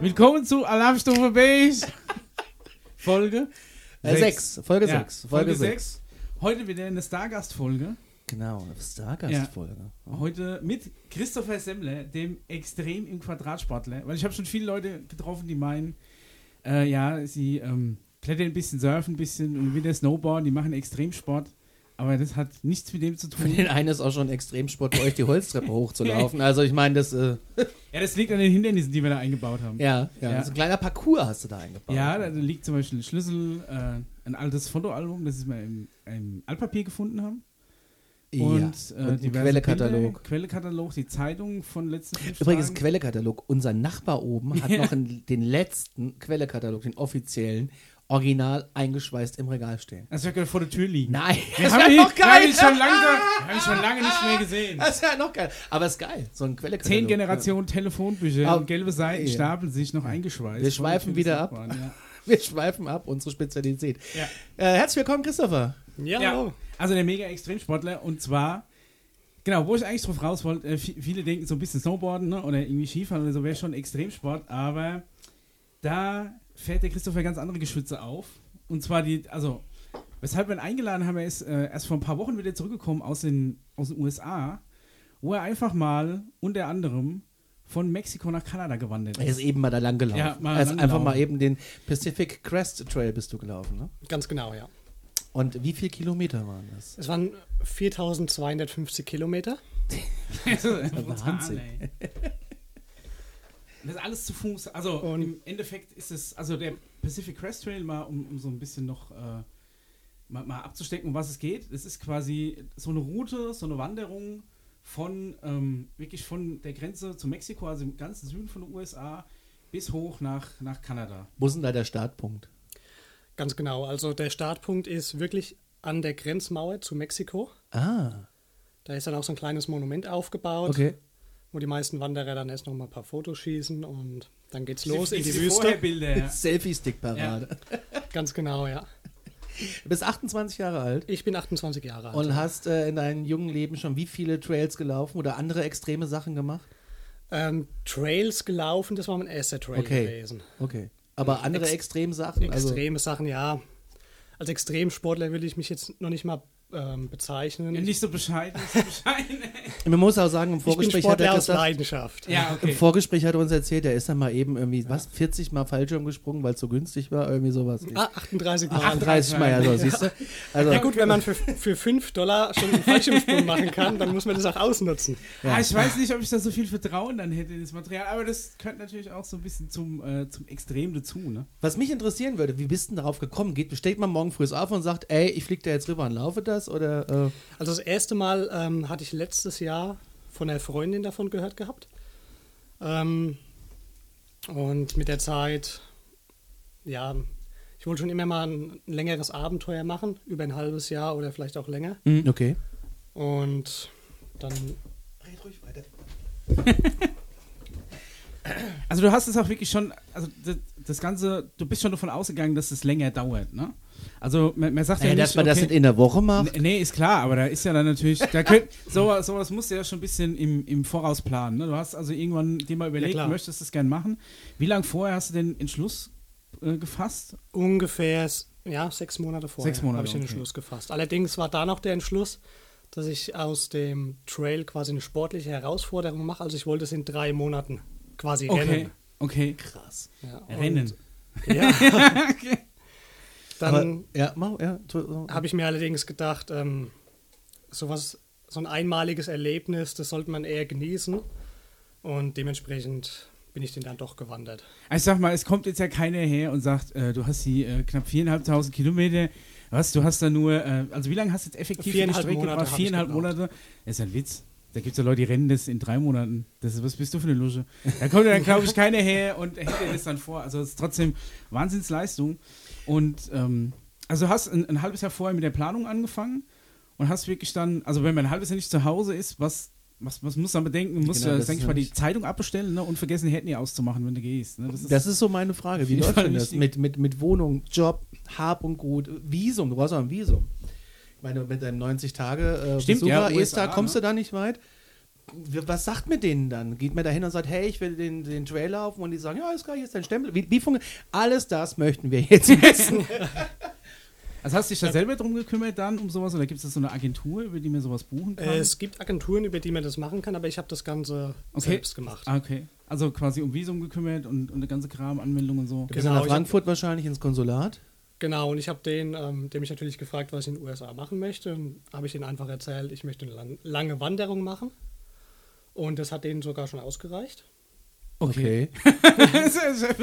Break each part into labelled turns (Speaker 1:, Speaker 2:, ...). Speaker 1: Willkommen zu Alarmstufe Beige. Folge
Speaker 2: Äh, sechs. Folge
Speaker 1: Ja,
Speaker 2: 6. Folge 6.
Speaker 1: sechs. Heute wieder eine Stargast-Folge.
Speaker 2: Genau, eine Stargast-Folge.
Speaker 1: Heute mit Christopher Semmler, dem Extrem im Quadratsportler. Weil ich habe schon viele Leute getroffen, die meinen, äh, ja, sie ähm, klettern ein bisschen, surfen ein bisschen und wieder snowboarden, die machen Extremsport. Aber das hat nichts mit dem zu
Speaker 2: Für
Speaker 1: tun.
Speaker 2: den einen ist auch schon Extremsport, bei euch die Holztreppe hochzulaufen. Also ich meine, das, äh,
Speaker 1: Ja, das liegt an den Hindernissen, die wir da eingebaut haben.
Speaker 2: ja, ja,
Speaker 1: Ja.
Speaker 2: so ein kleiner Parcours hast du da eingebaut.
Speaker 1: Ja, da liegt zum Beispiel ein Schlüssel, äh, ein altes Fotoalbum, das wir im, im Altpapier gefunden haben. Und,
Speaker 2: ja.
Speaker 1: äh,
Speaker 2: und ein
Speaker 1: diverse
Speaker 2: Quellekatalog.
Speaker 1: Bilder, Quellekatalog, die Zeitung von letzten fünf
Speaker 2: Übrigens,
Speaker 1: Tagen.
Speaker 2: Quellekatalog. Unser Nachbar oben hat
Speaker 1: Ja.
Speaker 2: noch einen, den letzten Quellekatalog, den offiziellen, original eingeschweißt im Regal stehen.
Speaker 1: Also, ich hab vor der Tür liegen.
Speaker 2: Nein,
Speaker 1: Wir haben ihn, wir haben ihn schon langsam, wir haben ihn schon lange nicht mehr gesehen.
Speaker 2: Das ist ja noch geil. Aber ist geil, so ein Äh, Quellekatalog.
Speaker 1: Zehn Generationen Telefonbücher
Speaker 2: Ah,
Speaker 1: und gelbe Seiten
Speaker 2: ja.
Speaker 1: stapeln sich noch eingeschweißt.
Speaker 2: Wir schweifen
Speaker 1: Voll
Speaker 2: wieder
Speaker 1: schönes
Speaker 2: ab.
Speaker 1: Nachbarn, Ja.
Speaker 2: Wir schweifen ab, unsere Spezialität.
Speaker 1: Ja.
Speaker 2: Äh, herzlich willkommen, Christopher.
Speaker 3: Ja,
Speaker 1: Ja,
Speaker 3: hallo.
Speaker 1: also der Mega-Extremsportler und zwar, genau, wo ich eigentlich drauf raus wollte, äh, vi- viele denken so ein bisschen Snowboarden ne, oder irgendwie Skifahren oder so wäre schon Extremsport, aber da fährt der Christopher ganz andere Geschütze auf und zwar die, also weshalb wir ihn eingeladen haben, er ist äh, erst vor ein paar Wochen wieder zurückgekommen aus den, aus den USA, wo er einfach mal unter anderem von Mexiko nach Kanada gewandert
Speaker 2: Er ist
Speaker 1: ist.
Speaker 2: eben mal da lang gelaufen.
Speaker 1: Ja, mal
Speaker 2: er ist
Speaker 1: lang
Speaker 2: einfach
Speaker 1: gelaufen.
Speaker 2: mal eben den Pacific Crest Trail bist du gelaufen, ne?
Speaker 3: Ganz genau, ja.
Speaker 2: Und wie viel Kilometer waren das?
Speaker 3: Es waren 4250 Kilometer.
Speaker 1: Das ist brutal,
Speaker 2: Wahnsinn.
Speaker 1: ey. Das ist alles zu Fuß. Also
Speaker 3: Und-
Speaker 1: im Endeffekt ist es, also der Pacific Crest Trail, mal um, um so ein bisschen noch äh, mal, mal abzustecken, um was es geht. Es ist quasi so eine Route, so eine Wanderung von ähm, wirklich von der Grenze zu Mexiko, also im ganzen Süden von den USA, bis hoch nach, nach Kanada.
Speaker 2: Wo ist denn da der Startpunkt?
Speaker 3: Ganz genau. Also der Startpunkt ist wirklich an der Grenzmauer zu Mexiko.
Speaker 2: Ah,
Speaker 3: Da ist dann auch so ein kleines Monument aufgebaut,
Speaker 2: okay.
Speaker 3: wo die meisten Wanderer dann erst noch mal ein paar Fotos schießen und dann geht's
Speaker 1: Ich
Speaker 3: los
Speaker 1: sehe
Speaker 3: in die
Speaker 1: viele Vorher
Speaker 3: Wüste.
Speaker 1: Bilder. ja.
Speaker 2: Selfie-Stick-Parade.
Speaker 3: Ganz genau, ja.
Speaker 2: Du bist 28 Jahre alt
Speaker 3: Ich bin 28 Jahre alt.
Speaker 2: und hast äh, in deinem jungen Leben schon wie viele Trails gelaufen oder andere extreme Sachen gemacht?
Speaker 3: ähm, Trails gelaufen, das war mein erster Trail
Speaker 2: Okay.
Speaker 3: gewesen.
Speaker 2: Okay. Aber andere
Speaker 3: Ex-
Speaker 2: extreme Sachen? Also,
Speaker 3: Extreme Sachen, ja. Als Extremsportler will ich mich jetzt noch nicht mal ähm, bezeichnen.
Speaker 1: Ja,
Speaker 3: Ich
Speaker 1: Nicht so bescheiden, nicht so bescheiden. ey.
Speaker 2: man muss auch sagen, im
Speaker 3: bin
Speaker 2: Vorgespräch hat er
Speaker 3: Sportler aus
Speaker 2: gesagt,
Speaker 3: Leidenschaft.
Speaker 1: ja,
Speaker 2: Im
Speaker 1: okay.
Speaker 2: Vorgespräch hat er uns erzählt, er ist dann mal eben irgendwie, was, 40 Mal Fallschirm gesprungen, weil es so günstig war, irgendwie sowas.
Speaker 3: Ah, 38 Mal.
Speaker 2: 38 Mal, also, siehst du? Also,
Speaker 3: Ja gut, wenn man für, für 5 Dollar schon einen Fallschirmsprung machen kann, dann muss man das auch ausnutzen.
Speaker 1: Ah, ich weiß nicht, ob ich da so viel Vertrauen dann hätte in das Material, aber das könnte natürlich auch so ein bisschen zum, äh, zum Extrem dazu, ne?
Speaker 2: Was mich interessieren würde, wie bist du denn darauf gekommen? Geht, steht man morgen früh auf und sagt, ey, ich flieg da jetzt rüber und laufe das? Oder, äh,
Speaker 3: Also das erste Mal ähm, hatte ich letztes Jahr von einer Freundin davon gehört gehabt. Ähm, und mit der Zeit, ja, ich wollte schon immer mal ein, ein längeres Abenteuer machen, über ein halbes Jahr oder vielleicht auch länger.
Speaker 2: okay.
Speaker 3: Und dann,
Speaker 1: Also du hast es auch wirklich schon, also das, das Ganze, du bist schon davon ausgegangen, dass es länger dauert, ne? Also man, man sagt ja,
Speaker 2: Naja,
Speaker 1: nicht,
Speaker 2: dass man das nicht
Speaker 1: okay,
Speaker 2: in der Woche macht?
Speaker 1: N- Nee, ist klar, aber da ist ja dann natürlich, da könnt, sowas, sowas musst du ja schon ein bisschen im, im Voraus planen. Ne? Du hast also irgendwann dir mal überlegt,
Speaker 3: klar.
Speaker 1: möchtest du es gern machen. Wie lange vorher hast du den Entschluss äh, gefasst?
Speaker 3: ungefähr ja, sechs Monate vorher
Speaker 1: Sechs Monate,
Speaker 3: habe ich den
Speaker 1: okay.
Speaker 3: Entschluss gefasst. Allerdings war da noch der Entschluss, dass ich aus dem Trail quasi eine sportliche Herausforderung mache. Also ich wollte es in drei Monaten quasi
Speaker 1: Okay,
Speaker 3: rennen.
Speaker 1: okay.
Speaker 2: Krass.
Speaker 3: Ja, und-
Speaker 1: Rennen.
Speaker 3: Ja. Dann
Speaker 2: Aber, ja, mau, ja. tu-
Speaker 3: habe ich mir allerdings gedacht, ähm, sowas, so ein einmaliges Erlebnis, das sollte man eher genießen. Und dementsprechend bin ich den dann doch gewandert.
Speaker 1: Ich Also sag mal, es kommt jetzt ja keiner her und sagt, äh, du hast die äh, knapp viereinhalbtausend Kilometer. Was? Du hast da nur, äh, also wie lange hast du jetzt effektiv
Speaker 3: Viereinhalb
Speaker 1: die Strecke
Speaker 3: Monate
Speaker 1: gebraucht?
Speaker 3: hab ich
Speaker 1: Viereinhalb
Speaker 3: gebraucht.
Speaker 1: Monate? Das ist ein Witz. Da gibt es ja Leute, die rennen das in drei Monaten. Das ist, was bist du für eine Lusche? Da kommt ja dann, glaube ich, keiner her und hält dir das dann vor. Also es ist trotzdem Wahnsinnsleistung. Und ähm, also hast ein, ein halbes Jahr vorher mit der Planung angefangen und hast wirklich dann, also wenn man ein halbes Jahr nicht zu Hause ist, was, was, was muss man bedenken? Muss
Speaker 2: Genau,
Speaker 1: genau,
Speaker 2: das
Speaker 1: denke
Speaker 2: ist
Speaker 1: ich mal, die
Speaker 2: nämlich-
Speaker 1: Zeitung abbestellen ne? und vergessen, die Handy auszumachen, wenn du gehst. Ne?
Speaker 2: Das ist so meine Frage. Wie
Speaker 1: jeden
Speaker 2: läuft
Speaker 1: Fall
Speaker 2: denn das?
Speaker 1: wichtig.
Speaker 2: Mit, mit, mit Wohnung, Job, Hab und Gut, Visum. Du brauchst auch ein Visum. Ich meine, mit deinem 90 tage äh,
Speaker 1: Stimmt, ja,
Speaker 2: Besucher,
Speaker 1: USA,
Speaker 2: Esta, kommst
Speaker 1: ne?
Speaker 2: du da nicht weit? was sagt mir denen dann? Geht man da hin und sagt, hey, ich will den, den Trail laufen und die sagen, ja, ist geil, hier ist dein Stempel. Wie, wie funktioniert Alles das möchten wir jetzt wissen.
Speaker 1: Also hast du dich da selber drum gekümmert dann um sowas oder gibt es da so eine Agentur, über die man sowas buchen kann?
Speaker 3: Äh, es gibt Agenturen, über die man das machen kann, aber ich habe das Ganze
Speaker 1: Okay.
Speaker 3: selbst gemacht.
Speaker 1: ah, okay. Also quasi um Visum gekümmert und, und eine ganze Kram, Anmeldung und so.
Speaker 2: Wir sind
Speaker 3: Genau,
Speaker 2: nach
Speaker 3: ich hab-
Speaker 2: Frankfurt wahrscheinlich ins Konsulat.
Speaker 3: Genau, und ich habe den, ähm, dem ich natürlich gefragt, was ich in den USA machen möchte, und habe ich den einfach erzählt, ich möchte eine lang, lange Wanderung machen. Und das hat denen sogar schon ausgereicht.
Speaker 2: Okay.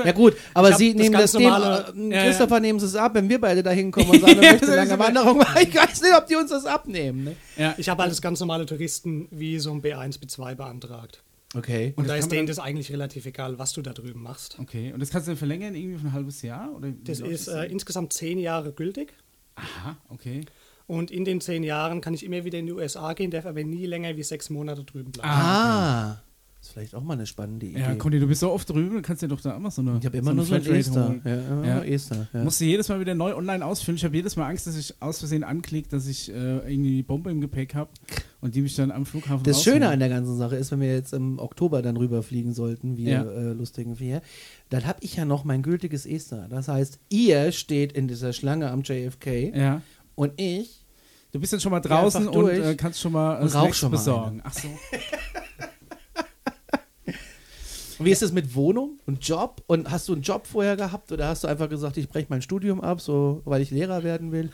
Speaker 2: Ja gut, aber
Speaker 3: Ich hab
Speaker 2: Sie
Speaker 3: das
Speaker 2: nehmen das
Speaker 3: ganz
Speaker 2: dem,
Speaker 3: normale-
Speaker 2: äh,
Speaker 1: Ja,
Speaker 2: Christopher nehmen Sie es ab, wenn wir beide da hinkommen und sagen, wir
Speaker 1: Ja,
Speaker 2: möchten
Speaker 1: das
Speaker 2: eine
Speaker 1: ist
Speaker 2: lange
Speaker 1: immer-
Speaker 2: Wanderung machen. Ich weiß nicht, ob die uns das abnehmen. Ne?
Speaker 1: ja.
Speaker 3: Ich habe halt das ganz normale Touristenvisum B1, B2 beantragt.
Speaker 2: Okay.
Speaker 3: Und
Speaker 1: das
Speaker 3: da
Speaker 1: kann
Speaker 3: ist
Speaker 1: man
Speaker 3: denen
Speaker 1: dann-
Speaker 3: das eigentlich relativ egal, was du da drüben machst.
Speaker 1: Okay, und das kannst du dann verlängern irgendwie für ein halbes Jahr? Oder wie
Speaker 3: Das
Speaker 1: läuft
Speaker 3: ist äh,
Speaker 1: dann?
Speaker 3: insgesamt zehn Jahre gültig.
Speaker 1: Aha, okay.
Speaker 3: Und in den zehn Jahren kann ich immer wieder in die USA gehen, darf aber nie länger wie sechs Monate drüben bleiben.
Speaker 2: Ah. Ist vielleicht auch mal eine spannende Idee.
Speaker 1: Ja, Conny, du bist so oft drüben, dann kannst du dir doch da immer so eine.
Speaker 2: ich habe immer nur so ein
Speaker 1: Flatrate
Speaker 2: Ester.
Speaker 1: holen.
Speaker 2: Ja, immer
Speaker 1: Ja.
Speaker 2: nur Ester. Ja.
Speaker 1: Musst du jedes Mal wieder neu online ausfüllen. Ich habe jedes Mal Angst, dass ich aus Versehen anklicke, dass ich äh, irgendwie die Bombe im Gepäck habe und die mich dann am Flughafen
Speaker 2: Das Schöne an
Speaker 1: rausholen.
Speaker 2: der ganzen Sache ist, wenn wir jetzt im Oktober dann rüberfliegen sollten, wir
Speaker 1: Ja.
Speaker 2: äh, lustigen vier, dann habe ich ja noch mein gültiges Ester. Das heißt, ihr steht in dieser Schlange am JFK
Speaker 1: Ja.
Speaker 2: und ich
Speaker 1: Du bist dann schon mal draußen
Speaker 2: einfach
Speaker 1: und
Speaker 2: durch.
Speaker 1: äh, kannst schon mal äh,
Speaker 2: Und rauch
Speaker 1: Snacks
Speaker 2: schon mal
Speaker 1: besorgen. Ach so.
Speaker 2: Und Wie ist es mit Wohnung und Job? Und hast du einen Job vorher gehabt oder hast du einfach gesagt, ich breche mein Studium ab, so weil ich Lehrer werden will?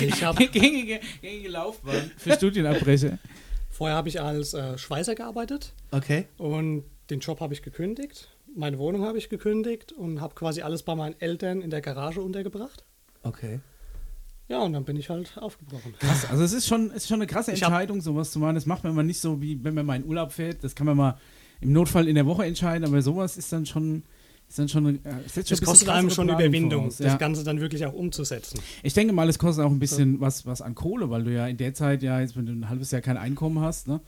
Speaker 3: Ich hab,
Speaker 1: gängige, gängige Laufbahn für Studienabbrecher.
Speaker 3: vorher habe ich als äh, Schweißer gearbeitet
Speaker 2: Okay.
Speaker 3: und den Job habe ich gekündigt, meine Wohnung habe ich gekündigt und habe quasi alles bei meinen Eltern in der Garage untergebracht.
Speaker 2: Okay.
Speaker 3: Ja, und dann bin ich halt aufgebrochen.
Speaker 1: Krass, also es ist schon, es ist schon eine krasse
Speaker 3: Ich hab-
Speaker 1: Entscheidung, sowas zu machen. Das macht man mal nicht so, wie wenn man mal in Urlaub fährt. Das kann man mal im Notfall in der Woche entscheiden, aber sowas ist dann schon. Ist dann schon, eine- äh, setzt schon
Speaker 3: Das
Speaker 1: ein bisschen
Speaker 3: kostet einem
Speaker 1: krassere
Speaker 3: schon
Speaker 1: Planung
Speaker 3: Überwindung,
Speaker 1: voraus,
Speaker 3: das
Speaker 1: ja.
Speaker 3: Ganze dann wirklich auch umzusetzen.
Speaker 1: Ich denke mal, es kostet auch ein bisschen was, was an Kohle, weil du ja in der Zeit ja jetzt, wenn du ein halbes Jahr kein Einkommen hast, ne,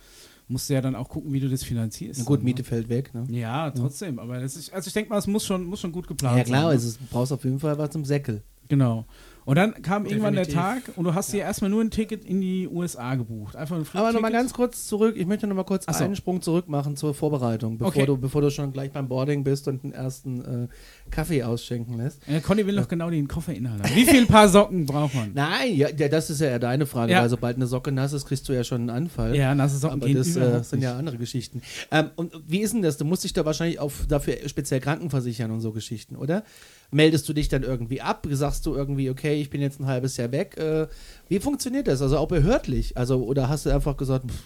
Speaker 1: musst du ja dann auch gucken, wie du das finanzierst.
Speaker 2: Na gut,
Speaker 1: dann,
Speaker 2: Miete fällt weg, ne?
Speaker 1: Ne? Ja, trotzdem. Aber das ist, also ich denke mal, es muss schon, muss schon gut geplant
Speaker 2: Ja, klar,
Speaker 1: sein. ne?
Speaker 2: also du brauchst auf jeden Fall was im Säckel.
Speaker 1: Genau. Und dann kam irgendwann der
Speaker 3: Definitiv.
Speaker 1: Tag und du hast dir erstmal nur ein Ticket in die USA gebucht. Einfach ein
Speaker 2: Aber nochmal
Speaker 1: Flugticket.
Speaker 2: ganz kurz zurück, ich möchte nochmal kurz
Speaker 1: Ach so.
Speaker 2: einen Sprung zurück machen zur Vorbereitung, bevor,
Speaker 1: Okay.
Speaker 2: du, bevor du schon gleich beim Boarding bist und den ersten äh, Kaffee ausschenken lässt.
Speaker 1: Äh, Conny will doch genau den Kofferinhalt haben. Wie viel Paar Socken braucht man?
Speaker 2: Nein, ja, ja, das ist ja eher deine Frage,
Speaker 1: Ja.
Speaker 2: weil sobald eine Socke nass ist, kriegst du ja schon einen Anfall.
Speaker 1: ja, nasse Socken
Speaker 2: Ne? Aber
Speaker 1: gehen
Speaker 2: das äh,
Speaker 1: überhaupt
Speaker 2: sind ja andere Geschichten. Ähm, und wie ist denn das? Du musst dich da wahrscheinlich auf, dafür speziell krankenversichern und so Geschichten, oder? Meldest du dich dann irgendwie ab? Sagst du irgendwie, okay, ich bin jetzt ein halbes Jahr weg? Äh, wie funktioniert das? Also auch behördlich? Also, oder hast du einfach gesagt, pff,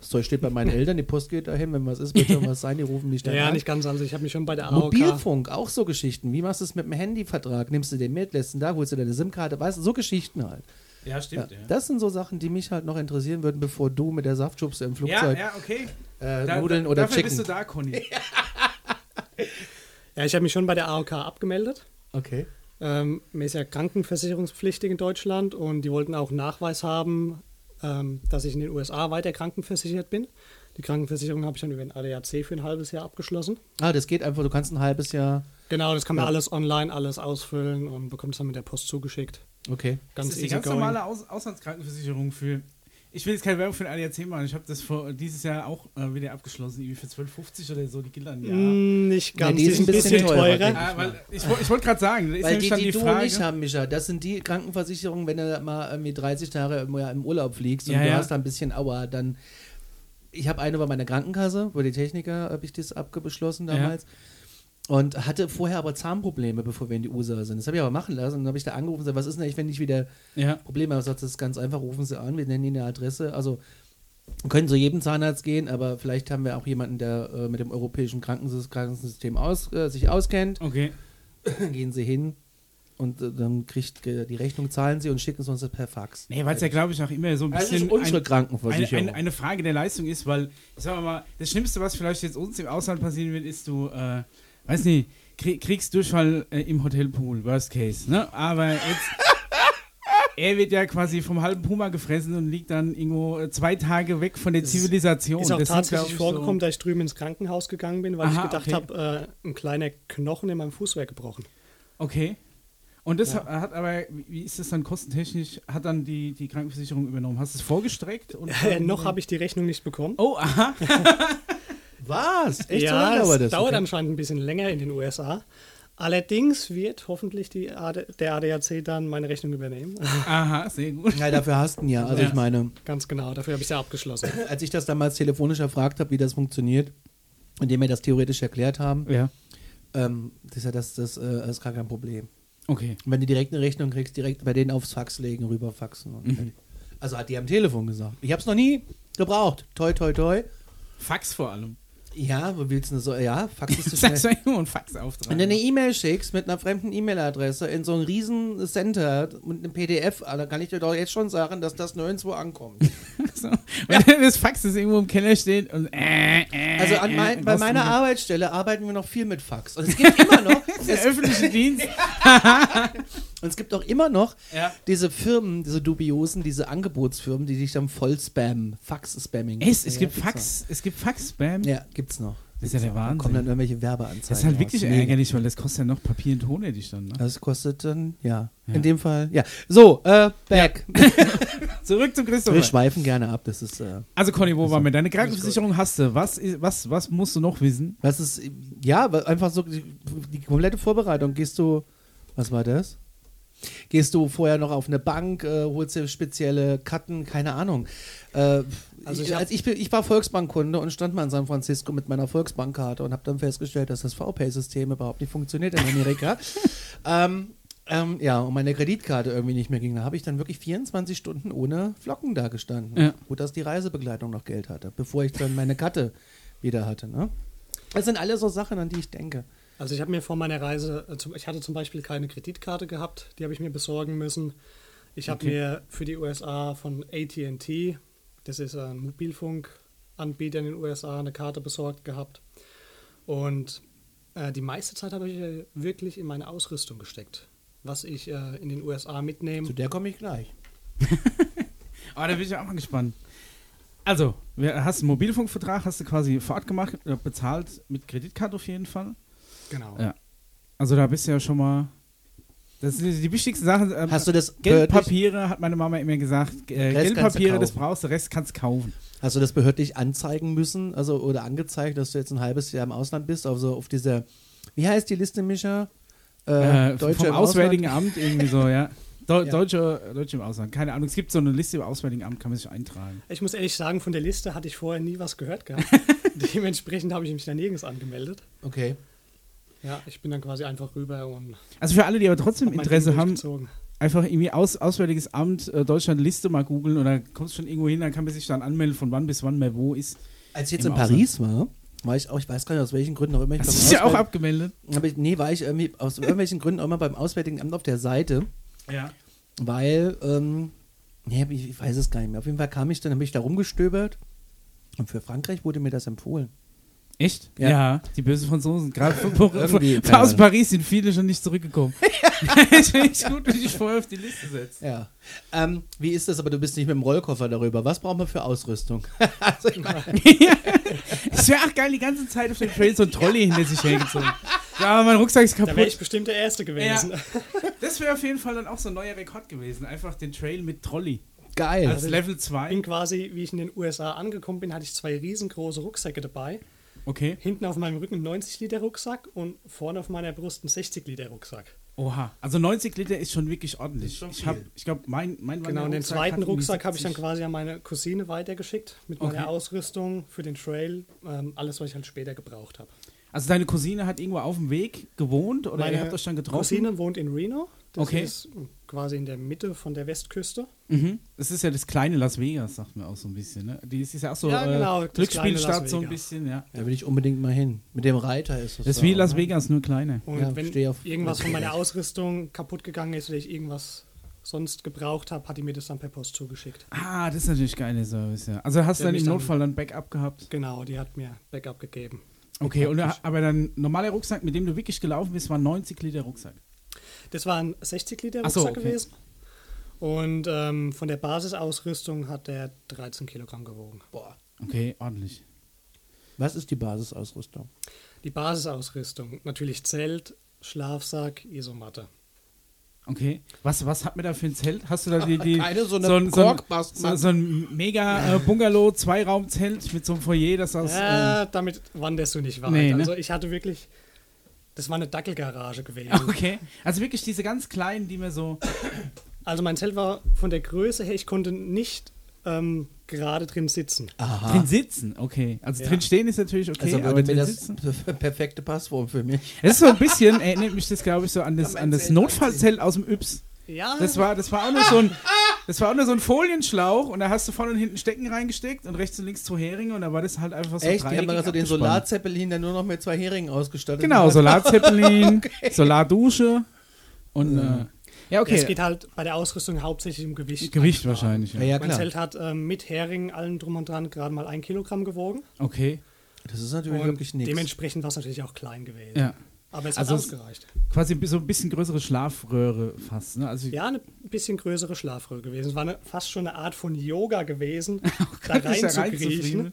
Speaker 2: das Zeug steht bei meinen Eltern, die Post geht dahin, wenn was ist, wird schon was sein, die rufen mich
Speaker 3: Ja,
Speaker 2: dann an.
Speaker 3: nicht ganz, also ich habe mich schon bei der
Speaker 1: genau,
Speaker 3: AOK...
Speaker 2: Mobilfunk, auch so Geschichten. Wie machst du es mit dem Handyvertrag? Nimmst du den mit, lässt ihn da, holst du deine SIM-Karte, weißt du, so Geschichten halt.
Speaker 1: nicht. Ja,
Speaker 2: Ja,
Speaker 1: stimmt. Ja,
Speaker 2: das sind so Sachen, die mich halt noch interessieren würden, bevor du mit der Saftschubse im
Speaker 1: ja,
Speaker 2: Flugzeug
Speaker 1: ja, okay.
Speaker 2: äh,
Speaker 1: Da-
Speaker 2: Nudeln
Speaker 1: da-
Speaker 2: oder
Speaker 1: dafür
Speaker 2: Chicken.
Speaker 1: bist du da, Conny.
Speaker 3: Ja, ich habe mich schon bei der AOK abgemeldet.
Speaker 2: Okay.
Speaker 3: Ähm, mir ist ja krankenversicherungspflichtig in Deutschland und die wollten auch Nachweis haben, ähm, dass ich in den USA weiter krankenversichert bin. Die Krankenversicherung habe ich dann über den ADAC für ein halbes Jahr abgeschlossen.
Speaker 2: Ah, das geht einfach, du kannst ein halbes Jahr.
Speaker 3: Genau, das kann man
Speaker 2: Ja.
Speaker 3: alles online, alles ausfüllen und bekommt es dann mit der Post zugeschickt.
Speaker 2: Okay.
Speaker 1: das
Speaker 3: Ganz
Speaker 1: ist die
Speaker 3: easy
Speaker 1: ganz
Speaker 3: going.
Speaker 1: normale Aus Auslandskrankenversicherung für. Ich will jetzt keine Werbung für den ADAC machen. Ich habe das vor dieses Jahr auch äh, wieder abgeschlossen, irgendwie für 12,50 oder so. Die gilt dann ja.
Speaker 3: Mm, Nicht ganz,
Speaker 2: Nee, die ist ein bisschen teurer, denke
Speaker 1: Ah, weil, ich woll- ich wollte gerade sagen, da ist
Speaker 2: Weil
Speaker 1: nämlich
Speaker 2: die,
Speaker 1: dann
Speaker 2: die,
Speaker 1: die
Speaker 2: du
Speaker 1: Frage.
Speaker 2: nicht haben, Micha, das sind die Krankenversicherungen, wenn du mal irgendwie 30 Tage im, Jahr im Urlaub fliegst und
Speaker 1: Ja,
Speaker 2: du
Speaker 1: ja.
Speaker 2: hast da ein bisschen Aua, dann. Ich habe eine bei meiner Krankenkasse, bei der Techniker habe ich das abgeschlossen
Speaker 1: Ja.
Speaker 2: damals. Und hatte vorher aber Zahnprobleme, bevor wir in die USA sind. Das habe ich aber machen lassen. Und dann habe ich da angerufen und gesagt, was ist denn eigentlich, wenn ich wieder
Speaker 1: ja.
Speaker 2: Probleme habe? Sagt, das ist ganz einfach, rufen Sie an, wir nennen Ihnen eine Adresse. Also wir können zu jedem Zahnarzt gehen, aber vielleicht haben wir auch jemanden, der äh, mit dem europäischen Krankensys- Krankensystem aus, äh, sich auskennt.
Speaker 1: Okay.
Speaker 2: Dann gehen sie hin und äh, dann kriegt äh, die Rechnung, zahlen sie und schicken es uns das per Fax.
Speaker 1: Nee, weil es ja, glaube ich, auch immer so ein
Speaker 2: das Also ist
Speaker 1: bisschen
Speaker 2: unsere
Speaker 1: ein, eine,
Speaker 2: Krankenversicherung.
Speaker 1: eine, eine Frage der Leistung ist, weil, sagen wir mal, das Schlimmste, was vielleicht jetzt uns im Ausland passieren wird, ist, du, äh, weiß nicht, krieg, kriegst Durchfall äh, im Hotelpool, worst case, ne? Aber jetzt. Er wird ja quasi vom halben Puma gefressen und liegt dann irgendwo äh, zwei Tage weg von der
Speaker 3: Das ist-
Speaker 1: Zivilisation.
Speaker 3: Ist auch
Speaker 1: Das sind, glaub
Speaker 3: tatsächlich
Speaker 1: ich,
Speaker 3: vorgekommen, dass ich drüben ins Krankenhaus gegangen bin, weil
Speaker 1: Aha,
Speaker 3: ich gedacht
Speaker 1: okay.
Speaker 3: habe, äh, ein kleiner Knochen in meinem Fuß wäre gebrochen.
Speaker 1: So, okay. Und das
Speaker 3: Ja.
Speaker 1: ha- hat aber, wie wie ist das dann kostentechnisch, hat dann die, die Krankenversicherung übernommen? Hast du es vorgestreckt? Und
Speaker 3: Äh, noch habe ich die Rechnung nicht bekommen.
Speaker 1: Oh, aha.
Speaker 2: Was? Echt so
Speaker 3: ja,
Speaker 2: lange
Speaker 3: es
Speaker 2: dauert das?
Speaker 3: dauert
Speaker 2: Okay.
Speaker 3: anscheinend ein bisschen länger in den USA. Allerdings wird hoffentlich die AD, der ADAC dann meine Rechnung übernehmen.
Speaker 1: Aha, sehr gut.
Speaker 2: Ja, dafür hast du ihn ja. Also
Speaker 1: Ja.
Speaker 2: ich meine,
Speaker 3: Ganz genau, dafür habe ich es ja abgeschlossen.
Speaker 2: als ich das damals telefonisch erfragt habe, wie das funktioniert, indem wir das theoretisch erklärt haben,
Speaker 1: Ja,
Speaker 2: ähm, das ist ja das, das, äh, das ist gar kein Problem.
Speaker 1: okay.
Speaker 2: Und wenn du direkt eine Rechnung kriegst, direkt bei denen aufs Fax legen, rüberfaxen.
Speaker 1: Mhm.
Speaker 2: Und Also hat die am Telefon gesagt. Ich habe es noch nie gebraucht. Toi, toi, toi.
Speaker 1: Fax vor allem.
Speaker 2: Ja, wo willst du denn so? Ja, Fax ist zu schnell.
Speaker 1: Sagst du eigentlich nur einen Faxauftrag?
Speaker 2: Wenn du eine E-Mail schickst mit einer fremden E-Mail-Adresse in so ein riesen Center und einem PDF, dann ah, kann ich dir doch jetzt schon sagen, dass das nirgendwo ankommt.
Speaker 1: Äh, So. Wenn das Fax ist irgendwo im Keller steht und äh, äh,
Speaker 2: Also an
Speaker 1: äh,
Speaker 2: mein, bei meiner
Speaker 1: rausgeht.
Speaker 2: Arbeitsstelle arbeiten wir noch viel mit Fax. Und es gibt immer noch,
Speaker 1: Der
Speaker 2: es,
Speaker 1: öffentliche Dienst.
Speaker 2: und es gibt auch immer noch
Speaker 1: Ja.
Speaker 2: diese Firmen, diese dubiosen, diese Angebotsfirmen, die dich dann voll spammen. Fax-Spamming.
Speaker 1: Es, es
Speaker 2: Ja,
Speaker 1: gibt
Speaker 2: gibt's
Speaker 1: Fax, es gibt Fax-Spam.
Speaker 2: noch. Ja, gibt's noch.
Speaker 1: Das ist ja der
Speaker 2: Da kommen dann
Speaker 1: Wahnsinn.
Speaker 2: irgendwelche Werbeanzeigen.
Speaker 1: Das ist halt
Speaker 2: raus.
Speaker 1: wirklich
Speaker 2: Mega.
Speaker 1: ärgerlich, weil das kostet ja noch Papier und Ton, hätte ich dann. Ne?
Speaker 2: Das kostet dann, ja.
Speaker 1: Ja.
Speaker 2: In dem Fall, ja. So, äh, back.
Speaker 1: Zurück zum
Speaker 2: Wir
Speaker 1: Christopher.
Speaker 2: schweifen gerne ab. Das ist, äh,
Speaker 1: Also Conny, wo waren wir? Deine Krankenversicherung hast du. Was, ist- was, was musst du noch wissen?
Speaker 2: was ist, ja, wa- einfach so die, die komplette Vorbereitung. Gehst du, was war das? Gehst du vorher noch auf eine Bank, äh, holst dir spezielle Karten, keine Ahnung. Äh, also
Speaker 3: Also
Speaker 2: ich,
Speaker 3: ich hab-
Speaker 2: als ich, bin- ich war Volksbankkunde und stand mal in San Francisco mit meiner Volksbankkarte und habe dann festgestellt, dass das VPay-System überhaupt nicht funktioniert in Amerika. ähm, ähm, ja, und meine Kreditkarte irgendwie nicht mehr ging. Da habe ich dann wirklich 24 Stunden ohne Flocken da gestanden.
Speaker 1: Ja.
Speaker 2: Gut, dass die Reisebegleitung noch Geld hatte, bevor ich dann meine Karte wieder hatte. Ne? Das sind alle so Sachen, an die ich denke.
Speaker 3: Also ich habe mir vor meiner Reise, äh, zum- ich hatte zum Beispiel keine Kreditkarte gehabt, die habe ich mir besorgen müssen. Ich habe
Speaker 1: Okay.
Speaker 3: mir für die USA von ATT, das ist ein Mobilfunkanbieter in den USA, eine Karte besorgt gehabt. Und äh, die meiste Zeit habe ich äh, wirklich in meine Ausrüstung gesteckt, was ich äh, in den USA
Speaker 2: Zu
Speaker 3: mitnehme.
Speaker 2: der komme ich gleich.
Speaker 1: Aber Ah, da bin ich auch mal gespannt. Also, wer- hast einen Mobilfunkvertrag, hast du quasi vor Ort gemacht, äh, bezahlt mit Kreditkarte auf jeden Fall.
Speaker 3: Genau.
Speaker 1: Ja. Also da bist du ja schon mal. Das sind die wichtigsten Sachen. ähm,
Speaker 2: Hast du das behördlich-
Speaker 1: Geldpapiere, hat meine Mama immer gesagt. Äh,
Speaker 2: Rest kannst
Speaker 1: Geldpapiere,
Speaker 2: du
Speaker 1: das
Speaker 2: kaufen.
Speaker 1: brauchst du, Rest kannst du kaufen.
Speaker 2: Hast du das behördlich anzeigen müssen, also oder angezeigt, dass du jetzt ein halbes Jahr im Ausland bist, also auf dieser, wie heißt die Liste, Mischa?
Speaker 1: Äh,
Speaker 2: Deutsche
Speaker 1: vom
Speaker 2: im
Speaker 1: Auswärtigen Amt irgendwie so, ja. Do
Speaker 2: Ja.
Speaker 1: Deutsche, Deutsche im Ausland. Keine Ahnung, es gibt so eine Liste im Auswärtigen Amt, kann man sich eintragen.
Speaker 3: Ich muss ehrlich sagen, von der Liste hatte ich vorher nie was gehört gehabt. Dementsprechend habe ich mich da nirgends angemeldet.
Speaker 2: Ausland. Okay.
Speaker 3: Ja, ich bin dann quasi einfach rüber und
Speaker 1: Also für alle, die aber trotzdem
Speaker 3: hab mein
Speaker 1: Interesse
Speaker 3: Ding
Speaker 1: haben,
Speaker 3: durchgezogen.
Speaker 1: einfach irgendwie aus, Auswärtiges Amt äh, Deutschland Liste mal googeln oder kommst schon irgendwo hin, dann kann man sich dann anmelden, von wann bis wann mehr wo ist.
Speaker 2: Als ich jetzt
Speaker 1: Im
Speaker 2: in Paris war, war ich auch, ich weiß gar nicht aus welchen Gründen auch immer. Ich
Speaker 1: Das
Speaker 2: beim
Speaker 1: ist ja auch
Speaker 2: Auswärtigen-
Speaker 1: abgemeldet.
Speaker 2: aber ich, nee, war ich irgendwie aus irgendwelchen Gründen auch immer beim Auswärtigen Amt auf der Seite,
Speaker 1: Ja.
Speaker 2: weil, ähm, nee, ich, ich weiß es gar nicht mehr. Auf jeden Fall kam ich dann, habe ich da rumgestöbert und für Frankreich wurde mir das empfohlen.
Speaker 1: Echt?
Speaker 2: Ja.
Speaker 1: Ja. die bösen Franzosen. Gerade von, von,
Speaker 2: Irgendwie,
Speaker 1: von,
Speaker 2: keine
Speaker 1: aus
Speaker 2: Ahnung.
Speaker 1: Paris sind viele schon nicht zurückgekommen. ich finde es gut, wenn ich vorher auf die Liste setze.
Speaker 2: Ja. Ähm, wie ist das, aber du bist nicht mit dem Rollkoffer darüber. Was braucht man für Ausrüstung? also ich meine,
Speaker 1: Es wäre auch geil, die ganze Zeit auf dem Trail so ein Trolley hinter sich hergezogen. Ja, aber mein Rucksack ist
Speaker 3: Da wäre ich
Speaker 1: kaputt.
Speaker 3: bestimmt der Erste gewesen.
Speaker 1: Das wäre auf jeden Fall dann auch so ein neuer Rekord gewesen. Einfach den Trail mit Trolley.
Speaker 2: geil.
Speaker 1: Als Level
Speaker 3: bin
Speaker 1: 2.
Speaker 3: quasi, wie ich in den USA angekommen bin, hatte ich zwei riesengroße Rucksäcke dabei.
Speaker 1: Okay.
Speaker 3: Hinten auf meinem Rücken ein 90-Liter-Rucksack und vorne auf meiner Brust ein 60-Liter-Rucksack.
Speaker 1: Oha. Also 90 Liter ist schon wirklich ordentlich.
Speaker 2: schon
Speaker 1: ich hab-
Speaker 2: viel.
Speaker 1: ich glaube, mein, mein
Speaker 3: Genau, und den
Speaker 1: Wanderrucksack hat
Speaker 3: zweiten
Speaker 1: irgendwie
Speaker 3: Rucksack habe ich dann
Speaker 1: 70.
Speaker 3: quasi an meine Cousine weitergeschickt mit meiner
Speaker 1: Okay.
Speaker 3: Ausrüstung für den Trail, ähm, alles, was ich halt später gebraucht habe.
Speaker 1: Also deine Cousine hat irgendwo auf dem Weg gewohnt oder ihr habt euch dann getroffen?
Speaker 3: Cousine wohnt in Reno. Das
Speaker 1: Okay.
Speaker 3: ist quasi in der Mitte von der Westküste.
Speaker 1: Mhm. Das ist ja das kleine Las Vegas, sagt man auch so ein bisschen. Ne? Die ist ist ja auch so
Speaker 3: Ja, genau,
Speaker 1: äh,
Speaker 3: das kleine
Speaker 1: Glücksspielstadt
Speaker 3: Las
Speaker 1: so ein
Speaker 3: Vegas.
Speaker 1: bisschen, ja.
Speaker 2: Da will ich unbedingt mal hin. Mit dem Reiter ist es.
Speaker 1: Das ist
Speaker 2: so,
Speaker 1: wie Las
Speaker 2: ne?
Speaker 1: Vegas, nur kleiner.
Speaker 3: Und
Speaker 2: Ja,
Speaker 3: wenn
Speaker 2: steh auf-
Speaker 3: irgendwas von meiner
Speaker 2: Ja.
Speaker 3: Ausrüstung kaputt gegangen ist oder ich irgendwas sonst gebraucht habe, hat die mir das dann per Post zugeschickt.
Speaker 1: Ah, das ist natürlich geiler Service, ja. Also hast du
Speaker 3: Der
Speaker 1: dann
Speaker 3: mich
Speaker 1: im
Speaker 3: dann-
Speaker 1: Notfall dann Backup gehabt?
Speaker 3: Genau, die hat mir Backup gegeben.
Speaker 1: Okay, und, aber dein normaler Rucksack, mit dem du wirklich gelaufen bist, war ein 90 Liter Rucksack.
Speaker 3: Das war ein 60 Liter
Speaker 1: Ach so,
Speaker 3: Rucksack
Speaker 1: okay.
Speaker 3: gewesen. Und ähm, von der Basisausrüstung hat er 13 Kilogramm gewogen.
Speaker 2: Boah.
Speaker 1: Okay, ordentlich.
Speaker 2: Was ist die Basisausrüstung?
Speaker 3: Die Basisausrüstung, natürlich Zelt, Schlafsack, Isomatte.
Speaker 1: Okay. Was, was hat mir da für ein Zelt? Hast du da die, die
Speaker 2: Keine so eine
Speaker 1: so ein, so ein, so,
Speaker 2: Korkbastmann.
Speaker 1: so ein mega äh, Bungalow, Zweiraumzelt mit so einem Foyer, das aus. ähm,
Speaker 3: Ja, damit wanderst du nicht weit.
Speaker 1: Nee, ne?
Speaker 3: Also ich hatte wirklich, das war eine Dackelgarage gewesen.
Speaker 1: okay. Also wirklich diese ganz kleinen, die mir so.
Speaker 3: Also mein Zelt war von der Größe her, ich konnte nicht ähm, gerade drin sitzen.
Speaker 1: Drin sitzen, okay. Also
Speaker 3: Ja.
Speaker 1: drin stehen ist natürlich okay,
Speaker 2: Also
Speaker 1: aber
Speaker 2: würde mir
Speaker 1: drin
Speaker 2: das
Speaker 1: sitzen.
Speaker 2: perfekte Passwort für mich.
Speaker 1: Das ist so ein bisschen, erinnert mich das, glaube ich, so an das,
Speaker 2: mein
Speaker 1: an das
Speaker 2: Zelt
Speaker 1: Notfallzelt aus dem Yps.
Speaker 3: Ja,
Speaker 1: Das war, das war auch nur so ein. Das war auch nur so ein Folienschlauch und da hast du vorne und hinten Stecken reingesteckt und rechts und links zwei Heringe und da war das halt einfach so
Speaker 2: Echt? Die haben
Speaker 1: dreieckig
Speaker 2: also den
Speaker 1: abgespannt.
Speaker 2: Solarzeppelin dann nur noch mit zwei Heringen ausgestattet.
Speaker 1: Genau, Solarzeppelin, Solardusche und äh, ja, okay.
Speaker 3: es geht halt bei der Ausrüstung hauptsächlich um Gewicht.
Speaker 1: Gewicht wahrscheinlich.
Speaker 2: Ja,
Speaker 1: Ja.
Speaker 2: ja
Speaker 3: Mein
Speaker 2: klar.
Speaker 3: Zelt hat ähm, mit Hering, allem drum und dran, gerade mal ein Kilogramm gewogen.
Speaker 1: Okay.
Speaker 2: Das ist natürlich
Speaker 3: und
Speaker 2: wirklich nichts.
Speaker 3: dementsprechend war es natürlich auch klein gewesen.
Speaker 1: Ja.
Speaker 3: Aber es
Speaker 1: Also
Speaker 3: hat
Speaker 1: es-
Speaker 3: ausgereicht.
Speaker 1: Quasi so ein bisschen größere Schlafröhre fast. Ne? Also,
Speaker 3: Ja, eine bisschen größere Schlafröhre gewesen. Es war eine, fast schon eine Art von Yoga gewesen, da
Speaker 1: kann ich da
Speaker 3: reinzukriechen.
Speaker 1: reinzufrieden.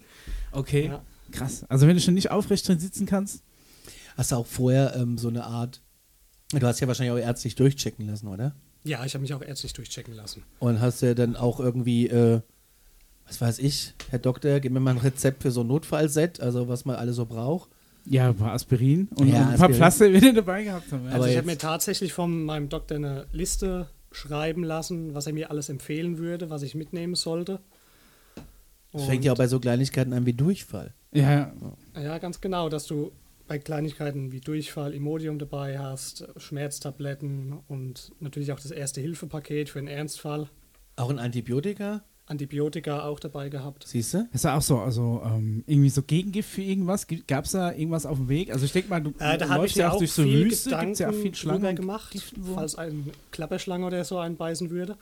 Speaker 1: Okay,
Speaker 3: Ja.
Speaker 1: krass. Also wenn du schon nicht aufrecht drin sitzen kannst.
Speaker 2: Hast du auch vorher ähm, so eine Art. Du hast ja wahrscheinlich auch ärztlich durchchecken lassen, oder?
Speaker 3: Ja, ich habe mich auch ärztlich durchchecken lassen.
Speaker 2: Und hast ja dann auch irgendwie, äh, was weiß ich, Herr Doktor, gib mir mal ein Rezept für so ein Notfallset, also was man alles so braucht.
Speaker 1: Ja, ein paar Aspirin und, und ein
Speaker 2: Ja,
Speaker 1: paar
Speaker 2: Aspirin.
Speaker 1: Pflaster, die wir dabei gehabt haben. Ja.
Speaker 2: Aber
Speaker 3: Also ich habe
Speaker 2: jetzt-
Speaker 3: mir tatsächlich von meinem Doktor eine Liste schreiben lassen, was er mir alles empfehlen würde, was ich mitnehmen sollte.
Speaker 2: Das fängt ja auch bei so Kleinigkeiten an wie Durchfall.
Speaker 1: ja, ja.
Speaker 3: Ja, ganz genau, dass du bei Kleinigkeiten wie Durchfall Imodium dabei hast, Schmerztabletten und natürlich auch das Erste-Hilfe-Paket für den Ernstfall.
Speaker 2: Auch ein Antibiotika,
Speaker 3: Antibiotika auch dabei gehabt.
Speaker 2: siehst du?
Speaker 1: Ist ja auch so, also ähm, irgendwie so Gegengift für irgendwas? Gab es da irgendwas auf dem Weg? Also ich denke mal, du
Speaker 3: Äh, da habe
Speaker 1: läufst
Speaker 3: ich mir
Speaker 1: ja
Speaker 3: auch
Speaker 1: auch durch so
Speaker 3: viel
Speaker 1: Wüste,
Speaker 3: Gedanken
Speaker 1: gibt's ja auch viel Schlangen
Speaker 3: drüber
Speaker 1: und
Speaker 3: gemacht,
Speaker 1: Giften so.
Speaker 3: falls ein Klapperschlange oder so einbeißen würde.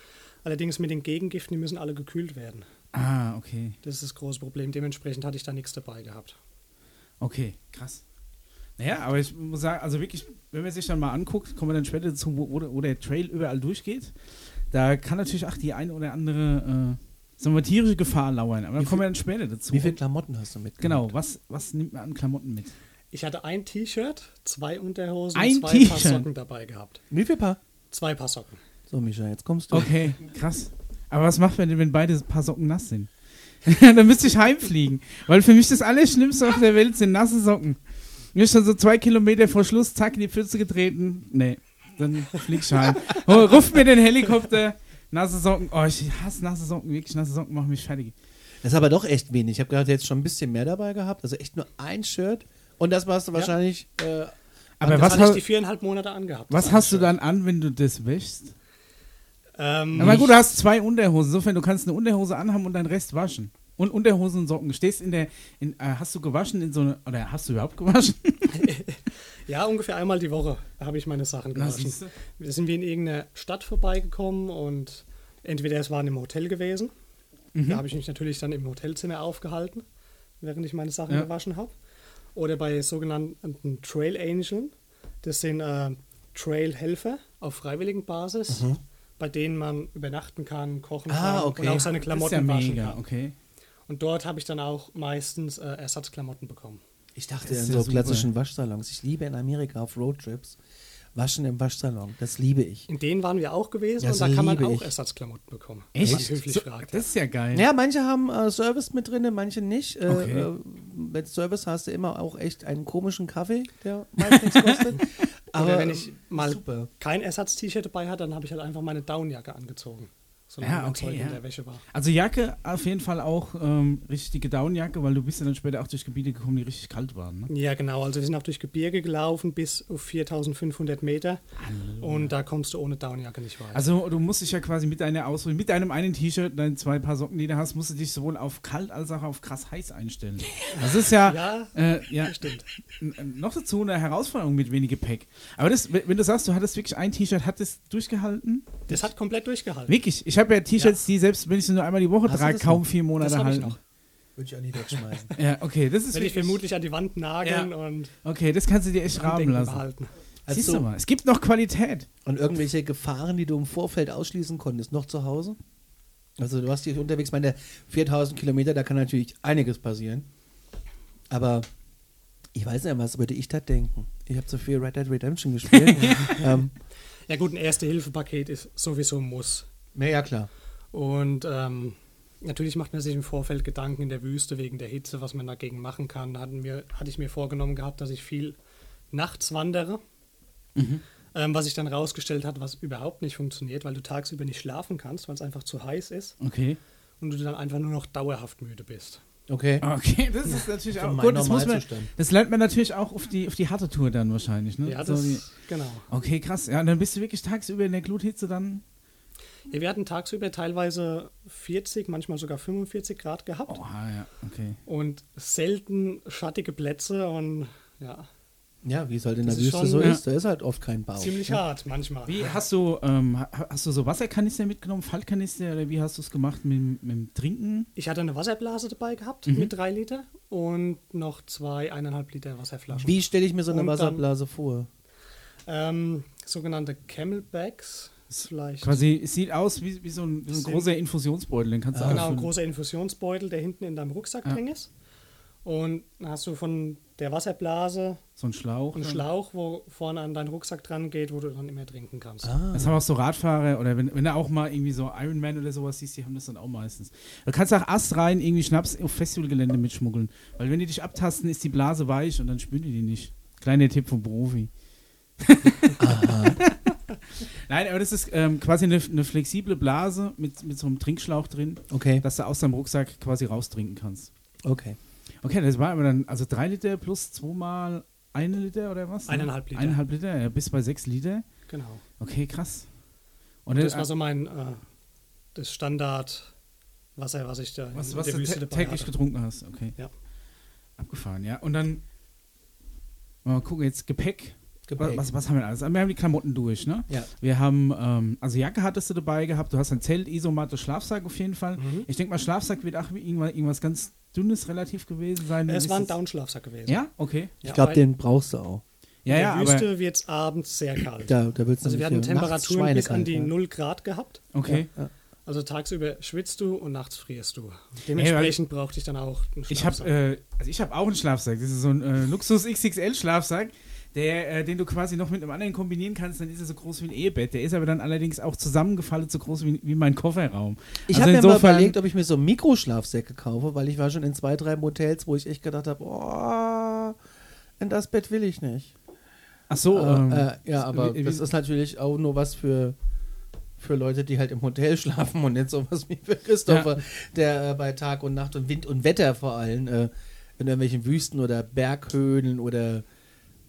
Speaker 3: Allerdings mit den Gegengiften, die müssen alle gekühlt werden.
Speaker 1: Ah, okay.
Speaker 3: Das ist das große Problem. Dementsprechend hatte ich da nichts dabei gehabt.
Speaker 1: Okay, krass. Naja, aber ich muss sagen, also wirklich, wenn man sich dann mal anguckt, kommen wir dann später dazu, wo, wo, der- wo der Trail überall durchgeht. Da kann natürlich auch die eine oder andere, äh, sagen wir, tierische Gefahr lauern. Aber da
Speaker 2: Wie
Speaker 1: kommen wir dann später dazu.
Speaker 2: Wie viele Klamotten hast du mit?
Speaker 1: Genau, was, was nimmt man an Klamotten mit?
Speaker 3: Ich hatte ein T-Shirt, zwei Unterhosen,
Speaker 1: Ein
Speaker 3: und zwei Paar
Speaker 1: T-Shirt?
Speaker 3: Socken dabei gehabt.
Speaker 2: Wie viel Paar?
Speaker 3: Zwei Paar Socken.
Speaker 2: So, Micha, jetzt kommst du.
Speaker 1: Okay, krass. Aber was macht man denn, wenn beide paar Socken nass sind? dann müsste ich heimfliegen. Weil für mich das Allerschlimmste auf der Welt sind nasse Socken. Mir ist schon so zwei Kilometer vor Schluss, zack, in die Pfütze getreten. Nee, dann flieg ich heim. Oh, Ruf mir den Helikopter. Nasse Socken. Oh, ich hasse nasse Socken. Wirklich, nasse Socken machen mich fertig.
Speaker 2: Das ist aber doch echt wenig. Ich habe gerade jetzt schon ein bisschen mehr dabei gehabt. Also echt nur ein Shirt. Und das warst du wahrscheinlich. Äh,
Speaker 1: Aber
Speaker 3: das
Speaker 1: was,
Speaker 3: hatte ich
Speaker 1: ha
Speaker 3: die viereinhalb Monate angehabt.
Speaker 1: was hast du dann an, wenn du das wäschst?
Speaker 3: Ähm,
Speaker 1: Aber gut, du hast zwei Unterhosen. Insofern, du kannst eine Unterhose anhaben und deinen Rest waschen. Und Unterhosen und Socken. Stehst in der. In, äh, hast du gewaschen in so eine. Oder hast du überhaupt gewaschen?
Speaker 3: ja, ungefähr einmal die Woche habe ich meine Sachen
Speaker 1: Na,
Speaker 3: gewaschen.
Speaker 1: siehste.
Speaker 3: Wir sind wir in irgendeiner Stadt vorbeigekommen und entweder es waren im Hotel gewesen.
Speaker 1: Mhm.
Speaker 3: Da habe ich mich natürlich dann im Hotelzimmer aufgehalten, während ich meine Sachen
Speaker 1: Ja.
Speaker 3: gewaschen habe. Oder bei sogenannten Trail Angeln. Das sind äh, Trailhelfer auf freiwilligen Basis,
Speaker 1: Mhm.
Speaker 3: bei denen man übernachten kann, kochen
Speaker 2: Ah,
Speaker 3: kann
Speaker 2: okay.
Speaker 3: und auch seine
Speaker 1: Das
Speaker 3: Klamotten
Speaker 1: ist ja
Speaker 3: waschen
Speaker 1: mega,
Speaker 3: kann.
Speaker 1: okay.
Speaker 3: Und dort habe ich dann auch meistens äh, Ersatzklamotten bekommen.
Speaker 2: ich dachte
Speaker 1: Das
Speaker 2: in
Speaker 1: ist
Speaker 2: so
Speaker 1: ja super.
Speaker 2: klassischen Waschsalons. Ich liebe in Amerika auf Roadtrips Waschen im Waschsalon. Das liebe ich.
Speaker 3: In denen waren wir auch gewesen
Speaker 2: Ja,
Speaker 3: und
Speaker 2: so
Speaker 3: da kann man
Speaker 2: liebe
Speaker 3: auch
Speaker 2: ich.
Speaker 3: Ersatzklamotten bekommen.
Speaker 1: Echt?
Speaker 3: Wenn man höflich
Speaker 1: So,
Speaker 3: fragt.
Speaker 1: Das ist ja geil.
Speaker 2: Ja, manche haben äh, Service mit drin, manche nicht. Äh,
Speaker 1: Okay.
Speaker 2: äh, mit Service hast du immer auch echt einen komischen Kaffee, der meist nichts kostet. Aber
Speaker 3: Oder wenn ich
Speaker 2: ähm,
Speaker 3: mal
Speaker 2: super.
Speaker 3: kein Ersatz-T-Shirt dabei hatte, dann habe ich halt einfach meine Downjacke angezogen. Solange
Speaker 1: Ja,
Speaker 3: mein
Speaker 1: Ah, okay,
Speaker 3: Zeug
Speaker 1: ja.
Speaker 3: in der Wäsche war.
Speaker 1: Also Jacke auf jeden Fall auch ähm, richtige Downjacke, weil du bist ja dann später auch durch Gebiete gekommen, die richtig kalt waren. Ne?
Speaker 3: Ja, genau. Also wir sind auch durch Gebirge gelaufen bis auf 4500 Meter. Und da kommst du ohne Downjacke nicht weit.
Speaker 1: Also du musst dich ja quasi mit deiner Ausrüstung, mit deinem einen T-Shirt, deinen zwei Paar Socken, die du hast, musst du dich sowohl auf kalt als auch auf krass heiß einstellen. Das ist ja,
Speaker 3: Ja,
Speaker 1: äh, ja
Speaker 3: stimmt.
Speaker 1: n- n- noch dazu eine Herausforderung mit wenig Gepäck. Aber das, wenn wenn du sagst, du hattest wirklich ein T-Shirt, hat das durchgehalten?
Speaker 3: Das hat komplett durchgehalten.
Speaker 1: Wirklich, ich habe ja T-Shirts, die selbst wenn ich sie nur einmal die Woche
Speaker 2: Hast du
Speaker 1: trage,
Speaker 2: das
Speaker 1: kaum vier Monate
Speaker 3: Das hab ich
Speaker 1: halten.
Speaker 3: noch.
Speaker 2: Würde ich auch nicht wegschmeißen.
Speaker 1: Ja, okay, das ist
Speaker 3: Will ich
Speaker 1: wirklich-
Speaker 3: vermutlich an die Wand nageln und
Speaker 1: Okay, das kannst du dir echt
Speaker 3: am
Speaker 1: rahmen
Speaker 3: Denken
Speaker 1: lassen.
Speaker 3: behalten.
Speaker 2: Also
Speaker 1: Siehst du mal, es gibt noch Qualität.
Speaker 2: Und irgendwelche Gefahren, die du im Vorfeld ausschließen konntest, noch zu Hause? Also du hast dich unterwegs, ich meine, 4000 Kilometer, da kann natürlich einiges passieren. Aber ich weiß nicht, was würde ich da denken? Ich habe so viel Red Dead Redemption gespielt. ähm,
Speaker 3: Ja gut, ein Erste-Hilfe-Paket ist sowieso ein Muss.
Speaker 2: Naja, klar.
Speaker 3: Und ähm, natürlich macht man sich im Vorfeld Gedanken in der Wüste wegen der Hitze, was man dagegen machen kann. Hatten wir, hatte ich mir vorgenommen gehabt, dass ich viel nachts wandere. Ähm, was sich dann rausgestellt hat, was überhaupt nicht funktioniert, weil du tagsüber nicht schlafen kannst, weil es einfach zu heiß ist
Speaker 1: Okay.
Speaker 3: und du dann einfach nur noch dauerhaft müde bist.
Speaker 2: Okay.
Speaker 1: Okay, das ist natürlich auch
Speaker 2: mein
Speaker 1: gut. Das, muss man,
Speaker 2: Normalzustand.
Speaker 1: das lernt man natürlich auch auf die, auf die harte Tour dann wahrscheinlich. Ne?
Speaker 3: Ja,
Speaker 1: So
Speaker 3: das,
Speaker 1: die-
Speaker 3: genau.
Speaker 1: okay, krass. Ja, und dann bist du wirklich tagsüber in der Gluthitze dann.
Speaker 3: Ja, wir hatten tagsüber teilweise 40, manchmal sogar 45 Grad gehabt
Speaker 1: Oha, ja, okay.
Speaker 3: und selten schattige Plätze und ja,
Speaker 2: Ja, wie es halt in der
Speaker 3: Das ist
Speaker 2: Wüste
Speaker 3: schon-
Speaker 2: so
Speaker 1: ja.
Speaker 2: ist, da ist halt oft kein Bau.
Speaker 3: ziemlich hart manchmal.
Speaker 1: Wie hast du, ähm, ha- hast du so Wasserkanister mitgenommen, Fallkanister oder wie hast du es gemacht mit, dem- mit dem Trinken?
Speaker 3: Ich hatte eine Wasserblase dabei gehabt
Speaker 1: Mhm.
Speaker 3: mit drei Liter und noch zwei eineinhalb Liter Wasserflaschen.
Speaker 2: Wie stelle ich mir so eine
Speaker 3: Und dann-
Speaker 2: Wasserblase vor?
Speaker 3: Ähm, sogenannte Camelbacks. Ist vielleicht
Speaker 1: Quasi, es sieht aus wie, wie so ein, wie so ein
Speaker 3: Stimmt.
Speaker 1: großer Infusionsbeutel, den kannst du
Speaker 3: Genau, ein
Speaker 1: auffüllen.
Speaker 3: großer Infusionsbeutel, der hinten in deinem Rucksack
Speaker 1: Ah, Ja.
Speaker 3: drin ist. Und dann hast du von der Wasserblase
Speaker 1: So ein Schlauch.
Speaker 3: einen
Speaker 1: dann.
Speaker 3: Schlauch, wo vorne an deinen Rucksack dran geht, wo du dann immer trinken kannst.
Speaker 2: Ah,
Speaker 1: Das haben auch so Radfahrer oder wenn, wenn du auch mal irgendwie so Iron Man oder sowas siehst, die haben das dann auch meistens. Du kannst auch Ast rein irgendwie Schnaps auf Festivalgelände mitschmuggeln. Weil wenn die dich abtasten, ist die Blase weich und dann spüren die die nicht. Kleiner Tipp vom Profi. Nein, aber das ist ähm, quasi eine, eine flexible Blase mit, mit so einem Trinkschlauch drin,
Speaker 2: Okay.
Speaker 1: dass du aus deinem Rucksack quasi raustrinken kannst.
Speaker 2: Okay.
Speaker 1: Okay, das war aber dann, also drei Liter plus zweimal eine Liter oder was? ne?
Speaker 3: Eineinhalb Liter.
Speaker 1: Eineinhalb Liter, ja, bis bei sechs Liter.
Speaker 3: Genau.
Speaker 1: Okay, krass. Und,
Speaker 3: Und das
Speaker 1: äh,
Speaker 3: war so mein äh, das Standard Wasser, was ich da
Speaker 1: Was,
Speaker 3: in
Speaker 1: was
Speaker 3: der
Speaker 1: du
Speaker 3: Wüste
Speaker 1: tä
Speaker 3: dabei
Speaker 1: täglich
Speaker 3: hatte.
Speaker 1: getrunken hast, okay.
Speaker 3: Ja.
Speaker 1: Abgefahren, ja. Und dann, mal gucken, jetzt Gepäck.
Speaker 2: Gepäck.
Speaker 1: Was, was haben wir denn alles? Wir haben die Klamotten durch, ne?
Speaker 2: Ja.
Speaker 1: Wir haben, ähm, also Jacke hattest du dabei gehabt, du hast ein Zelt, Isomatte, Schlafsack auf jeden Fall.
Speaker 3: Mhm.
Speaker 1: Ich denke mal, Schlafsack wird auch irgendwas, irgendwas ganz Dünnes relativ gewesen sein.
Speaker 3: Es
Speaker 1: Wie
Speaker 3: war ein
Speaker 1: ist das?
Speaker 3: Downschlafsack gewesen.
Speaker 1: Ja, okay.
Speaker 2: Ich
Speaker 3: Ja,
Speaker 2: glaube,
Speaker 3: weil
Speaker 2: den brauchst du auch.
Speaker 1: Ja, ja,
Speaker 3: in der
Speaker 1: aber,
Speaker 3: Wüste wird es abends sehr kalt.
Speaker 2: Da, da willst du
Speaker 3: also wir
Speaker 2: nicht
Speaker 3: hatten
Speaker 2: hier nachts
Speaker 3: Temperaturen bis an
Speaker 2: schweinekalt,
Speaker 3: die
Speaker 2: ja.
Speaker 3: 0 Grad gehabt.
Speaker 1: okay.
Speaker 2: Ja, ja.
Speaker 3: Also tagsüber schwitzt du und nachts frierst du. Dementsprechend brauchte ich dann auch einen
Speaker 1: Ich habe
Speaker 3: Schlafsack.
Speaker 1: äh, also ich habe auch einen Schlafsack. Das ist so ein äh, Luxus XXL Schlafsack, der äh, den du quasi noch mit einem anderen kombinieren kannst, dann ist er so groß wie ein Ehebett. Der ist aber dann allerdings auch zusammengefallen so groß wie, wie mein Kofferraum.
Speaker 2: Ich
Speaker 1: Also
Speaker 2: habe mir mal
Speaker 1: insofern-
Speaker 2: überlegt, ob ich mir so Mikroschlafsäcke kaufe, weil ich war schon in zwei, drei Motels, wo ich echt gedacht habe, oh, in das Bett will ich nicht.
Speaker 1: Ach so, ähm,
Speaker 2: Aber, äh, ja, aber
Speaker 1: wie- wie-
Speaker 2: das ist natürlich auch nur was für, für Leute, die halt im Hotel schlafen und nicht sowas wie für Christopher, der äh, bei Tag und Nacht und Wind und Wetter vor allem äh, in irgendwelchen Wüsten oder Berghöhlen oder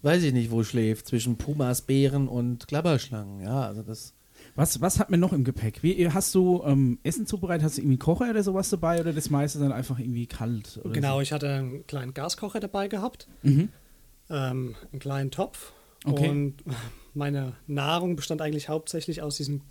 Speaker 2: weiß ich nicht wo schläft, zwischen Pumas, Bären und Klapperschlangen. Ja, also das.
Speaker 1: was was hat man noch im Gepäck? Wie hast du ähm, Essen zubereitet? Hast du irgendwie einen Kocher oder sowas dabei oder das meiste dann einfach irgendwie kalt? Oder
Speaker 3: Genau, ich hatte einen kleinen Gaskocher dabei gehabt,
Speaker 1: So? Mhm.
Speaker 3: ähm, einen kleinen Topf.
Speaker 1: Okay.
Speaker 3: Und meine Nahrung bestand eigentlich hauptsächlich aus diesen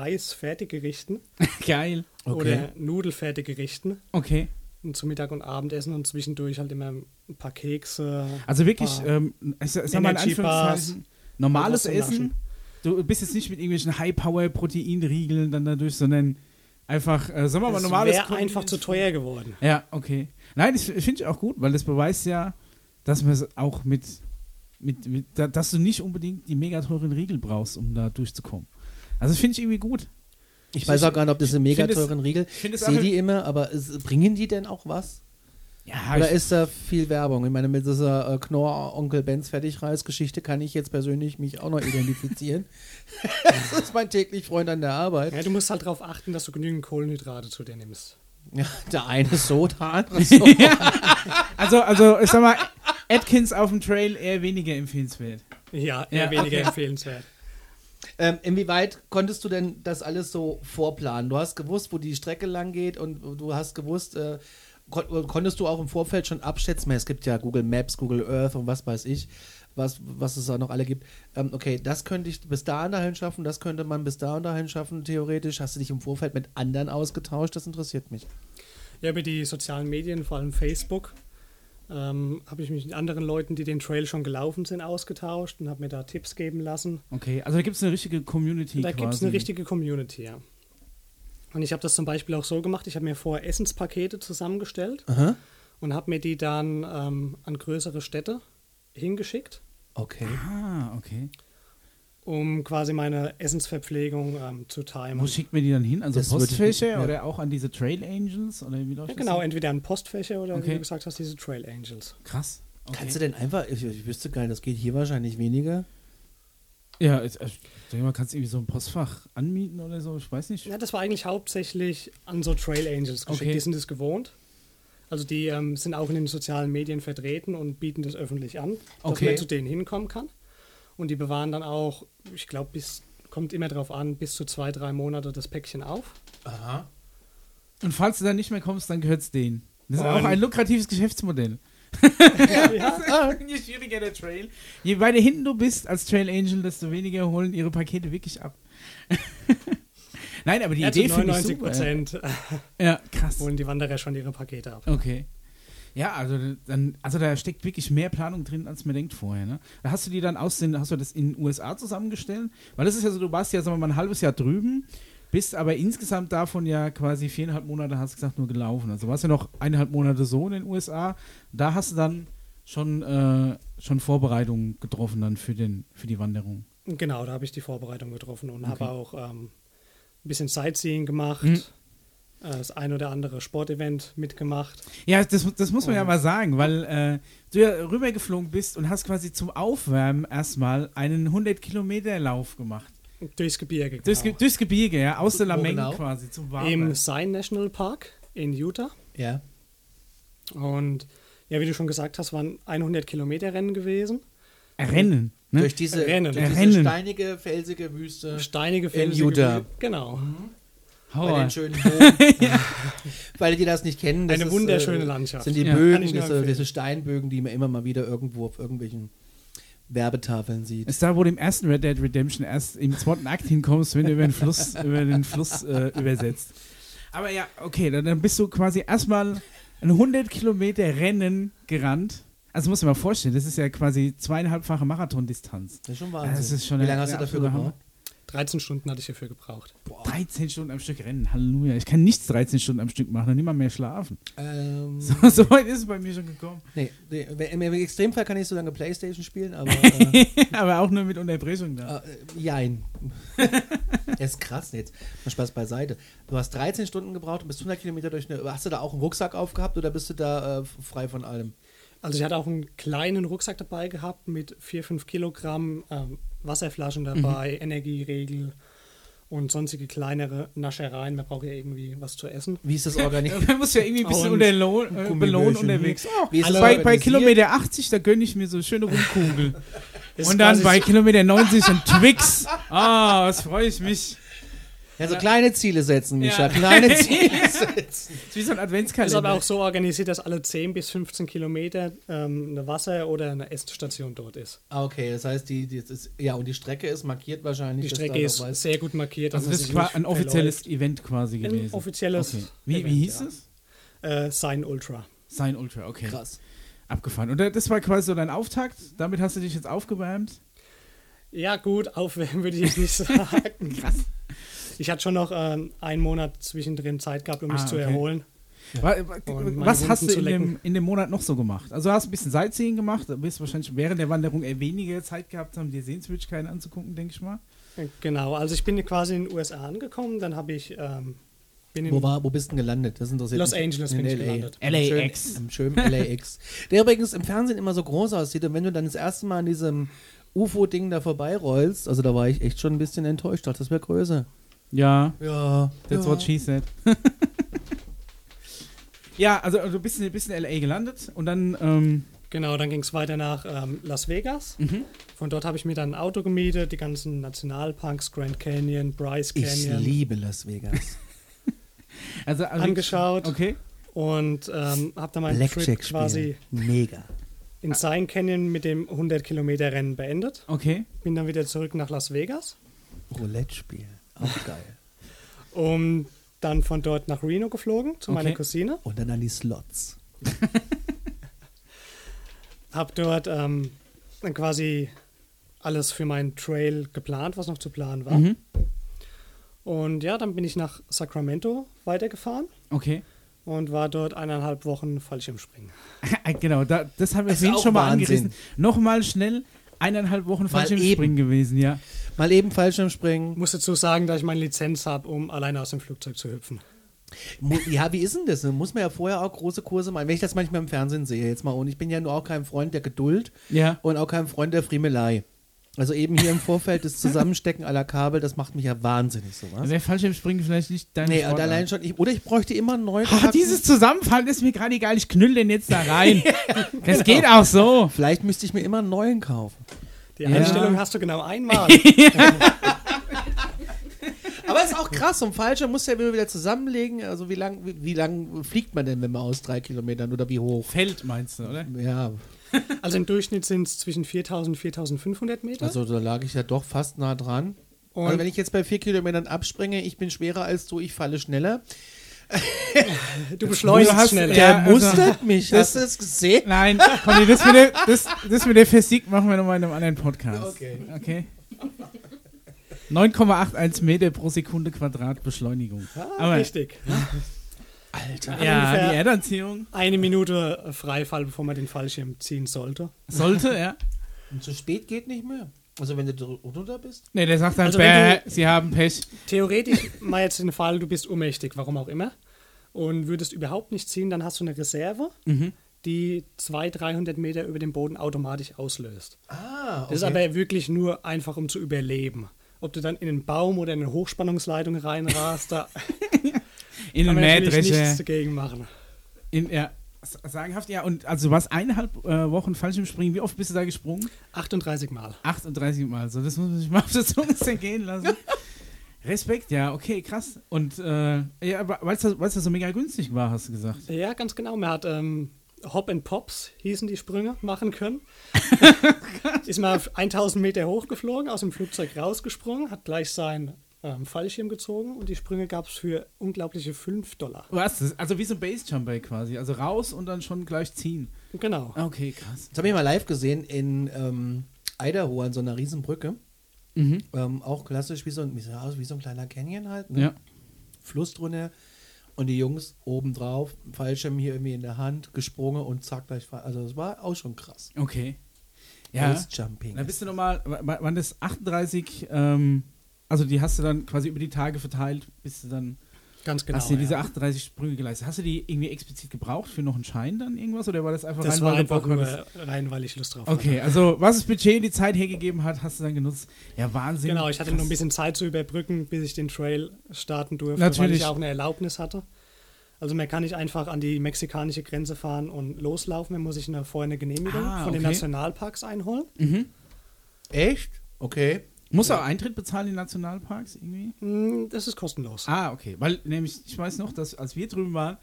Speaker 3: Knorr-Reis-Fertiggerichten
Speaker 1: Geil.
Speaker 3: oder Nudelfertiggerichten.
Speaker 1: Okay.
Speaker 3: Und zum Mittag- und Abendessen und zwischendurch halt immer ein paar Kekse.
Speaker 1: Also wirklich,
Speaker 3: Ah.
Speaker 1: ähm, ich, sag- ich sag mal in
Speaker 3: Energy Bars.
Speaker 1: Anführungszeichen, normales
Speaker 3: Irgendwas zum
Speaker 1: Essen.
Speaker 3: Naschen.
Speaker 1: Du bist jetzt nicht mit irgendwelchen High-Power-Proteinriegeln dann dadurch, sondern einfach, äh, sagen wir mal,
Speaker 3: Das
Speaker 1: normales.
Speaker 3: wäre
Speaker 1: Kombin-
Speaker 3: einfach zu teuer geworden.
Speaker 1: Ja, okay. Nein, das finde ich auch gut, weil das beweist ja, dass man es auch mit, mit, mit da, dass du nicht unbedingt die mega teuren Riegel brauchst, um da durchzukommen. Also finde ich irgendwie gut.
Speaker 2: Ich weiß auch gar nicht, ob das ein mega
Speaker 1: find es-
Speaker 2: teuren Riegel.
Speaker 1: find es
Speaker 2: Sehe
Speaker 1: auch-
Speaker 2: die immer, aber es- bringen die denn auch was?
Speaker 1: Ja,
Speaker 2: Oder
Speaker 1: ich,
Speaker 2: ist da viel Werbung? Ich meine, mit dieser äh, Knorr Onkel Benz Fertigreis-Geschichte kann ich jetzt persönlich mich auch noch identifizieren. das ist mein täglich Freund an der Arbeit.
Speaker 3: Ja, du musst halt darauf achten, dass du genügend Kohlenhydrate zu dir nimmst.
Speaker 2: Ja, der eine so, der andere so.
Speaker 1: also, also, ich sag mal, Atkins auf dem Trail eher weniger empfehlenswert.
Speaker 3: Ja, eher
Speaker 1: Ja,
Speaker 3: weniger
Speaker 1: okay.
Speaker 3: empfehlenswert.
Speaker 2: ähm, inwieweit konntest du denn das alles so vorplanen? Du hast gewusst, wo die Strecke lang geht und du hast gewusst, äh, kon konntest du auch im Vorfeld schon abschätzen, es gibt ja Google Maps, Google Earth und was weiß ich, was, was es da noch alle gibt. Ähm, okay, das könnte ich bis da und dahin schaffen, das könnte man bis da und dahin schaffen, theoretisch. Hast du dich im Vorfeld mit anderen ausgetauscht? Das interessiert mich.
Speaker 3: Ja, über die sozialen Medien, vor allem Facebook, ähm, habe ich mich mit anderen Leuten, die den Trail schon gelaufen sind, ausgetauscht und habe mir da Tipps geben lassen.
Speaker 1: Okay, also da gibt es eine richtige Community.
Speaker 3: Da gibt es
Speaker 1: quasi.
Speaker 3: eine richtige Community, ja. Und ich habe das zum Beispiel auch so gemacht, ich habe mir vorher Essenspakete zusammengestellt
Speaker 2: Aha.
Speaker 3: und habe mir die dann ähm, an größere Städte hingeschickt.
Speaker 2: Okay.
Speaker 1: Ah, okay.
Speaker 3: um quasi meine Essensverpflegung ähm, zu timen.
Speaker 1: Wo schickt man die dann hin? An so
Speaker 2: Das würde ich
Speaker 1: Postfächer
Speaker 2: nicht- ja.
Speaker 1: oder auch an diese Trail Angels? Oder wie läuft das?
Speaker 3: Ja, genau, entweder an Postfächer oder wie
Speaker 1: Okay.
Speaker 3: du gesagt hast, diese Trail Angels.
Speaker 1: Krass. Okay.
Speaker 2: Kannst du denn einfach, ich, ich wüsste gar nicht, das geht hier wahrscheinlich weniger.
Speaker 1: Ja, ich, ich denke mal, kannst du irgendwie so ein Postfach anmieten oder so? Ich weiß nicht.
Speaker 3: Ja, das war eigentlich hauptsächlich an so Trail Angels geschickt.
Speaker 1: Okay.
Speaker 3: Die sind es gewohnt. Also die ähm, sind auch in den sozialen Medien vertreten und bieten das öffentlich an, dass
Speaker 1: Okay.
Speaker 3: man zu denen hinkommen kann. Und die bewahren dann auch, ich glaube, bis kommt immer drauf an, bis zu zwei, drei Monate das Päckchen auf.
Speaker 2: Aha.
Speaker 1: Und falls du dann nicht mehr kommst, dann gehört es denen. Das ist
Speaker 3: Nein.
Speaker 1: auch ein lukratives Geschäftsmodell.
Speaker 3: Ähm. ja,
Speaker 1: Je schwieriger der Trail. Je weiter hinten du bist als Trail Angel, desto weniger holen ihre Pakete wirklich ab. Nein, aber die
Speaker 3: ja, zu
Speaker 1: Idee finde ich
Speaker 3: 99
Speaker 1: super.
Speaker 3: Prozent
Speaker 1: Ja, krass.
Speaker 3: holen die Wanderer schon ihre Pakete ab.
Speaker 1: Okay. Ja, also dann, also da steckt wirklich mehr Planung drin, als man denkt vorher. Ne? Da hast du die dann aus den, hast du das in den USA zusammengestellt? Weil das ist ja so, du warst ja, sagen wir mal, ein halbes Jahr drüben, bist aber insgesamt davon ja quasi viereinhalb Monate, hast du gesagt, nur gelaufen. Also warst ja noch eineinhalb Monate so in den USA. Da hast du dann schon, äh, schon Vorbereitungen getroffen dann für, den, für die Wanderung.
Speaker 3: Genau, da habe ich die Vorbereitung getroffen und
Speaker 1: Okay.
Speaker 3: habe auch ähm, ein bisschen Sightseeing gemacht,
Speaker 1: Mhm.
Speaker 3: äh, das ein oder andere Sportevent mitgemacht.
Speaker 1: Ja, das, das muss man
Speaker 2: Oh.
Speaker 1: ja mal sagen, weil äh, du ja rübergeflogen bist und hast quasi zum Aufwärmen erstmal einen 100-Kilometer-Lauf gemacht.
Speaker 3: Durchs Gebirge. Genau.
Speaker 1: Durchs, Ge durchs Gebirge, ja, aus der
Speaker 2: Wo
Speaker 1: Lameng
Speaker 2: genau?
Speaker 1: quasi zum
Speaker 3: Im
Speaker 1: Warmen.
Speaker 3: Sein National Park in Utah.
Speaker 2: Ja.
Speaker 3: Und ja, wie du schon gesagt hast, waren 100 Kilometer Rennen gewesen.
Speaker 1: Rennen. Ne?
Speaker 2: Durch diese,
Speaker 3: Rennen.
Speaker 2: Durch diese
Speaker 1: Rennen.
Speaker 2: steinige, felsige
Speaker 1: Äh,
Speaker 2: Wüste.
Speaker 3: Steinige Felsen.
Speaker 2: Utah.
Speaker 3: Gebirge. Genau.
Speaker 2: Bei
Speaker 1: Hauer.
Speaker 2: den schönen Bögen. Weil die das nicht kennen. Das
Speaker 3: Eine
Speaker 2: ist,
Speaker 3: wunderschöne
Speaker 2: äh,
Speaker 3: Landschaft.
Speaker 2: sind die
Speaker 1: Ja.
Speaker 3: Kann
Speaker 2: Bögen,
Speaker 3: ich nur
Speaker 2: diese,
Speaker 3: empfehlen.
Speaker 2: diese Steinbögen, die man immer mal wieder irgendwo auf irgendwelchen Werbetafeln sieht.
Speaker 1: Ist da, wo du im ersten Red Dead Redemption erst im zweiten Akt hinkommst, wenn du über den Fluss, über den Fluss äh, übersetzt. Aber ja, okay, dann, dann bist du quasi erstmal ein 100 Kilometer Rennen gerannt. Also muss ich mal vorstellen, das ist ja quasi zweieinhalbfache Marathondistanz.
Speaker 2: Das ist schon
Speaker 1: Ja, das ist schon
Speaker 2: Wie
Speaker 1: der-
Speaker 2: lange hast du
Speaker 1: der
Speaker 2: dafür
Speaker 1: absolute
Speaker 2: gebraucht?
Speaker 3: 13 Stunden hatte ich hierfür gebraucht.
Speaker 1: 13 Stunden am Stück rennen, Halleluja. Ich kann nichts 13 Stunden am Stück machen, dann nimmer mehr schlafen.
Speaker 2: Ähm,
Speaker 1: So, so weit ist es bei mir schon gekommen.
Speaker 2: nee, nee, im, Im Extremfall kann ich so lange Playstation spielen, aber äh,
Speaker 1: Aber auch nur mit Unterbrechung
Speaker 3: Ah,
Speaker 1: da.
Speaker 2: äh, jein. Das ist krass jetzt. Mal Spaß beiseite. Du hast 13 Stunden gebraucht und bist 100 Kilometer durch eine... Hast du da auch einen Rucksack aufgehabt oder bist du da äh, frei von allem?
Speaker 3: Also ich hatte auch einen kleinen Rucksack dabei gehabt mit 4, 5 Kilogramm ähm,
Speaker 1: Mhm.
Speaker 3: Wasserflaschen dabei, Energieregel und sonstige kleinere Naschereien. Man braucht ja irgendwie was zu essen.
Speaker 2: Wie ist das organisiert?
Speaker 1: Man muss ja irgendwie ein bisschen
Speaker 3: Und
Speaker 1: unter Lohn, äh, belohnt
Speaker 2: Gummibärchen.
Speaker 1: unterwegs. Oh,
Speaker 2: Wie ist das
Speaker 1: bei, bei
Speaker 2: organisiert?
Speaker 1: Kilometer 80, da gönne ich mir so schöne Rumkugel.
Speaker 3: Es
Speaker 1: Und dann
Speaker 3: ist quasi
Speaker 1: bei
Speaker 3: so-
Speaker 1: Kilometer 90 ein Twix. Ah, was freue ich mich.
Speaker 2: Ja, so kleine Ziele setzen, Micha.
Speaker 1: Ja.
Speaker 2: Kleine Ziele setzen.
Speaker 1: Das ist wie so ein
Speaker 3: ist
Speaker 1: Adventskalender. Also
Speaker 3: aber auch so organisiert, dass alle 10 bis 15 Kilometer ähm, eine Wasser- oder eine Essstation dort ist.
Speaker 2: Ah, okay, das heißt, die, die das ist, ja, und die Strecke ist markiert wahrscheinlich.
Speaker 3: Die
Speaker 2: dass
Speaker 3: Strecke
Speaker 2: da noch
Speaker 3: ist
Speaker 2: was-
Speaker 3: sehr gut markiert. dass
Speaker 1: also
Speaker 3: man
Speaker 1: das
Speaker 3: sich
Speaker 1: war
Speaker 3: nicht
Speaker 1: ein offizielles
Speaker 3: verläuft.
Speaker 1: Event quasi
Speaker 3: ein
Speaker 1: gewesen.
Speaker 3: offizielles.
Speaker 1: okay. wie, wie
Speaker 3: Event,
Speaker 1: hieß
Speaker 3: ja.
Speaker 1: es?
Speaker 3: Äh, Sign Ultra.
Speaker 1: Sign Ultra, okay.
Speaker 2: Krass.
Speaker 1: Abgefahren. Und äh, das war quasi so dein Auftakt. Damit hast du dich jetzt aufgewärmt.
Speaker 3: Ja, gut, aufwärmen würde ich jetzt nicht sagen. Krass. Ich hatte schon noch ähm, einen Monat zwischendrin Zeit gehabt, um mich
Speaker 1: Ah,
Speaker 3: zu
Speaker 1: okay.
Speaker 3: erholen.
Speaker 1: Wa-
Speaker 3: Und meine
Speaker 1: Was
Speaker 3: Wunden
Speaker 1: hast du
Speaker 3: zu
Speaker 1: in
Speaker 3: lecken.
Speaker 1: dem, in dem Monat noch so gemacht? Also hast du ein bisschen Sightseeing gemacht, du wirst wahrscheinlich während der Wanderung eher weniger Zeit gehabt haben, dir Sehenswürdigkeiten anzugucken, denke ich mal.
Speaker 3: Genau, also ich bin quasi in den USA angekommen, dann habe ich ähm, bin in
Speaker 2: Wo, war, wo bist du denn gelandet? Das interessiert
Speaker 3: Los
Speaker 2: mich.
Speaker 3: Angeles bin ich gelandet.
Speaker 1: LAX.
Speaker 2: Im schönen, im schönen LAX. Der übrigens im Fernsehen immer so groß aussieht und wenn du dann das erste Mal an diesem UFO-Ding da vorbeirollst, also da war ich echt schon ein bisschen enttäuscht, dachte, das wäre größer.
Speaker 1: Ja,
Speaker 2: Ja.
Speaker 1: that's
Speaker 2: ja.
Speaker 1: what she said. ja, also du bist, in- bist in LA gelandet und dann, ähm,
Speaker 3: Genau, dann ging es weiter nach ähm, Las Vegas.
Speaker 1: Mhm.
Speaker 3: Von dort habe ich mir dann ein Auto gemietet, die ganzen Nationalparks, Grand Canyon, Bryce
Speaker 2: Ich
Speaker 3: Canyon
Speaker 2: liebe Las Vegas.
Speaker 1: also, also
Speaker 3: angeschaut
Speaker 1: Okay.
Speaker 3: und ähm, habe dann meinen Trip
Speaker 2: Blackjack
Speaker 3: quasi
Speaker 2: spielen. Mega.
Speaker 3: in Zion Canyon mit dem 100 Kilometer Rennen beendet.
Speaker 1: Okay.
Speaker 3: Bin dann wieder zurück nach Las Vegas,
Speaker 2: Roulette spielen. Auch geil.
Speaker 3: um dann von dort nach Reno geflogen zu meiner
Speaker 1: Okay.
Speaker 3: Cousine.
Speaker 2: Und dann an die Slots.
Speaker 3: Habe dort ähm, dann quasi alles für meinen Trail geplant, was noch zu planen war.
Speaker 1: Mhm.
Speaker 3: Und ja, dann bin ich nach Sacramento weitergefahren.
Speaker 1: Okay.
Speaker 3: und war dort eineinhalb Wochen Fallschirmspringen.
Speaker 1: genau, da, das haben wir
Speaker 2: Ist
Speaker 1: vorhin
Speaker 2: auch
Speaker 1: schon mal
Speaker 2: Wahnsinn.
Speaker 1: angerissen. Nochmal schnell eineinhalb Wochen
Speaker 2: Mal eben.
Speaker 1: Fallschirmspringen gewesen, ja.
Speaker 2: mal eben Fallschirmspringen.
Speaker 3: Muss dazu sagen, dass ich meine Lizenz habe, um alleine aus dem Flugzeug zu hüpfen.
Speaker 2: Mu- Ja, wie ist denn das? Da muss man ja vorher auch große Kurse machen. Wenn ich das manchmal im Fernsehen sehe, jetzt mal, und ich bin ja nur auch kein Freund der Geduld
Speaker 1: Ja.
Speaker 2: und auch kein Freund der Friemelei. Also eben hier im Vorfeld das Zusammenstecken aller Kabel, das macht mich ja wahnsinnig sowas.
Speaker 1: Wäre Fallschirmspringen vielleicht nicht dein
Speaker 2: Nee, und allein schon, ich, oder ich bräuchte immer einen neuen.
Speaker 1: Ach, Ah, dieses Zusammenfallen ist mir gerade egal, ich knüll den jetzt da rein. Das geht auch so.
Speaker 2: Vielleicht müsste ich mir immer einen neuen kaufen.
Speaker 3: Die
Speaker 1: Ja.
Speaker 3: Einstellung hast du genau einmal.
Speaker 2: Aber ist auch krass, so ein Fallschirm muss ja immer wieder zusammenlegen. Also wie lang, wie, wie lang fliegt man denn, wenn man aus drei Kilometern oder wie hoch?
Speaker 1: Feld meinst du, oder?
Speaker 2: Ja,
Speaker 3: Also im Durchschnitt sind es zwischen 4000 und 4500 Meter.
Speaker 2: also da lag ich ja doch fast nah dran.
Speaker 3: und
Speaker 2: also wenn ich jetzt bei vier Kilometern abspringe, ich bin schwerer als du, ich falle schneller.
Speaker 3: du beschleunigst
Speaker 1: Du hast-
Speaker 3: schneller.
Speaker 1: Ja,
Speaker 2: Der
Speaker 1: also-
Speaker 2: mustert mich. Hast du das gesehen?
Speaker 1: Nein, Conny, das mit, der, das, das mit der Physik machen wir nochmal in einem anderen Podcast.
Speaker 2: Okay.
Speaker 1: Okay. 9,81 Meter pro Sekunde Quadrat Beschleunigung. Aber
Speaker 3: Richtig.
Speaker 2: Alter.
Speaker 1: ja,
Speaker 3: Ungefähr-
Speaker 1: die Erdanziehung
Speaker 3: Eine Minute äh, Freifall, bevor man den Fallschirm ziehen sollte.
Speaker 1: sollte, ja.
Speaker 2: Und zu spät geht nicht mehr. Also wenn du dr- drunter bist.
Speaker 1: Nee, der sagt dann,
Speaker 3: Also wenn
Speaker 1: bäh, sie haben Pech.
Speaker 3: Theoretisch mal jetzt den Fall, du bist ohnmächtig, warum auch immer, und würdest überhaupt nicht ziehen, dann hast du eine Reserve,
Speaker 1: Mhm.
Speaker 3: die 200, 300 Meter über dem Boden automatisch auslöst.
Speaker 2: Ah, okay.
Speaker 3: Das ist aber wirklich nur einfach, um zu überleben. Ob du dann in einen Baum oder in eine Hochspannungsleitung reinrast, da
Speaker 1: In
Speaker 3: kann
Speaker 1: den
Speaker 3: man natürlich
Speaker 1: Mähdrescher.
Speaker 3: nichts dagegen machen.
Speaker 1: In, ja, s- sagenhaft, ja. Und also du warst eineinhalb äh, Wochen Fallschirmspringen. Wie oft bist du da gesprungen?
Speaker 3: 38 Mal.
Speaker 1: 38 Mal. So, das muss man sich mal auf der Zunge zergehen lassen. Respekt, ja, okay, krass. Und äh, ja, aber weil es das so mega günstig war, hast du gesagt.
Speaker 3: Ja, ganz genau. Man hat ähm, Hop and Pops, hießen die Sprünge, machen können. ist mal auf 1000 Meter hochgeflogen, aus dem Flugzeug rausgesprungen, hat gleich seinen ähm, Fallschirm gezogen und die Sprünge gab es für unglaubliche 5 Dollar.
Speaker 1: Was? Das- Also wie so ein Base-Jumper quasi. Also raus und dann schon gleich ziehen.
Speaker 3: Genau.
Speaker 1: Ah, Okay, krass.
Speaker 2: Das habe ich mal live gesehen in ähm, Idaho an so einer Riesenbrücke. Ähm, auch klassisch wie so, ein, wie, so, aus wie so ein kleiner Canyon halt. Ne?
Speaker 1: Ja.
Speaker 2: Fluss drunter und die Jungs oben drauf, Fallschirm hier irgendwie in der Hand, gesprungen und zack, gleich. Fall. Also das war auch schon krass.
Speaker 1: Okay. Ja.
Speaker 2: Alles Jumping.
Speaker 1: Dann bist du nochmal, wa- wa- waren das 38, ähm, also die hast du dann quasi über die Tage verteilt, bist du dann,
Speaker 3: Ganz genau.
Speaker 1: hast du
Speaker 3: ja.
Speaker 1: diese 38 Sprünge geleistet. Hast du die irgendwie explizit gebraucht für noch einen Schein dann irgendwas oder war das einfach
Speaker 3: das
Speaker 1: rein,
Speaker 3: war
Speaker 1: weil du
Speaker 3: einfach
Speaker 1: Bock
Speaker 3: nur
Speaker 1: hattest?
Speaker 3: rein, weil ich Lust drauf hatte.
Speaker 1: Okay, also was das Budget die Zeit hergegeben hat, hast du dann genutzt. Ja, Wahnsinn.
Speaker 3: Genau, ich hatte noch ein
Speaker 1: Krass.
Speaker 3: bisschen Zeit zu überbrücken, bis ich den Trail starten durfte, weil
Speaker 1: Natürlich.
Speaker 3: ich ja auch eine Erlaubnis hatte. Also man kann nicht einfach an die mexikanische Grenze fahren und loslaufen, man muss sich eine, vorher eine Genehmigung
Speaker 1: Ah,
Speaker 3: von den
Speaker 1: okay.
Speaker 3: Nationalparks einholen.
Speaker 2: Echt? Okay.
Speaker 1: Musst du auch Eintritt bezahlen in Nationalparks irgendwie?
Speaker 3: Mm, Das ist kostenlos.
Speaker 1: Ah, okay. Weil nämlich, ich weiß noch, dass als wir drüben waren,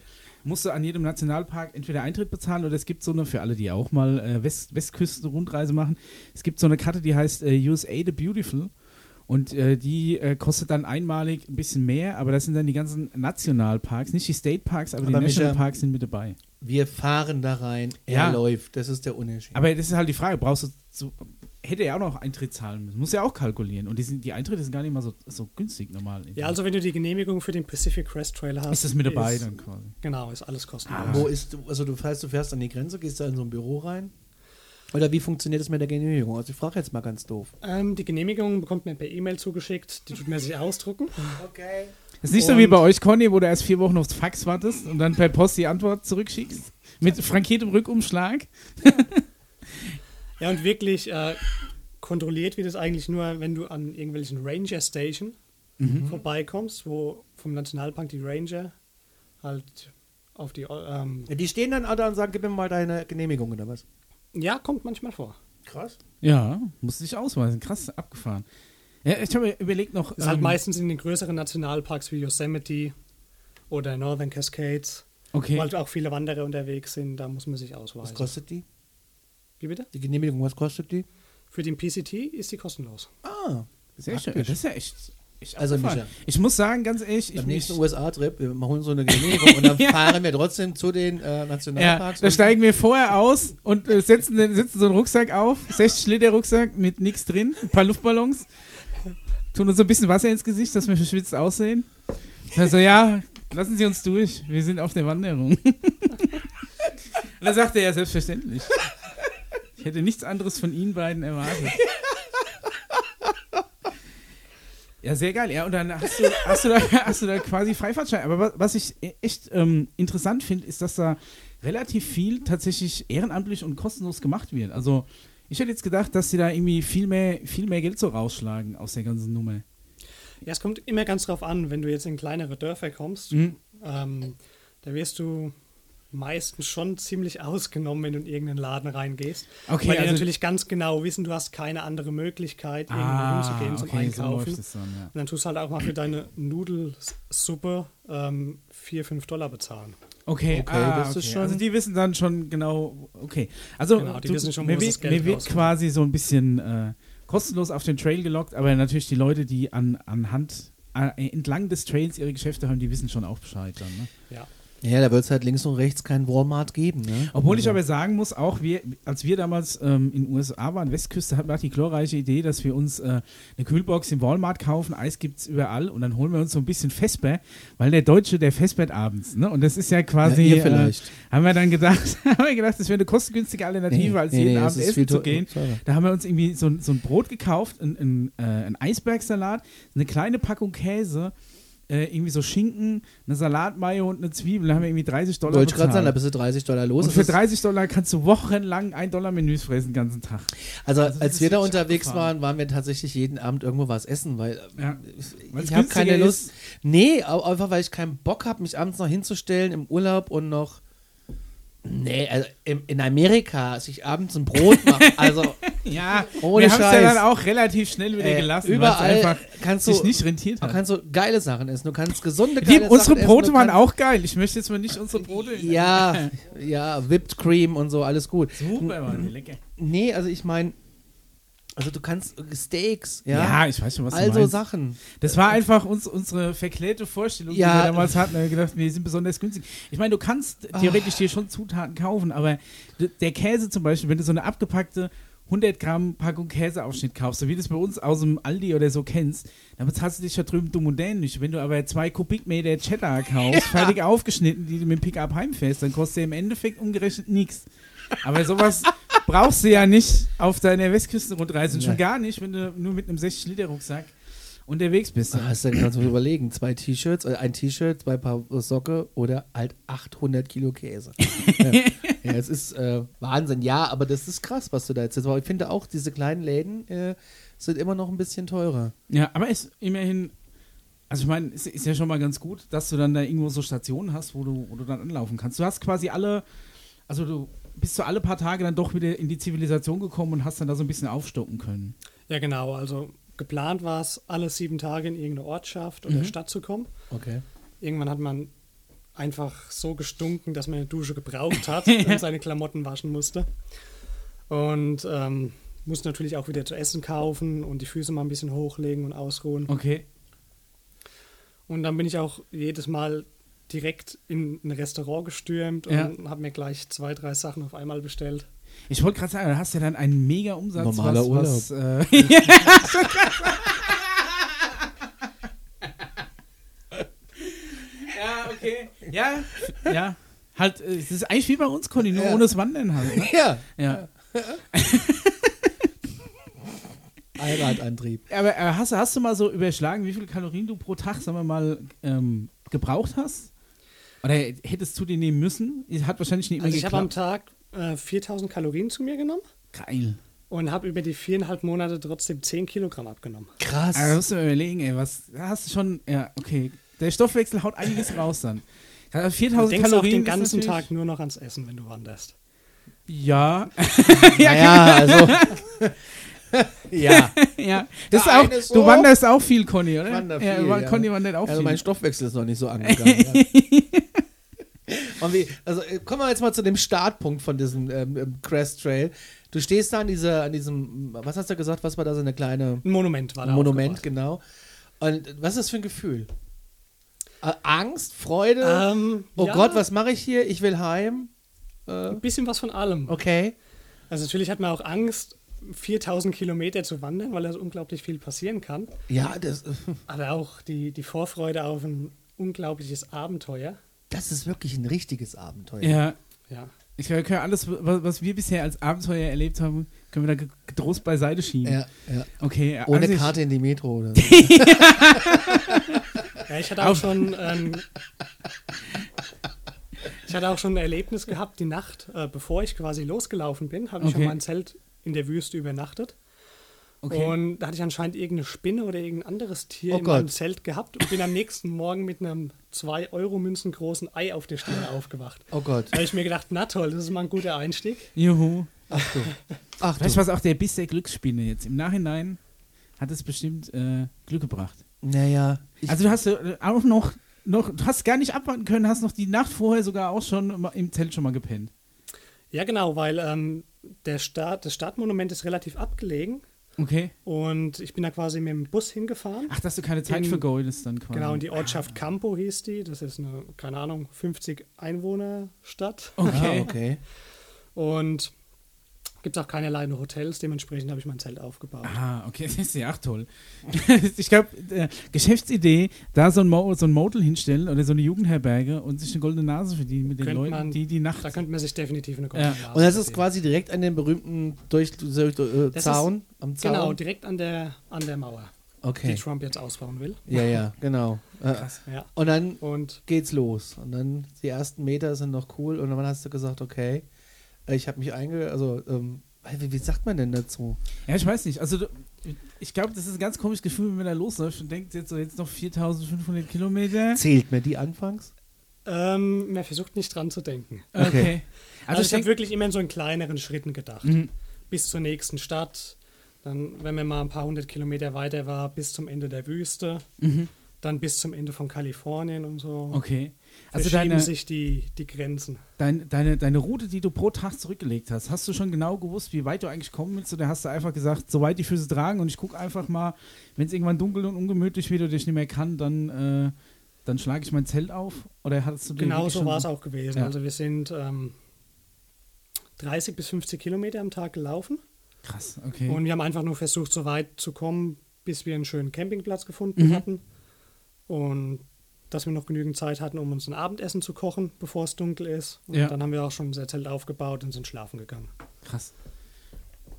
Speaker 1: musst du an jedem Nationalpark entweder Eintritt bezahlen oder es gibt so eine, für alle, die auch mal äh, West Westküsten-Rundreise machen, es gibt so eine Karte, die heißt äh, USA the Beautiful. Und äh, die äh, kostet dann einmalig ein bisschen mehr, aber das sind dann die ganzen Nationalparks, nicht die State Parks, aber,
Speaker 2: Aber
Speaker 1: die
Speaker 2: Micha-
Speaker 1: Nationalparks sind mit dabei.
Speaker 2: Wir fahren da rein, er
Speaker 1: Ja.
Speaker 2: läuft. Das ist der Unterschied.
Speaker 1: Aber das ist halt die Frage, brauchst du, zu, hätte er auch noch Eintritt zahlen müssen, muss ja auch kalkulieren. Und die, sind, die Eintritte sind gar nicht mal so, so günstig normal.
Speaker 3: Ja, also wenn du die Genehmigung für den Pacific Crest Trail hast.
Speaker 1: ist das mit dabei
Speaker 3: ist-
Speaker 1: dann Ah. quasi.
Speaker 3: Genau, ist alles kostenlos.
Speaker 2: Wo ist du, also du fährst, du fährst an die Grenze, gehst da in so ein Büro rein? Oder wie funktioniert das mit der Genehmigung? Also ich frage jetzt mal ganz doof.
Speaker 3: Ähm, die Genehmigung bekommt man per E-Mail zugeschickt, die tut man sich ausdrucken.
Speaker 2: Okay.
Speaker 1: Das ist nicht so wie
Speaker 3: Und-
Speaker 1: bei euch, Conny, wo du erst vier Wochen aufs Fax wartest und dann per Post die Antwort zurückschickst. Mit frankiertem Rückumschlag.
Speaker 3: Ja, und wirklich äh, kontrolliert wird es eigentlich nur, wenn du an irgendwelchen Ranger Station
Speaker 1: Mhm.
Speaker 3: vorbeikommst, wo vom Nationalpark die Ranger halt auf die. Ähm,
Speaker 2: Die stehen dann alle da und sagen, gib mir mal deine Genehmigung oder was?
Speaker 3: ja, kommt manchmal vor.
Speaker 2: Krass.
Speaker 1: Ja, musst dich ausweisen. Krass, abgefahren. Ja, ich habe mir überlegt noch.
Speaker 3: Ist halt
Speaker 1: ähm,
Speaker 3: meistens in den größeren Nationalparks wie Yosemite oder Northern Cascades,
Speaker 1: okay.
Speaker 3: wo halt auch viele Wanderer unterwegs sind, da muss man sich
Speaker 2: Was
Speaker 3: ausweisen.
Speaker 2: kostet die?
Speaker 3: Wie bitte?
Speaker 2: Die Genehmigung, was kostet die?
Speaker 3: Für den PCT ist die kostenlos.
Speaker 2: Ah,
Speaker 1: Sehr schön.
Speaker 2: praktisch.
Speaker 1: Das ist ja echt. echt
Speaker 2: Also,
Speaker 1: abgefahren.
Speaker 2: Micha.
Speaker 1: Ich muss sagen, ganz ehrlich, ich,
Speaker 2: Beim nächsten
Speaker 1: ich,
Speaker 2: USA-Trip, wir holen so eine Genehmigung und dann
Speaker 1: Ja.
Speaker 2: fahren wir trotzdem zu den äh,
Speaker 1: Ja,
Speaker 2: Nationalparks.
Speaker 1: da
Speaker 2: und-
Speaker 1: steigen wir vorher aus und äh, setzen, den, setzen so einen Rucksack auf, 60 Liter Rucksack mit nichts drin, ein paar Luftballons, tun uns so ein bisschen Wasser ins Gesicht, dass wir verschwitzt aussehen. Also ja, lassen Sie uns durch, wir sind auf der Wanderung. und dann sagte er ja selbstverständlich. Ich hätte nichts anderes von Ihnen beiden erwartet. Ja, sehr geil. Ja, und dann hast du, hast du, da, hast du da quasi Freifahrtschein. Aber was, was ich e- echt ähm, interessant finde, ist, dass da relativ viel tatsächlich ehrenamtlich und kostenlos gemacht wird. Also ich hätte jetzt gedacht, dass sie da irgendwie viel mehr, viel mehr Geld so rausschlagen aus der ganzen Nummer.
Speaker 3: Ja, es kommt immer ganz drauf an, wenn du jetzt in kleinere Dörfer kommst,
Speaker 1: Mhm.
Speaker 3: ähm, da wirst du meistens schon ziemlich ausgenommen, wenn du in irgendeinen Laden reingehst.
Speaker 1: Okay,
Speaker 3: weil die
Speaker 1: also-
Speaker 3: natürlich ganz genau wissen, du hast keine andere Möglichkeit, irgendwo hinzugehen zum
Speaker 1: Ah, okay, so
Speaker 3: Einkaufen.
Speaker 1: läuft es dann, ja.
Speaker 3: Und dann tust du halt auch mal für deine Nudelsuppe ähm, 4, 5 Dollar bezahlen.
Speaker 1: Okay,
Speaker 2: Okay,
Speaker 1: ah,
Speaker 2: das ist
Speaker 1: okay.
Speaker 2: schon-
Speaker 1: Also die wissen dann schon genau, okay. Also
Speaker 3: Genau, die
Speaker 1: du-
Speaker 3: wissen schon, wo
Speaker 1: mir
Speaker 3: sie
Speaker 1: wird,
Speaker 3: das Geld
Speaker 1: mir wird
Speaker 3: rausholen.
Speaker 1: quasi so ein bisschen äh, kostenlos auf den Trail gelockt, aber natürlich die Leute, die an, anhand äh, entlang des Trails ihre Geschäfte haben, die wissen schon auch Bescheid dann. Ne?
Speaker 3: Ja.
Speaker 2: Ja, da wird es halt links und rechts kein Walmart geben. Ne?
Speaker 1: Obwohl ich
Speaker 2: Also-
Speaker 1: aber sagen muss, auch wir, als wir damals ähm, in den USA waren, Westküste, hatten wir auch die glorreiche Idee, dass wir uns äh, eine Kühlbox im Walmart kaufen, Eis gibt's überall und dann holen wir uns so ein bisschen Vesper, weil der Deutsche, der vespert abends, ne? Und das ist ja quasi,
Speaker 2: Ja, ihr
Speaker 1: äh,
Speaker 2: vielleicht.
Speaker 1: haben wir dann gedacht, haben wir gedacht, das wäre eine kostengünstige Alternative, als jeden
Speaker 2: das
Speaker 1: Abend
Speaker 2: ist
Speaker 1: essen
Speaker 2: viel
Speaker 1: zu
Speaker 2: teurer.
Speaker 1: gehen. Da haben wir uns irgendwie so, ein- so ein Brot gekauft, ein, ein, äh, ein Eisbergsalat, eine kleine Packung Käse, äh, irgendwie so Schinken, eine Salatmayo und eine Zwiebel. Da haben wir irgendwie 30 Dollar
Speaker 2: Wollte ich gerade sagen, da
Speaker 1: bezahlt.
Speaker 2: bist du 30 Dollar los.
Speaker 1: Und für
Speaker 2: Das ist-
Speaker 1: 30 Dollar kannst du wochenlang 1 Dollar Menüs fressen den ganzen Tag.
Speaker 2: also,
Speaker 1: Also, das
Speaker 2: als
Speaker 1: ist
Speaker 2: wir da
Speaker 1: wirklich
Speaker 2: unterwegs
Speaker 1: abgefahren.
Speaker 2: waren, waren wir tatsächlich jeden Abend irgendwo was essen, weil äh,
Speaker 1: Ja. Weil's
Speaker 2: ich habe
Speaker 1: günstiger
Speaker 2: keine Lust.
Speaker 1: ist.
Speaker 2: Nee, au- einfach weil ich keinen Bock habe, mich abends noch hinzustellen im Urlaub und noch. Nee, also in, in Amerika sich abends ein Brot machen. Also
Speaker 1: Ja,
Speaker 2: Ohne
Speaker 1: wir haben es ja
Speaker 2: Scheiß.
Speaker 1: dann auch relativ schnell wieder
Speaker 2: äh,
Speaker 1: gelassen, weil es
Speaker 2: überall
Speaker 1: einfach
Speaker 2: kannst
Speaker 1: sich
Speaker 2: du,
Speaker 1: nicht rentiert hat.
Speaker 2: kannst du geile Sachen essen. Du kannst gesunde geile
Speaker 1: Lieb, unsere
Speaker 2: Sachen
Speaker 1: Brote
Speaker 2: essen. Du
Speaker 1: waren
Speaker 2: kannst-
Speaker 1: auch geil. Ich möchte jetzt mal nicht unsere Brote.
Speaker 2: Ja, ja, Whipped Cream und so, alles gut.
Speaker 1: Super, Mann, lecker.
Speaker 2: Nee, also ich meine, also du kannst Steaks, ja,
Speaker 1: Ja, ich weiß schon, was du
Speaker 2: also
Speaker 1: meinst.
Speaker 2: Sachen.
Speaker 1: Das war einfach uns, unsere verklärte Vorstellung, die
Speaker 2: Ja. Ah.
Speaker 1: wir damals hatten. Wir haben gedacht, wir sind besonders günstig. Ich meine, du kannst theoretisch dir schon Zutaten kaufen, aber d- der Käse zum Beispiel, wenn du so eine abgepackte 100 Gramm Packung Käseaufschnitt kaufst, so wie du es bei uns aus dem Aldi oder so kennst, dann bezahlst du dich da drüben dumm und dämlich. Wenn du aber zwei Kubikmeter Cheddar kaufst, fertig aufgeschnitten, die du mit dem Pickup heimfährst, dann kostet der im Endeffekt umgerechnet nichts. Aber sowas brauchst du ja nicht auf deiner Westküstenrundreise und schon
Speaker 2: Nee.
Speaker 1: gar nicht, wenn du nur mit einem 60-Liter-Rucksack unterwegs bist.
Speaker 2: Da hast du ganz mal überlegen, zwei T-Shirts, äh, ein T-Shirt, zwei Paar Socke oder halt 800 Kilo Käse. ja. ja, es ist äh, Wahnsinn. Ja, aber das ist krass, was du da jetzt jetzt. Aber ich finde auch, diese kleinen Läden äh, sind immer noch ein bisschen teurer.
Speaker 1: Ja, aber ist immerhin, also ich meine, ist, ist ja schon mal ganz gut, dass du dann da irgendwo so Stationen hast, wo du, wo du dann anlaufen kannst. Du hast quasi alle, also du bist so alle paar Tage dann doch wieder in die Zivilisation gekommen und hast dann da so ein bisschen aufstocken können.
Speaker 3: Ja, genau. Also geplant war es, alle sieben Tage in irgendeine Ortschaft
Speaker 1: Mhm.
Speaker 3: oder Stadt zu kommen.
Speaker 2: Okay.
Speaker 3: Irgendwann hat man einfach so gestunken, dass man eine Dusche gebraucht hat und seine Klamotten waschen musste. Und ähm, musste natürlich auch wieder zu essen kaufen und die Füße mal ein bisschen hochlegen und ausruhen.
Speaker 1: Okay.
Speaker 3: Und dann bin ich auch jedes Mal direkt in ein Restaurant gestürmt und
Speaker 1: Ja.
Speaker 3: habe mir gleich zwei, drei Sachen auf einmal bestellt.
Speaker 1: Ich wollte gerade sagen, da hast du ja dann einen mega Umsatz.
Speaker 2: Normaler
Speaker 1: was, Was, äh, ja, okay. Ja, ja. Halt, äh, es ist eigentlich wie bei uns, Conny, nur
Speaker 2: Ja.
Speaker 1: ohne das Wandern halt. Ne?
Speaker 2: Ja,
Speaker 1: Ja.
Speaker 2: Allradantrieb.
Speaker 1: Aber äh, hast, du- hast du mal so überschlagen, wie viele Kalorien du pro Tag, sagen wir mal, ähm, gebraucht hast? Oder hättest du die nehmen müssen? Hat wahrscheinlich nicht immer
Speaker 3: Also ich habe am
Speaker 1: geklappt.
Speaker 3: Tag äh, 4000 Kalorien zu mir genommen
Speaker 1: Geil.
Speaker 3: und habe über die viereinhalb Monate trotzdem 10 Kilogramm abgenommen.
Speaker 2: Krass.
Speaker 1: Also musst du mal überlegen, ey, was da hast du schon, ja, okay. Der Stoffwechsel haut einiges raus dann. Also
Speaker 3: Du
Speaker 1: 4000
Speaker 3: denkst auch
Speaker 1: Kalorien.
Speaker 3: den
Speaker 1: ist
Speaker 3: ganzen
Speaker 1: natürlich-
Speaker 3: Tag nur noch ans Essen, wenn du wanderst.
Speaker 1: Ja,
Speaker 2: ja, ja, also. ja.
Speaker 1: ja. Das ist
Speaker 2: Der
Speaker 1: auch,
Speaker 2: eine ist
Speaker 1: du
Speaker 2: so,
Speaker 1: wanderst auch viel, Conny, oder?
Speaker 2: ich wander
Speaker 1: ja,
Speaker 2: viel,
Speaker 1: wa-
Speaker 2: ja.
Speaker 1: Conny wandert auch
Speaker 2: Also mein
Speaker 1: viel.
Speaker 2: Stoffwechsel ist noch nicht so angegangen. ja. Und wie, also äh, kommen wir jetzt mal zu dem Startpunkt von diesem ähm, ähm, Crest Trail. Du stehst da an dieser, an diesem, was hast du gesagt, was war da so eine kleine
Speaker 3: Ein Monument war da.
Speaker 2: Monument,
Speaker 3: aufgebaut.
Speaker 2: genau. Und äh, was ist das für ein Gefühl? Äh, Angst, Freude?
Speaker 3: Ähm,
Speaker 2: oh
Speaker 3: ja,
Speaker 2: Gott, was mache ich hier? Ich will heim. Äh,
Speaker 3: Ein bisschen was von allem.
Speaker 2: okay.
Speaker 3: Also natürlich hat man auch Angst, 4000 Kilometer zu wandern, weil da so unglaublich viel passieren kann.
Speaker 2: Ja, das,
Speaker 3: Aber auch die, die Vorfreude auf ein unglaubliches Abenteuer.
Speaker 2: das ist wirklich ein richtiges Abenteuer.
Speaker 1: ja,
Speaker 3: Ja.
Speaker 1: Ich glaube, wir können alles, was, was wir bisher als Abenteuer erlebt haben, können wir da ge- getrost beiseite schieben.
Speaker 2: Ja, ja.
Speaker 1: Okay, also an
Speaker 2: Ohne
Speaker 1: sich-
Speaker 2: Karte in die Metro oder so.
Speaker 3: Ja, ich hatte auch
Speaker 1: Auf-
Speaker 3: schon. Ähm, ich hatte auch schon ein Erlebnis gehabt, die Nacht, äh, bevor ich quasi losgelaufen bin, habe ich
Speaker 1: Okay.
Speaker 3: in meinem Zelt in der Wüste übernachtet.
Speaker 1: Okay.
Speaker 3: Und da hatte ich anscheinend irgendeine Spinne oder irgendein anderes Tier
Speaker 2: Oh
Speaker 3: in meinem
Speaker 2: Gott.
Speaker 3: Zelt gehabt und bin am nächsten Morgen mit einem 2-Euro-Münzen großen Ei auf der Stirn aufgewacht.
Speaker 2: Oh Gott.
Speaker 3: Da habe ich mir gedacht, na toll, das ist mal ein guter Einstieg.
Speaker 1: Juhu.
Speaker 2: Ach du. Ach
Speaker 1: Weißt du
Speaker 2: du.
Speaker 1: was, auch der Biss der Glücksspinne jetzt. Im Nachhinein hat es bestimmt äh, Glück gebracht.
Speaker 2: Naja. Ich,
Speaker 1: also du hast äh, auch noch, noch, du hast gar nicht abwarten können, hast noch die Nacht vorher sogar auch schon ma- im Zelt schon mal gepennt.
Speaker 3: Ja, genau, weil ähm, der Start, das Startmonument ist relativ abgelegen
Speaker 1: Okay.
Speaker 3: und ich bin da quasi mit dem Bus hingefahren.
Speaker 1: Ach, dass du keine Zeit
Speaker 3: In-
Speaker 1: für Gold ist dann quasi.
Speaker 3: Genau, und die Ortschaft Campo hieß die. Das ist eine, keine Ahnung, 50 Einwohnerstadt.
Speaker 1: Okay.
Speaker 2: Ah, okay.
Speaker 3: Und gibt es auch keinerlei Hotels. Dementsprechend habe ich mein Zelt aufgebaut.
Speaker 1: Ah, okay, das ist ja auch toll. ich glaube, äh, Geschäftsidee, da so ein, Mo so ein Motel hinstellen oder so eine Jugendherberge und sich eine goldene Nase verdienen mit den
Speaker 3: Könnte
Speaker 1: Leuten,
Speaker 3: man-
Speaker 1: die die Nacht.
Speaker 3: Da könnte man sich definitiv eine
Speaker 1: Ja.
Speaker 3: goldene Nase
Speaker 2: Ah, Und das ist
Speaker 3: verdienen.
Speaker 2: quasi direkt an dem berühmten durch, durch, äh,
Speaker 3: Das
Speaker 2: Zaun, am Zaun.
Speaker 3: Genau, direkt an der, an der Mauer,
Speaker 2: Okay.
Speaker 3: die Trump jetzt ausbauen will.
Speaker 2: Ja, ja, genau. Äh,
Speaker 3: Ja.
Speaker 2: Und dann
Speaker 3: Und
Speaker 2: geht's los. Und dann die ersten Meter sind noch cool. Und dann hast du gesagt, okay, äh, ich habe mich einge... Also, ähm, wie, wie sagt man denn dazu?
Speaker 1: Ja, ich weiß nicht. Also, du, ich glaube, das ist ein ganz komisches Gefühl, wenn man da losläuft und denkt, jetzt so jetzt noch 4500 Kilometer.
Speaker 2: Zählt mir die anfangs?
Speaker 3: ähm, man versucht nicht dran zu denken.
Speaker 1: Okay.
Speaker 2: Okay.
Speaker 1: Also,
Speaker 3: Also, ich habe
Speaker 1: denk-
Speaker 3: wirklich immer in so in kleineren Schritten gedacht.
Speaker 1: Mhm.
Speaker 3: Bis zur nächsten Stadt, dann, wenn man mal ein paar hundert Kilometer weiter war, bis zum Ende der Wüste,
Speaker 1: Mhm.
Speaker 3: dann bis zum Ende von Kalifornien und so.
Speaker 1: Okay. Also,
Speaker 3: verschieben
Speaker 1: deine,
Speaker 3: sich die, die Grenzen.
Speaker 1: dein, deine, deine Route, die du pro Tag zurückgelegt hast, hast du schon genau gewusst, wie weit du eigentlich kommen willst? Oder hast du einfach gesagt, soweit die Füße tragen und ich gucke einfach mal, wenn es irgendwann dunkel und ungemütlich wird oder ich nicht mehr kann, dann, äh, dann schlage ich mein Zelt auf? Oder hattest du dir
Speaker 3: Genau
Speaker 1: wirklich
Speaker 3: so
Speaker 1: schon-
Speaker 3: war es auch gewesen.
Speaker 1: Ja.
Speaker 3: Also wir sind ähm, 30 bis 50 Kilometer am Tag gelaufen
Speaker 1: Krass, okay.
Speaker 3: und wir haben einfach nur versucht, so weit zu kommen, bis wir einen schönen Campingplatz gefunden
Speaker 1: Mhm.
Speaker 3: hatten und dass wir noch genügend Zeit hatten, um uns ein Abendessen zu kochen, bevor es dunkel ist. Und
Speaker 1: Ja.
Speaker 3: dann haben wir auch schon unser Zelt aufgebaut und sind schlafen gegangen.
Speaker 1: Krass.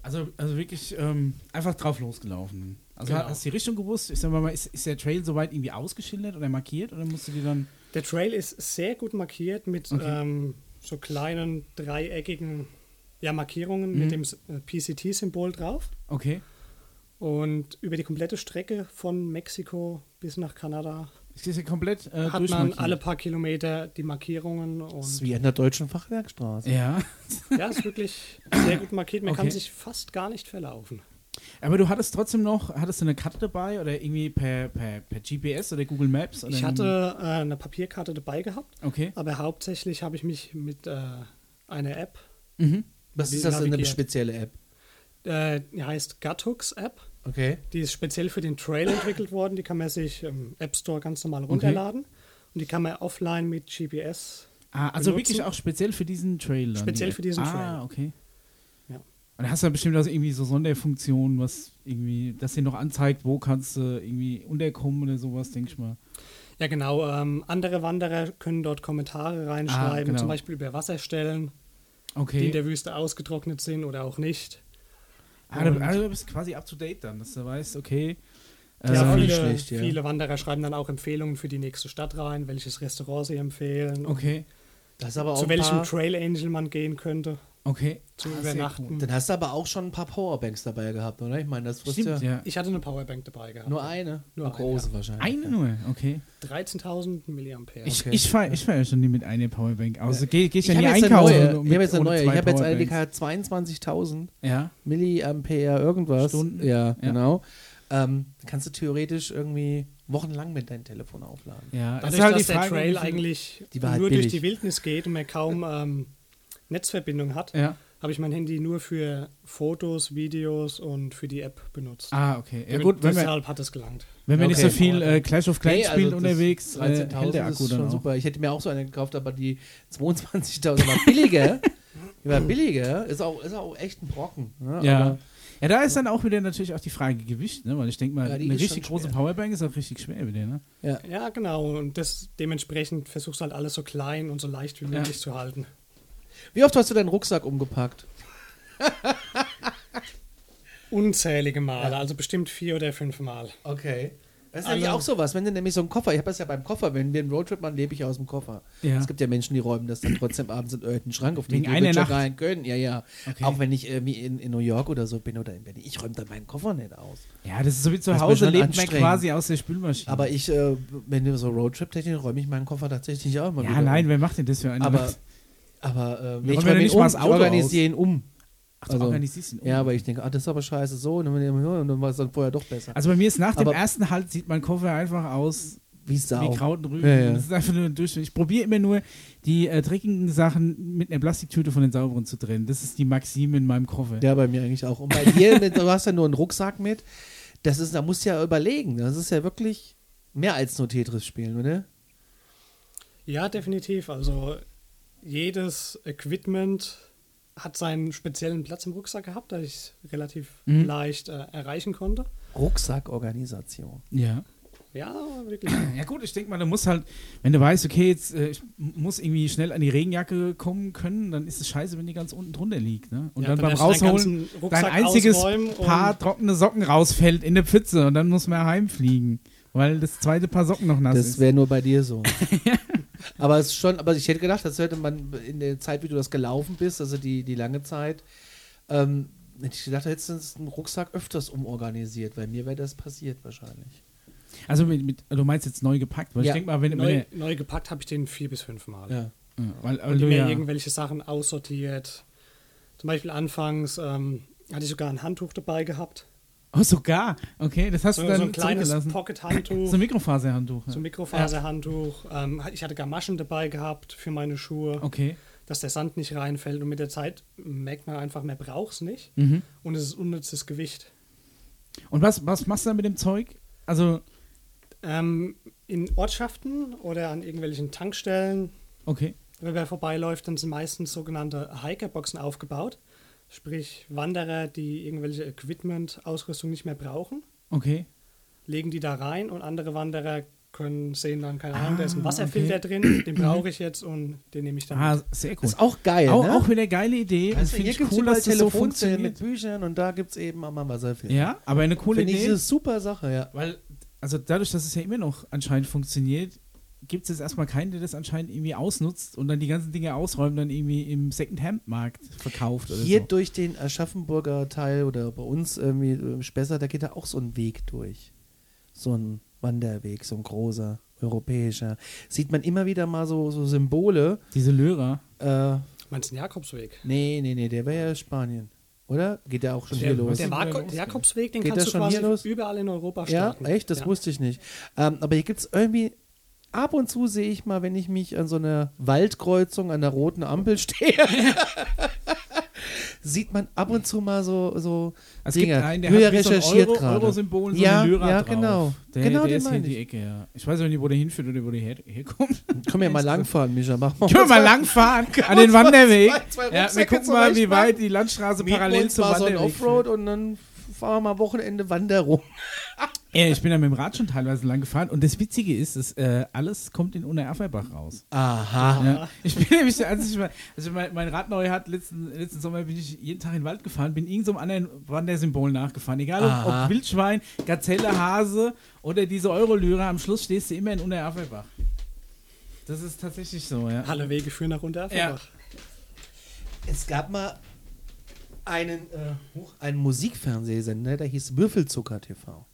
Speaker 1: Also, also wirklich ähm, einfach drauf losgelaufen. Also
Speaker 3: Genau.
Speaker 1: hast du die Richtung gewusst? Ich sag mal, ist, ist der Trail soweit irgendwie ausgeschildert oder markiert oder musst du die dann.
Speaker 3: Der Trail ist sehr gut markiert mit
Speaker 1: Okay.
Speaker 3: ähm, so kleinen dreieckigen ja, Markierungen
Speaker 1: Mhm.
Speaker 3: mit dem S- äh, PCT-Symbol drauf.
Speaker 1: Okay.
Speaker 3: Und über die komplette Strecke von Mexiko bis nach Kanada
Speaker 1: Ist das ja komplett äh,
Speaker 3: hat man
Speaker 1: durchmarkiert?
Speaker 3: alle paar Kilometer die Markierungen
Speaker 2: Das ist
Speaker 3: und
Speaker 2: wie an der deutschen Fachwerkstraße.
Speaker 1: Ja.
Speaker 3: ja, ist wirklich sehr gut markiert. Man kann
Speaker 1: Okay.
Speaker 3: sich fast gar nicht verlaufen.
Speaker 1: Aber du hattest trotzdem noch, hattest du eine Karte dabei oder irgendwie per, per, per GPS oder Google Maps? Oder
Speaker 3: Ich hatte äh, eine Papierkarte dabei gehabt,
Speaker 1: Okay.
Speaker 3: aber hauptsächlich habe ich mich mit äh, einer App,
Speaker 1: Mhm.
Speaker 2: Was
Speaker 3: Wie
Speaker 2: ist das denn eine
Speaker 3: navigiert?
Speaker 2: spezielle App?
Speaker 3: äh, die heißt Guthooks App,
Speaker 2: Okay.
Speaker 3: die ist speziell für den Trail entwickelt worden. Die kann man sich im App Store ganz normal runterladen und die kann man offline mit GPS
Speaker 1: Ah, also
Speaker 3: Benutzen.
Speaker 1: wirklich auch speziell für diesen Trail. Dann
Speaker 3: Speziell
Speaker 1: die
Speaker 3: für diesen
Speaker 1: ah,
Speaker 3: Trail.
Speaker 1: Ah, okay.
Speaker 3: Ja.
Speaker 1: Und da hast du ja bestimmt auch irgendwie so Sonderfunktionen, was irgendwie, dass dir noch anzeigt, wo kannst du irgendwie unterkommen oder sowas, denke ich mal.
Speaker 3: Ja, genau. Ähm, andere Wanderer können dort Kommentare reinschreiben,
Speaker 1: Ah, genau.
Speaker 3: zum Beispiel über Wasserstellen, die in
Speaker 1: Okay.
Speaker 3: der Wüste ausgetrocknet sind oder auch nicht.
Speaker 1: Ah, du, ah, du bist quasi up to date dann, dass du weißt, okay.
Speaker 2: Das ist
Speaker 3: ja,
Speaker 2: auch
Speaker 1: Ähm,
Speaker 2: nicht
Speaker 3: viele,
Speaker 2: Also schlecht, ja.
Speaker 3: viele Wanderer schreiben dann auch Empfehlungen für die nächste Stadt rein, welches Restaurant sie empfehlen, und
Speaker 1: okay,
Speaker 2: Das ist aber auch
Speaker 3: zu
Speaker 2: ein
Speaker 3: welchem
Speaker 2: paar,
Speaker 3: Trail Angel man gehen könnte,
Speaker 1: okay.
Speaker 3: zu
Speaker 1: Ah, sehr
Speaker 3: übernachten.
Speaker 2: Dann hast du aber auch schon ein paar Powerbanks dabei gehabt, oder? Ich meine, das
Speaker 1: cool.
Speaker 2: wirst ja,
Speaker 1: Stimmt, ja.
Speaker 3: Ich hatte eine Powerbank dabei gehabt.
Speaker 2: nur eine.
Speaker 3: Nur
Speaker 2: eine
Speaker 3: eine,
Speaker 2: große wahrscheinlich.
Speaker 1: Eine nur, okay.
Speaker 3: 13.000 Milliampere.
Speaker 1: Ich,
Speaker 2: Okay.
Speaker 1: ich fahre ich fahr ja schon nie mit einer Powerbank aus. Geh, geh ich
Speaker 2: Ich
Speaker 1: ja nie
Speaker 2: habe jetzt eine
Speaker 1: einkaufen.
Speaker 2: neue.
Speaker 1: mit-
Speaker 2: Ich habe jetzt eine
Speaker 1: ohne
Speaker 2: neue. Ich
Speaker 1: zwei
Speaker 2: habe jetzt eine, die
Speaker 1: Powerbanks.
Speaker 2: hat 22.000
Speaker 1: Ja,
Speaker 2: Milliampere irgendwas.
Speaker 1: Stunden?
Speaker 2: Ja,
Speaker 1: Ja.
Speaker 2: genau. Ähm, kannst du theoretisch irgendwie wochenlang mit deinem Telefon aufladen.
Speaker 1: ja. Das
Speaker 3: Dadurch,
Speaker 1: ist halt
Speaker 3: dass
Speaker 1: die
Speaker 3: der
Speaker 1: Frage, wie
Speaker 3: Trail
Speaker 1: viel-
Speaker 3: eigentlich
Speaker 2: Die war
Speaker 3: nur
Speaker 2: halt
Speaker 3: durch
Speaker 2: billig.
Speaker 3: die Wildnis geht und man kaum ähm, Netzverbindung hat,
Speaker 1: Ja.
Speaker 3: habe ich mein Handy nur für Fotos, Videos und für die App benutzt.
Speaker 1: Ah, okay. Ja, gut, wenn man,
Speaker 3: deshalb hat es gelangt.
Speaker 1: wenn man nicht
Speaker 2: halt- Okay.
Speaker 1: so viel äh, Clash of Clans
Speaker 2: Nee, also
Speaker 1: spielt
Speaker 2: das
Speaker 1: unterwegs, äh,
Speaker 2: 13.000
Speaker 1: hält der
Speaker 2: ist
Speaker 1: Akku
Speaker 2: schon
Speaker 1: dann auch.
Speaker 2: super. Ich hätte mir auch so eine gekauft, aber die 22.000 war billiger. die war billiger. Ist auch, ist auch echt ein Brocken. Ne?
Speaker 1: Ja.
Speaker 2: Aber
Speaker 1: ja, da ist dann auch wieder natürlich auch die Frage Gewicht, ne? weil ich denke mal,
Speaker 2: Ja, die
Speaker 1: eine
Speaker 2: ist schon
Speaker 1: richtig große
Speaker 2: schwer.
Speaker 1: Powerbank ist auch richtig schwer wieder. Ne?
Speaker 3: Ja, genau. Und das, dementsprechend versuchst du halt alles so klein und so leicht wie möglich zu halten.
Speaker 2: Wie oft hast du deinen Rucksack umgepackt?
Speaker 3: Unzählige Male, also bestimmt vier oder fünf Mal.
Speaker 2: Okay. Das ist
Speaker 3: Also-
Speaker 2: nämlich auch sowas, wenn du nämlich so einen Koffer, ich habe das ja beim Koffer, wenn wir einen Roadtrip machen, lebe ich aus dem Koffer.
Speaker 1: Ja.
Speaker 2: Es gibt ja Menschen, die räumen das dann trotzdem abends in irgendeinen Schrank, auf den
Speaker 1: Wegen
Speaker 2: die
Speaker 1: einer
Speaker 2: Witcher
Speaker 1: Nacht.
Speaker 2: rein können. Ja, ja.
Speaker 1: Okay.
Speaker 2: Auch wenn ich irgendwie in, in New York oder so bin oder in Berlin, ich räume dann meinen Koffer nicht aus.
Speaker 1: Ja, das ist so wie zu
Speaker 2: Das ist mir
Speaker 1: Hause,
Speaker 2: schon
Speaker 1: lebt man
Speaker 2: anstrengend.
Speaker 1: quasi aus der Spülmaschine.
Speaker 2: Aber ich, äh, wenn du so Roadtrip-Technik, räume ich meinen Koffer tatsächlich auch immer wieder.
Speaker 1: ja, nein, wer macht denn das für einen?
Speaker 2: Aber, aber äh,
Speaker 1: Wir
Speaker 2: ich,
Speaker 1: räumen ja
Speaker 2: räume ihn
Speaker 1: nicht
Speaker 2: um,
Speaker 1: mal das
Speaker 2: ich
Speaker 1: Auto
Speaker 2: organisiere ihn um.
Speaker 1: Ach, du
Speaker 2: also-
Speaker 1: organisierst ihn um.
Speaker 2: Ja, aber ich denke, ah, das ist aber scheiße so und dann, und dann war es dann vorher doch besser.
Speaker 1: Also bei mir ist nach dem
Speaker 2: Aber-
Speaker 1: ersten Halt sieht mein Koffer einfach aus
Speaker 2: Wie Sau.
Speaker 1: wie Kraut und Rüben.
Speaker 2: Ja, ja.
Speaker 1: Das ist einfach nur ein Durchschnitt. Ich probiere immer nur, die äh, dreckigen Sachen mit einer Plastiktüte von den sauberen zu trennen. Das ist die Maxime in meinem Koffer.
Speaker 2: Ja, bei mir eigentlich auch. Und bei dir, mit, du hast ja nur einen Rucksack mit. Das ist, da musst du ja überlegen. Das ist ja wirklich mehr als nur Tetris spielen, oder?
Speaker 3: Ja, definitiv. Also jedes Equipment hat seinen speziellen Platz im Rucksack gehabt, dass ich es relativ
Speaker 1: Mhm.
Speaker 3: leicht äh, erreichen konnte.
Speaker 2: Rucksackorganisation.
Speaker 1: ja.
Speaker 3: Ja, wirklich.
Speaker 1: Ja gut, ich denke mal, du musst halt, wenn du weißt, okay, jetzt äh, ich m- muss irgendwie schnell an die Regenjacke kommen können, dann ist es scheiße, wenn die ganz unten drunter liegt. Ne? Und
Speaker 3: Ja,
Speaker 1: dann beim
Speaker 3: erst deinen
Speaker 1: Rausholen
Speaker 3: ganzen
Speaker 1: dein
Speaker 3: Rucksack
Speaker 1: einziges
Speaker 3: ausräumen und-
Speaker 1: Paar trockene Socken rausfällt in eine Pfütze und dann muss man heimfliegen, weil das zweite Paar Socken noch nass
Speaker 2: Das
Speaker 1: ist.
Speaker 2: wäre nur bei dir so. aber es ist schon, aber ich hätte gedacht, das hätte man in der Zeit, wie du das gelaufen bist, also die, die lange Zeit, ähm, hätte ich gedacht, da hättest du jetzt einen Rucksack öfters umorganisiert. Bei mir wäre das passiert wahrscheinlich.
Speaker 1: Also mit, mit, du meinst jetzt neu gepackt, weil
Speaker 2: Ja,
Speaker 1: ich denke mal, wenn, wenn
Speaker 3: Neu,
Speaker 1: er-
Speaker 3: neu gepackt habe ich den vier bis fünf Mal.
Speaker 2: Ja.
Speaker 1: ja, äh, weil, weil
Speaker 3: Und
Speaker 1: du
Speaker 3: mir
Speaker 1: ja,
Speaker 3: irgendwelche Sachen aussortiert. Zum Beispiel anfangs ähm, hatte ich sogar ein Handtuch dabei gehabt.
Speaker 1: oh sogar, okay, das hast
Speaker 3: So,
Speaker 1: du
Speaker 3: so
Speaker 1: dann
Speaker 3: ein kleines
Speaker 1: zurückgelassen.
Speaker 3: Pocket-Handtuch,
Speaker 1: so ein Mikrofaserhandtuch.
Speaker 3: so ein
Speaker 1: ja.
Speaker 3: Mikrofaserhandtuch. Ähm, ich hatte gar Maschen dabei gehabt für meine Schuhe,
Speaker 1: Okay,
Speaker 3: dass der Sand nicht reinfällt. Und mit der Zeit merkt man einfach, man braucht es nicht.
Speaker 1: mhm.
Speaker 3: Und es ist unnützes Gewicht.
Speaker 1: Und was, was machst du dann mit dem Zeug? Also,
Speaker 3: Ähm, in Ortschaften oder an irgendwelchen Tankstellen,
Speaker 1: okay.
Speaker 3: wenn man vorbeiläuft, dann sind meistens sogenannte Hikerboxen aufgebaut. Sprich Wanderer, die irgendwelche Equipment, Ausrüstung nicht mehr brauchen,
Speaker 1: Okay.
Speaker 3: legen die da rein und andere Wanderer können sehen dann, keine Ahnung, da ist
Speaker 1: Ah,
Speaker 3: ein Wasserfilter drin, den brauche ich jetzt und den nehme ich dann.
Speaker 1: Ah,
Speaker 3: mit.
Speaker 1: sehr cool.
Speaker 2: Ist auch geil,
Speaker 1: Auch,
Speaker 2: ne?
Speaker 1: auch wieder eine geile Idee. und
Speaker 2: Weißt du,
Speaker 1: Finde
Speaker 2: hier
Speaker 1: ich
Speaker 2: gibt
Speaker 1: cool, dass das so funktioniert.
Speaker 2: äh, mit Büchern und da gibt es eben am Wasserfilm.
Speaker 1: Ja, aber eine coole
Speaker 2: Finde ich
Speaker 1: Idee.
Speaker 2: eine super Sache, ja.
Speaker 1: Weil, also dadurch, dass es ja immer noch anscheinend funktioniert, gibt es jetzt erstmal keinen, der das anscheinend irgendwie ausnutzt und dann die ganzen Dinge ausräumt, dann irgendwie im Secondhand-Markt verkauft oder
Speaker 2: Hier
Speaker 1: so.
Speaker 2: durch den Aschaffenburger Teil oder bei uns irgendwie äh, Spessart, da geht da auch so ein Weg durch. So ein Wanderweg, so ein großer, europäischer. Sieht man immer wieder mal so, so Symbole.
Speaker 1: Diese Lörer.
Speaker 2: Äh,
Speaker 3: Meinst du den Jakobsweg?
Speaker 2: nee, nee, nee, der wäre ja Spanien. Oder? Geht der auch schon
Speaker 1: Der-
Speaker 2: hier los?
Speaker 3: Der,
Speaker 1: sind wir
Speaker 3: Marco-
Speaker 1: losgegangen?
Speaker 3: der Jakobsweg, den
Speaker 2: Geht
Speaker 3: kannst
Speaker 2: das
Speaker 3: du
Speaker 2: schon hier los?
Speaker 3: quasi überall in Europa
Speaker 2: Ja,
Speaker 3: starten.
Speaker 2: echt? Das
Speaker 3: Ja.
Speaker 2: wusste ich nicht. Ähm, aber hier gibt es irgendwie, ab und zu sehe ich mal, wenn ich mich an so einer Waldkreuzung an der roten Ampel stehe, sieht man ab und zu mal so, so
Speaker 1: Es
Speaker 2: Dinge.
Speaker 1: gibt einen, der
Speaker 2: Höher
Speaker 1: hat wie so ein
Speaker 2: recherchiert
Speaker 1: Euro,
Speaker 2: gerade.
Speaker 1: Euro-Symbol, so
Speaker 2: Ja,
Speaker 1: eine Lörer
Speaker 2: ja,
Speaker 1: drauf.
Speaker 2: genau.
Speaker 1: Der,
Speaker 2: Genau,
Speaker 1: der
Speaker 2: den
Speaker 1: ist hier in
Speaker 2: meine
Speaker 1: die Ecke, ja. Ich weiß auch nicht, wo der hinführt oder wo der her, herkommt.
Speaker 2: Können wir ja mal langfahren, Mischa. Mach mal.
Speaker 1: Können wir mal langfahren an den Wanderweg.
Speaker 2: zwei- zwei
Speaker 1: ja, wir
Speaker 2: Rucksäcke
Speaker 1: gucken mal, wie
Speaker 2: zurechtmachen.
Speaker 1: weit die Landstraße
Speaker 2: Mieten
Speaker 1: parallel
Speaker 2: uns
Speaker 1: zum
Speaker 2: mal so ein
Speaker 1: Wanderweg
Speaker 2: Offroad und dann fahren wir mal Wochenende Wanderung.
Speaker 1: Ja, ich bin da mit dem Rad schon teilweise lang gefahren und das Witzige ist, dass, äh, alles kommt in Untererferbach raus.
Speaker 2: Aha.
Speaker 1: Ja. Ich bin nämlich, als ich, mal, als ich mein, mein Rad neu hatte, letzten, letzten Sommer bin ich jeden Tag in den Wald gefahren, bin irgendeinem anderen Wandersymbol nachgefahren. Egal ob,
Speaker 2: Aha.
Speaker 1: ob Wildschwein, Gazelle, Hase oder diese Eurolyra, am Schluss stehst du immer in Untererferbach. Das ist tatsächlich so, ja.
Speaker 3: Alle Wege führen nach Untererfach.
Speaker 2: Es gab mal einen, äh, huch, einen Musikfernsehsender, der hieß Würfelzucker TV.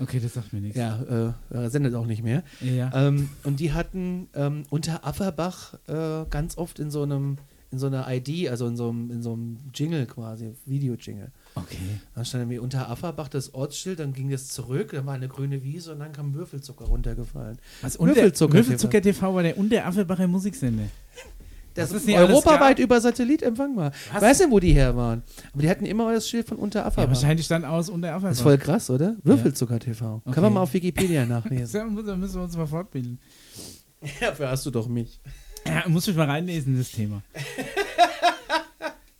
Speaker 1: Okay, das sagt mir nichts.
Speaker 2: Ja, äh, äh, sendet auch nicht mehr.
Speaker 1: Ja.
Speaker 2: Ähm, und die hatten ähm, unter Afferbach äh, ganz oft in so einem in so einer ID, also in so einem, in so einem Jingle quasi, Video-Jingle.
Speaker 1: Okay.
Speaker 2: Dann stand irgendwie unter Afferbach das Ortsschild, dann ging das zurück, dann war eine grüne Wiese und dann kam Würfelzucker runtergefallen.
Speaker 1: Was, Also Unter,
Speaker 2: Würfelzucker-
Speaker 1: Würfelzucker, TV war der Untererferbacher Musiksender.
Speaker 2: Das
Speaker 1: Was es
Speaker 2: ist
Speaker 1: nicht alles
Speaker 2: europaweit
Speaker 1: gab?
Speaker 2: über Satellit empfangbar.
Speaker 1: Was?
Speaker 2: Weiß nicht, wo die her waren. Aber die hatten immer das Schild von unter
Speaker 1: Ja,
Speaker 2: Afferbach.
Speaker 1: wahrscheinlich dann aus Untererferbach.
Speaker 2: das ist voll krass, oder? Würfelzucker TV.
Speaker 1: Okay.
Speaker 2: Kann man mal auf Wikipedia nachlesen.
Speaker 1: Da muss- da müssen wir uns mal fortbilden.
Speaker 2: Dafür hast du doch mich.
Speaker 1: Ja, muss ich mal reinlesen, das Thema.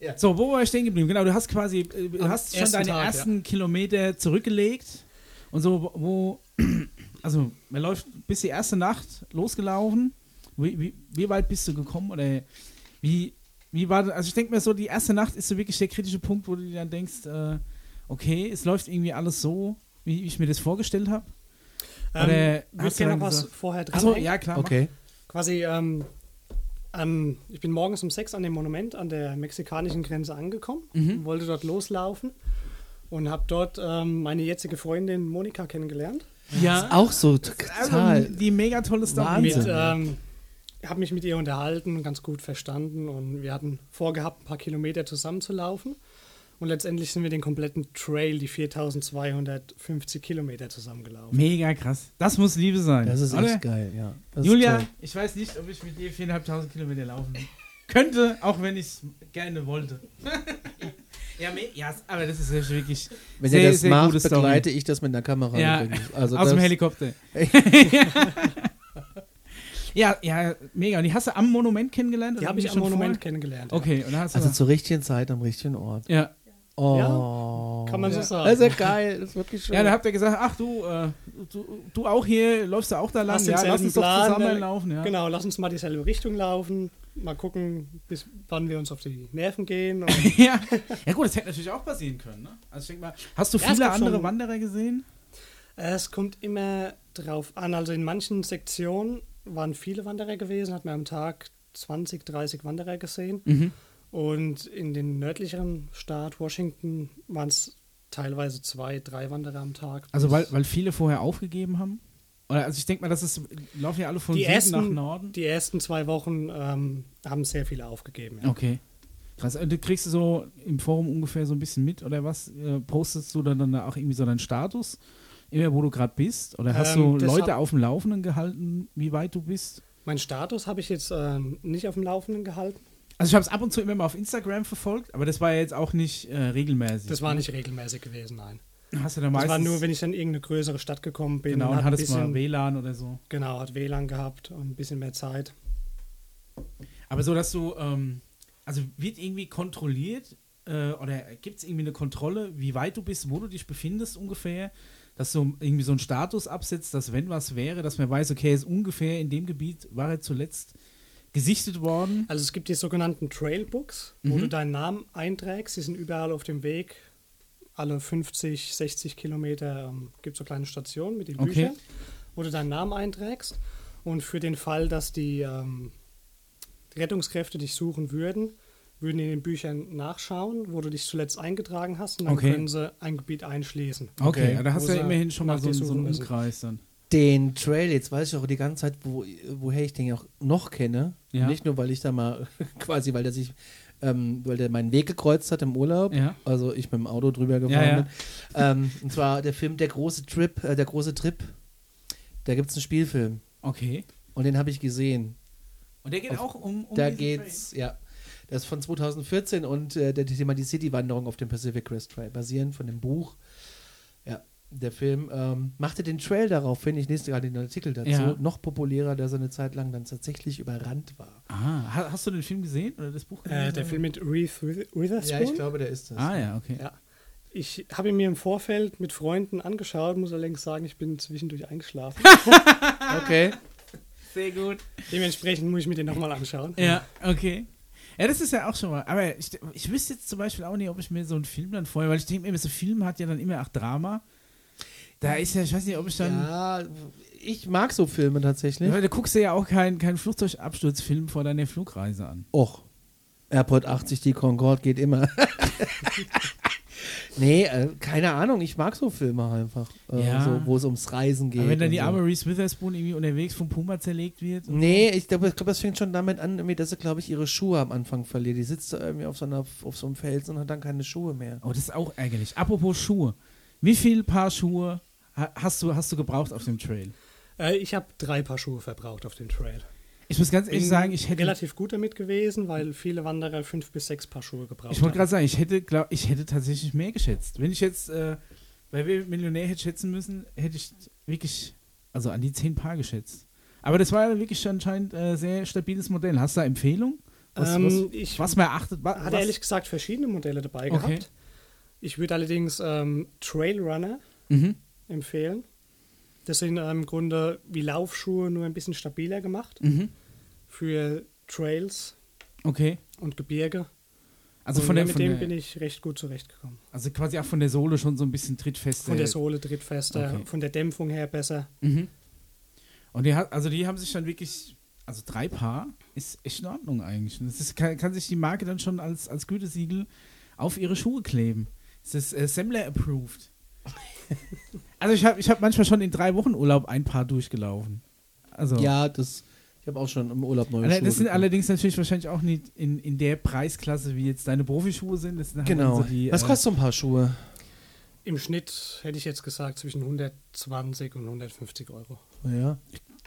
Speaker 2: Ja.
Speaker 1: So, wo war ich stehen geblieben? Genau, du hast quasi, äh, du
Speaker 3: Am
Speaker 1: hast schon
Speaker 3: ersten
Speaker 1: deine
Speaker 3: Tag,
Speaker 1: ersten Kilometer zurückgelegt und so, wo- wo, also man läuft bis die erste Nacht losgelaufen. Wie, wie, wie weit bist du gekommen oder wie, wie war das? Also ich denke mir so, die erste Nacht ist so wirklich der kritische Punkt, wo du dir dann denkst, äh, okay, es läuft irgendwie alles so, wie, wie ich mir das vorgestellt habe. Oder
Speaker 3: Ähm,
Speaker 1: hast
Speaker 3: Würdest
Speaker 1: du
Speaker 3: gerne
Speaker 1: dann
Speaker 3: noch was
Speaker 1: gesagt-
Speaker 3: vorher dran?
Speaker 1: Achso, ja klar. mach.
Speaker 2: Okay.
Speaker 3: Quasi, ähm, an, ich bin morgens um sechs an dem Monument an der mexikanischen Grenze angekommen, wollte dort loslaufen und habe dort ähm, meine jetzige Freundin Monika kennengelernt.
Speaker 1: Ja,
Speaker 2: Auch so
Speaker 1: also
Speaker 2: total.
Speaker 1: die mega tolle Story.
Speaker 2: Wahnsinn.
Speaker 3: Mit, ähm, habe mich mit ihr unterhalten, ganz gut verstanden und wir hatten vorgehabt, ein paar Kilometer zusammen zu laufen. Und letztendlich sind wir den kompletten Trail, die 4250 Kilometer zusammengelaufen.
Speaker 1: Mega krass. Das muss Liebe sein.
Speaker 2: Das ist
Speaker 1: oder?
Speaker 2: echt geil, ja. Das ist
Speaker 1: Julia,
Speaker 2: toll.
Speaker 1: ich weiß nicht, ob ich mit dir 4.500 Kilometer laufen könnte, auch wenn ich es gerne wollte. ja, me- ja, aber das ist echt wirklich
Speaker 2: Wenn
Speaker 1: sehr,
Speaker 2: ihr das
Speaker 1: sehr
Speaker 2: macht,
Speaker 1: gute Story.
Speaker 2: begleite ich das mit einer Kamera.
Speaker 1: Ja.
Speaker 2: übrigens. Also
Speaker 1: aus dem
Speaker 2: das-
Speaker 1: Helikopter. ja, ja, mega. Und die hast du am Monument kennengelernt?
Speaker 3: Die
Speaker 1: oder
Speaker 3: habe ich am
Speaker 1: schon
Speaker 3: Monument kennengelernt.
Speaker 1: vorher? Okay, und da hast du.
Speaker 2: Also zur richtigen Zeit am richtigen Ort.
Speaker 1: ja.
Speaker 2: Oh.
Speaker 3: Kann man
Speaker 1: Ja.
Speaker 3: so sagen.
Speaker 2: Das ist ja geil, das ist wirklich schön.
Speaker 1: ja, da habt ihr gesagt, ach du, äh, du, du auch hier, läufst du auch da lang?
Speaker 3: Hast
Speaker 1: Ja,
Speaker 3: denselben
Speaker 1: lass uns doch
Speaker 3: Plan,
Speaker 1: zusammen
Speaker 3: ne?
Speaker 1: laufen. Ja.
Speaker 3: Genau, lass uns mal dieselbe Richtung laufen. Mal gucken, bis wann wir uns auf die Nerven gehen. Und
Speaker 1: ja. ja, gut, das hätte natürlich auch passieren können. Ne? Also ich denk mal, hast du
Speaker 3: Ja, es
Speaker 1: viele
Speaker 3: gibt
Speaker 1: andere
Speaker 3: schon-
Speaker 1: Wanderer gesehen?
Speaker 3: es kommt immer drauf an. Also in manchen Sektionen waren viele Wanderer gewesen, hat man am Tag 20, 30 Wanderer gesehen.
Speaker 1: Mhm.
Speaker 3: Und in den nördlicheren Staat Washington waren es teilweise zwei, drei Wanderer am Tag.
Speaker 1: Also
Speaker 3: Das-
Speaker 1: weil, weil viele vorher aufgegeben haben? Oder also ich denke mal, das ist, laufen ja alle von
Speaker 3: die
Speaker 1: Süden
Speaker 3: ersten,
Speaker 1: nach Norden.
Speaker 3: die ersten zwei Wochen ähm, haben sehr viele aufgegeben. Ja.
Speaker 1: Okay. Krass. Und äh, Du kriegst so im Forum ungefähr so ein bisschen mit oder was? Äh, Postest du dann, dann auch irgendwie so deinen Status? Immer wo du gerade bist? Oder hast
Speaker 3: Ähm,
Speaker 1: du
Speaker 3: das
Speaker 1: Leute
Speaker 3: hab-
Speaker 1: auf dem Laufenden gehalten, wie weit du bist?
Speaker 3: Mein Status habe ich jetzt ähm, nicht auf dem Laufenden gehalten.
Speaker 1: Also ich habe es ab und zu immer mal auf Instagram verfolgt, aber das war ja jetzt auch nicht äh, regelmäßig.
Speaker 3: Das war nicht regelmäßig gewesen, nein.
Speaker 1: Hast du dann
Speaker 3: Das
Speaker 1: meistens,
Speaker 3: war nur, wenn ich dann in irgendeine größere Stadt gekommen bin.
Speaker 1: genau,
Speaker 3: und
Speaker 1: und
Speaker 3: hat ein
Speaker 1: hattest mal
Speaker 3: bisschen,
Speaker 1: WLAN oder so.
Speaker 3: genau, hat WLAN gehabt und ein bisschen mehr Zeit.
Speaker 1: Aber so, dass du, ähm, also wird irgendwie kontrolliert äh, oder gibt es irgendwie eine Kontrolle, wie weit du bist, wo du dich befindest ungefähr, dass du irgendwie so einen Status absetzt, dass wenn was wäre, dass man weiß, okay, er ist ungefähr in dem Gebiet, war er zuletzt gesichtet worden.
Speaker 3: Also es gibt die sogenannten Trailbooks, wo
Speaker 1: Mhm.
Speaker 3: du deinen Namen einträgst. Die sind überall auf dem Weg. Alle 50, 60 Kilometer ähm, gibt es so kleine Stationen mit den
Speaker 1: Okay.
Speaker 3: Büchern, wo du deinen Namen einträgst. Und für den Fall, dass die ähm, Rettungskräfte dich suchen würden, würden die in den Büchern nachschauen, wo du dich zuletzt eingetragen hast. Und dann
Speaker 1: Okay.
Speaker 3: können sie ein Gebiet einschließen.
Speaker 1: Okay, da hast du ja
Speaker 3: Wo sie
Speaker 1: immerhin schon mal
Speaker 3: nach
Speaker 1: so,
Speaker 3: dir
Speaker 1: so einen
Speaker 3: suchen müssen.
Speaker 1: Umkreis dann.
Speaker 2: den Trail, jetzt weiß ich auch die ganze Zeit, wo, woher ich den auch noch kenne.
Speaker 1: Ja.
Speaker 2: Nicht nur, weil ich da mal quasi, weil der sich, ähm, weil der meinen Weg gekreuzt hat im Urlaub.
Speaker 1: Ja.
Speaker 2: Also ich mit dem Auto drüber gefahren
Speaker 1: Ja, ja.
Speaker 2: bin. Ähm, und zwar der Film Der große Trip, äh, der große Trip. Da gibt es einen Spielfilm.
Speaker 1: Okay.
Speaker 2: Und den habe ich gesehen.
Speaker 1: Und der geht
Speaker 2: Auf-
Speaker 1: auch um, um
Speaker 2: da
Speaker 1: diesen
Speaker 2: geht's, ja. Das ist von 2014 und äh, der Thema die City-Wanderung auf dem Pacific Crest Trail, basierend von dem Buch. Ja, der Film ähm, machte den Trail darauf, finde ich, nächste gerade den Artikel dazu,
Speaker 1: Ja.
Speaker 2: noch populärer, da er eine Zeit lang dann tatsächlich überrannt war.
Speaker 1: Trail. Ah, ha- hast du den Film gesehen oder das Buch
Speaker 3: Äh, der Film mit Reeve With-
Speaker 2: Ja,
Speaker 3: Witherspoon.
Speaker 2: ich glaube, der ist das.
Speaker 1: Ah ja, okay.
Speaker 3: Ja. Ich habe ihn mir im Vorfeld mit Freunden angeschaut, muss allerdings sagen, ich bin zwischendurch eingeschlafen.
Speaker 2: Okay.
Speaker 1: Sehr gut.
Speaker 3: Dementsprechend muss ich mir den nochmal anschauen.
Speaker 1: Ja, okay. Ja, das ist ja auch schon mal. Aber ich, ich wüsste jetzt zum Beispiel auch nicht, ob ich mir so einen Film dann vorher, weil ich denke mir, so Film hat ja dann immer auch Drama. Da ist ja, ich weiß nicht, ob ich dann.
Speaker 2: Ja, ich mag so Filme tatsächlich.
Speaker 1: Weil du guckst dir ja auch keinen keinen Flugzeugabsturzfilm vor deiner Flugreise an.
Speaker 2: Och. Airport 80, die Concorde geht immer. nee, äh, keine Ahnung, ich mag so Filme einfach. Äh,
Speaker 1: Ja.
Speaker 2: so, wo es ums Reisen geht. also.
Speaker 1: Aber wenn dann
Speaker 2: und
Speaker 1: die
Speaker 2: so.
Speaker 1: arme Reese Witherspoon irgendwie unterwegs vom Puma zerlegt wird. und-
Speaker 2: Nee, ich glaube, ich glaub, das fängt schon damit an, irgendwie, dass sie, glaube ich, ihre Schuhe am Anfang verliert. Die sitzt da irgendwie auf so, einer, auf so einem Felsen und hat dann keine Schuhe mehr.
Speaker 1: Oh, das ist auch ärgerlich. Apropos Schuhe. Wie viel Paar Schuhe ha- hast du, hast du gebraucht auf dem Trail?
Speaker 3: Äh, ich habe drei Paar Schuhe verbraucht auf dem Trail.
Speaker 1: Ich muss ganz ehrlich sagen, ich hätte.
Speaker 3: relativ gut damit gewesen, weil viele Wanderer fünf bis sechs Paar Schuhe gebraucht
Speaker 1: Ich wollte
Speaker 3: haben.
Speaker 1: gerade sagen, ich hätte, glaub, ich hätte tatsächlich mehr geschätzt. Wenn ich jetzt äh, bei Wer wird Millionär hätte schätzen müssen, hätte ich wirklich, also an die 10 Paar geschätzt. Aber das war ja wirklich anscheinend äh, sehr stabiles Modell. Hast du da Empfehlung? Was,
Speaker 3: Ähm,
Speaker 1: was,
Speaker 3: ich
Speaker 1: was man erachtet? Wa,
Speaker 3: hatte
Speaker 1: was?
Speaker 3: ehrlich gesagt verschiedene Modelle dabei
Speaker 1: Okay.
Speaker 3: gehabt. Ich würde allerdings ähm, Trailrunner
Speaker 1: Mhm.
Speaker 3: empfehlen. Das sind ähm, im Grunde wie Laufschuhe nur ein bisschen stabiler gemacht
Speaker 1: Mhm.
Speaker 3: für Trails.
Speaker 1: Okay.
Speaker 3: und Gebirge.
Speaker 1: Also
Speaker 3: und
Speaker 1: von der,
Speaker 3: mit
Speaker 1: von
Speaker 3: dem
Speaker 1: der
Speaker 3: bin ich recht gut zurechtgekommen.
Speaker 1: also quasi auch von der Sohle schon so ein bisschen trittfeste.
Speaker 3: Von der Sohle drittfester,
Speaker 1: okay.
Speaker 3: von der Dämpfung her besser.
Speaker 1: Mhm. Und die, hat- also die haben sich dann wirklich, also drei Paar ist echt in Ordnung eigentlich. Und Das ist, kann, kann sich die Marke dann schon als, als Gütesiegel auf ihre Schuhe kleben. Es ist äh, Semmler approved. also ich habe ich hab manchmal schon in drei Wochen Urlaub ein Paar durchgelaufen. Also,
Speaker 2: Ja, das. Ich habe auch schon im Urlaub neue
Speaker 1: Alle-
Speaker 2: Schuhe
Speaker 1: das sind
Speaker 2: gekauft.
Speaker 1: allerdings natürlich wahrscheinlich auch nicht in, in der Preisklasse, wie jetzt deine Profischuhe sind. Das sind halt
Speaker 2: Genau.
Speaker 1: So die,
Speaker 2: Was
Speaker 1: äh,
Speaker 2: kostet so ein paar Schuhe?
Speaker 3: Im Schnitt hätte ich jetzt gesagt zwischen 120 und 150 Euro.
Speaker 2: Oh Ja,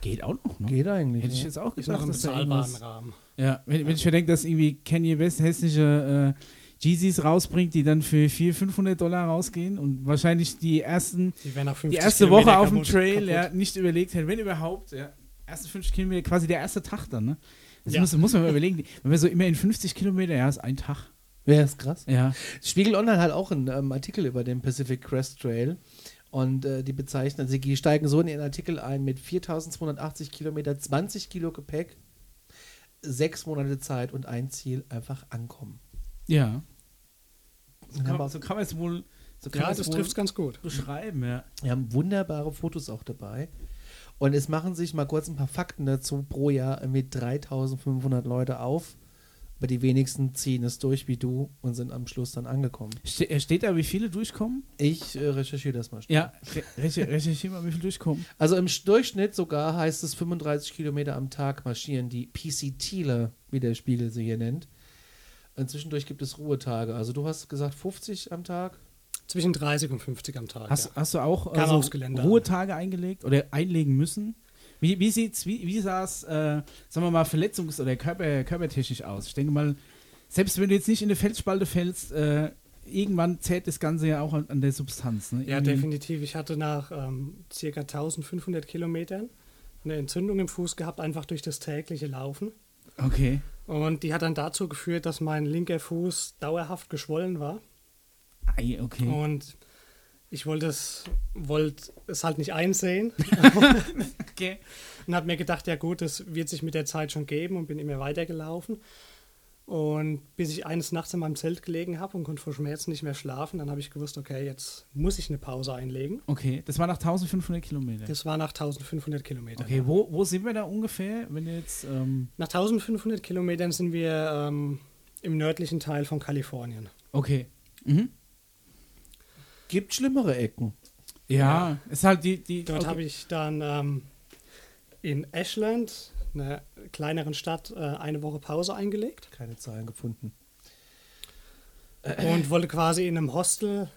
Speaker 1: Geht auch noch, ne?
Speaker 2: geht eigentlich.
Speaker 1: Hätte ich
Speaker 2: ja.
Speaker 1: jetzt auch
Speaker 3: Ist noch
Speaker 1: gedacht,
Speaker 3: im
Speaker 1: dass da
Speaker 3: bezahlbaren
Speaker 1: irgendwas...
Speaker 3: Rahmen.
Speaker 1: Ja, wenn, wenn ich mir denke, dass irgendwie Kanye West hässliche äh, Yeezys rausbringt, die dann für 400, 500 Dollar rausgehen und wahrscheinlich die ersten,
Speaker 3: Die wären nach 50
Speaker 1: die erste
Speaker 3: Kilometer
Speaker 1: Woche auf dem
Speaker 3: kaputt-
Speaker 1: Trail ja,
Speaker 3: kaputt.
Speaker 1: nicht überlegt hätte, wenn überhaupt, ja, erste 50 Kilometer, quasi der erste Tag dann, ne? Das
Speaker 3: Ja.
Speaker 1: muss, muss man mal überlegen. Wenn wir so immer in 50 Kilometer, ja, ist ein Tag.
Speaker 2: Wäre das krass.
Speaker 1: Ja.
Speaker 2: Spiegel Online hat auch einen ähm, Artikel über den Pacific Crest Trail. Und äh, die bezeichnen, sie die steigen so in ihren Artikel ein mit 4280 Kilometer, 20 Kilo Gepäck, sechs Monate Zeit und ein Ziel, einfach ankommen.
Speaker 1: Ja. So
Speaker 2: Wir
Speaker 1: kann,
Speaker 2: haben,
Speaker 1: so kann man es wohl, so kann
Speaker 3: Ja,
Speaker 1: man's
Speaker 3: das
Speaker 1: wohl
Speaker 3: trifft es ganz gut.
Speaker 1: beschreiben, ja.
Speaker 2: wir haben wunderbare Fotos auch dabei. Und es machen sich mal kurz ein paar Fakten dazu pro Jahr mit 3500 Leute auf. Aber die wenigsten ziehen es durch wie du und sind am Schluss dann angekommen.
Speaker 1: Ste äh, steht da, wie viele durchkommen?
Speaker 2: Ich äh, recherchiere das mal schnell.
Speaker 1: Ja, re recher- recherchier mal, wie viele durchkommen.
Speaker 2: Also im Durchschnitt sogar heißt es 35 Kilometer am Tag marschieren die PC-Tealer, wie der Spiegel sie hier nennt. Und zwischendurch gibt es Ruhetage. Also du hast gesagt 50 am Tag.
Speaker 3: Zwischen 30 und 50 am Tag.
Speaker 1: Hast,
Speaker 3: ja.
Speaker 1: hast du auch
Speaker 3: Kam
Speaker 1: äh, so
Speaker 3: aufs Gelände an.
Speaker 1: Ruhetage eingelegt oder einlegen müssen? Wie, wie sieht's, wie, wie sah es, äh, sagen wir mal, verletzungs- oder körper, körpertechnisch aus? Ich denke mal, selbst wenn du jetzt nicht in eine Felsspalte fällst, äh, irgendwann zählt das Ganze ja auch an, an der Substanz. Ne?
Speaker 3: Ja,
Speaker 1: Irgendwie-
Speaker 3: definitiv. Ich hatte nach ähm, circa 1500 Kilometern eine Entzündung im Fuß gehabt, einfach durch das tägliche Laufen.
Speaker 1: Okay.
Speaker 3: Und die hat dann dazu geführt, dass mein linker Fuß dauerhaft geschwollen war.
Speaker 1: Ei, okay.
Speaker 3: Und ich wollte es, wollte es halt nicht einsehen
Speaker 1: okay.
Speaker 3: und habe mir gedacht, ja gut, das wird sich mit der Zeit schon geben und bin immer weitergelaufen. Und bis ich eines Nachts in meinem Zelt gelegen habe und konnte vor Schmerzen nicht mehr schlafen, dann habe ich gewusst, okay, jetzt muss ich eine Pause einlegen.
Speaker 1: Okay, das war nach 1500 Kilometern.
Speaker 3: Das war nach 1500 Kilometern.
Speaker 1: Okay, wo, wo sind wir da ungefähr, wenn du jetzt... Ähm,
Speaker 3: Nach 1500 Kilometern sind wir ähm, im nördlichen Teil von Kalifornien.
Speaker 1: okay. Mhm.
Speaker 2: Gibt schlimmere Ecken.
Speaker 1: Ja, ist halt die... die
Speaker 3: Dort
Speaker 1: okay.
Speaker 3: habe ich dann ähm, in Ashland, einer kleineren Stadt, äh, eine Woche Pause eingelegt
Speaker 2: Keine Zahlen gefunden.
Speaker 3: und wollte quasi in einem Hostel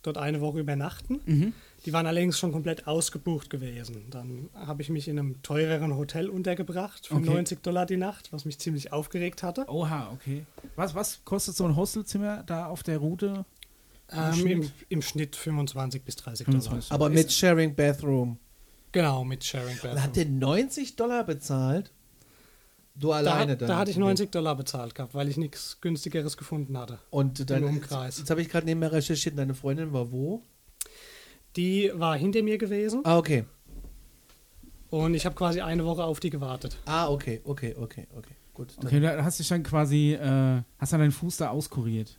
Speaker 3: dort eine Woche übernachten.
Speaker 1: Mhm.
Speaker 3: Die waren allerdings schon komplett ausgebucht gewesen. Dann habe ich mich in einem teureren Hotel untergebracht für
Speaker 1: Okay.
Speaker 3: 90 Dollar die Nacht, was mich ziemlich aufgeregt hatte.
Speaker 1: Oha, okay. Was, was kostet so ein Hostelzimmer da auf der Route?
Speaker 3: Ähm, im,
Speaker 1: Schnitt?
Speaker 3: Im Schnitt 25 bis 30
Speaker 1: 25.
Speaker 3: Dollar.
Speaker 2: Aber mit Sharing Bathroom.
Speaker 3: Genau, mit Sharing Bathroom.
Speaker 2: Und habt ihr 90 Dollar bezahlt? Du alleine
Speaker 3: da,
Speaker 2: dann.
Speaker 3: da hatte ich 90 Dollar bezahlt gehabt, weil ich nichts günstigeres gefunden hatte.
Speaker 2: Und dann,
Speaker 3: im Umkreis.
Speaker 2: Jetzt habe ich gerade nebenher recherchiert, deine Freundin war wo?
Speaker 3: Die war hinter mir gewesen
Speaker 2: Ah, okay.
Speaker 3: und ich habe quasi eine Woche auf die gewartet.
Speaker 2: Ah, okay, okay, okay, okay. Gut. dann-
Speaker 1: Okay, da hast du dich dann quasi, äh, hast dann deinen Fuß da auskuriert.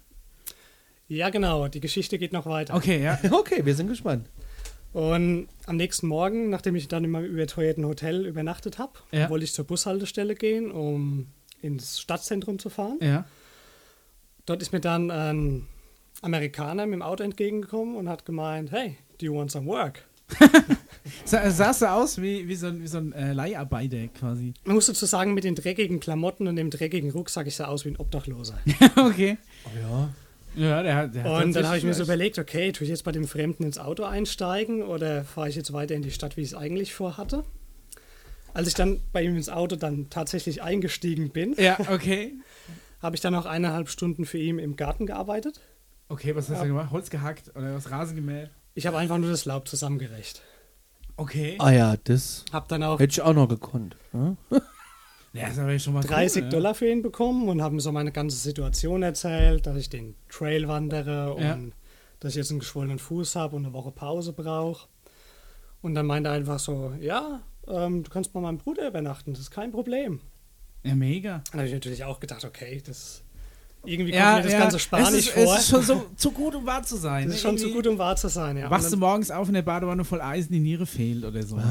Speaker 3: Ja, genau, die Geschichte geht noch weiter.
Speaker 1: Okay, ja.
Speaker 2: okay, wir sind gespannt.
Speaker 3: Und am nächsten Morgen, nachdem ich dann in meinem überteuerten Hotel übernachtet habe,
Speaker 1: Ja.
Speaker 3: wollte ich zur Bushaltestelle gehen, um ins Stadtzentrum zu fahren.
Speaker 1: ja.
Speaker 3: Dort ist mir dann ein Amerikaner mit dem Auto entgegengekommen und hat gemeint, hey, do you want some work?
Speaker 1: Sa äh, sahst du aus wie, wie so ein, wie so ein äh, Leiharbeiter quasi.
Speaker 3: Man muss dazu sagen, mit den dreckigen Klamotten und dem dreckigen Rucksack, ich sah aus wie ein Obdachloser.
Speaker 1: okay.
Speaker 2: Oh ja.
Speaker 1: Ja, der hat. Der hat
Speaker 3: Und dann
Speaker 1: tatsächlich
Speaker 3: habe ich mir so
Speaker 1: recht.
Speaker 3: überlegt, okay, tue ich jetzt bei dem Fremden ins Auto einsteigen oder fahre ich jetzt weiter in die Stadt, wie ich es eigentlich vorhatte? Als ich dann bei ihm ins Auto dann tatsächlich eingestiegen bin,
Speaker 1: Ja, okay.
Speaker 3: habe ich dann auch eineinhalb Stunden für ihn im Garten gearbeitet.
Speaker 1: Okay, was hast du gemacht? Holz gehackt oder was Rasen gemäht?
Speaker 3: Ich habe einfach nur das Laub zusammengerecht.
Speaker 1: Okay.
Speaker 2: Ah ja, das
Speaker 3: Habe dann auch
Speaker 2: hätte ich auch noch gekonnt. ne? Ja?
Speaker 1: Ja, das ist aber schon mal cool,
Speaker 3: 30
Speaker 1: ne?
Speaker 3: Dollar für ihn bekommen und haben so meine ganze Situation erzählt, dass ich den Trail wandere und
Speaker 1: Ja.
Speaker 3: dass ich jetzt einen geschwollenen Fuß habe und eine Woche Pause brauche. Und dann meinte er einfach so, ja, ähm, du kannst bei meinem Bruder übernachten, das ist kein Problem.
Speaker 1: Ja, mega.
Speaker 3: Dann habe ich natürlich auch gedacht, okay, das irgendwie kommt
Speaker 1: ja,
Speaker 3: mir das
Speaker 1: ja.
Speaker 3: Ganze spanisch
Speaker 1: es ist,
Speaker 3: vor.
Speaker 1: Es ist schon so, zu gut, um wahr zu sein.
Speaker 3: das ist schon zu
Speaker 1: Irgendwie
Speaker 3: gut, um wahr zu sein, ja.
Speaker 1: Wachst du
Speaker 3: Und
Speaker 1: morgens auf in der Badewanne voll Eisen, die Niere fehlt oder sowas.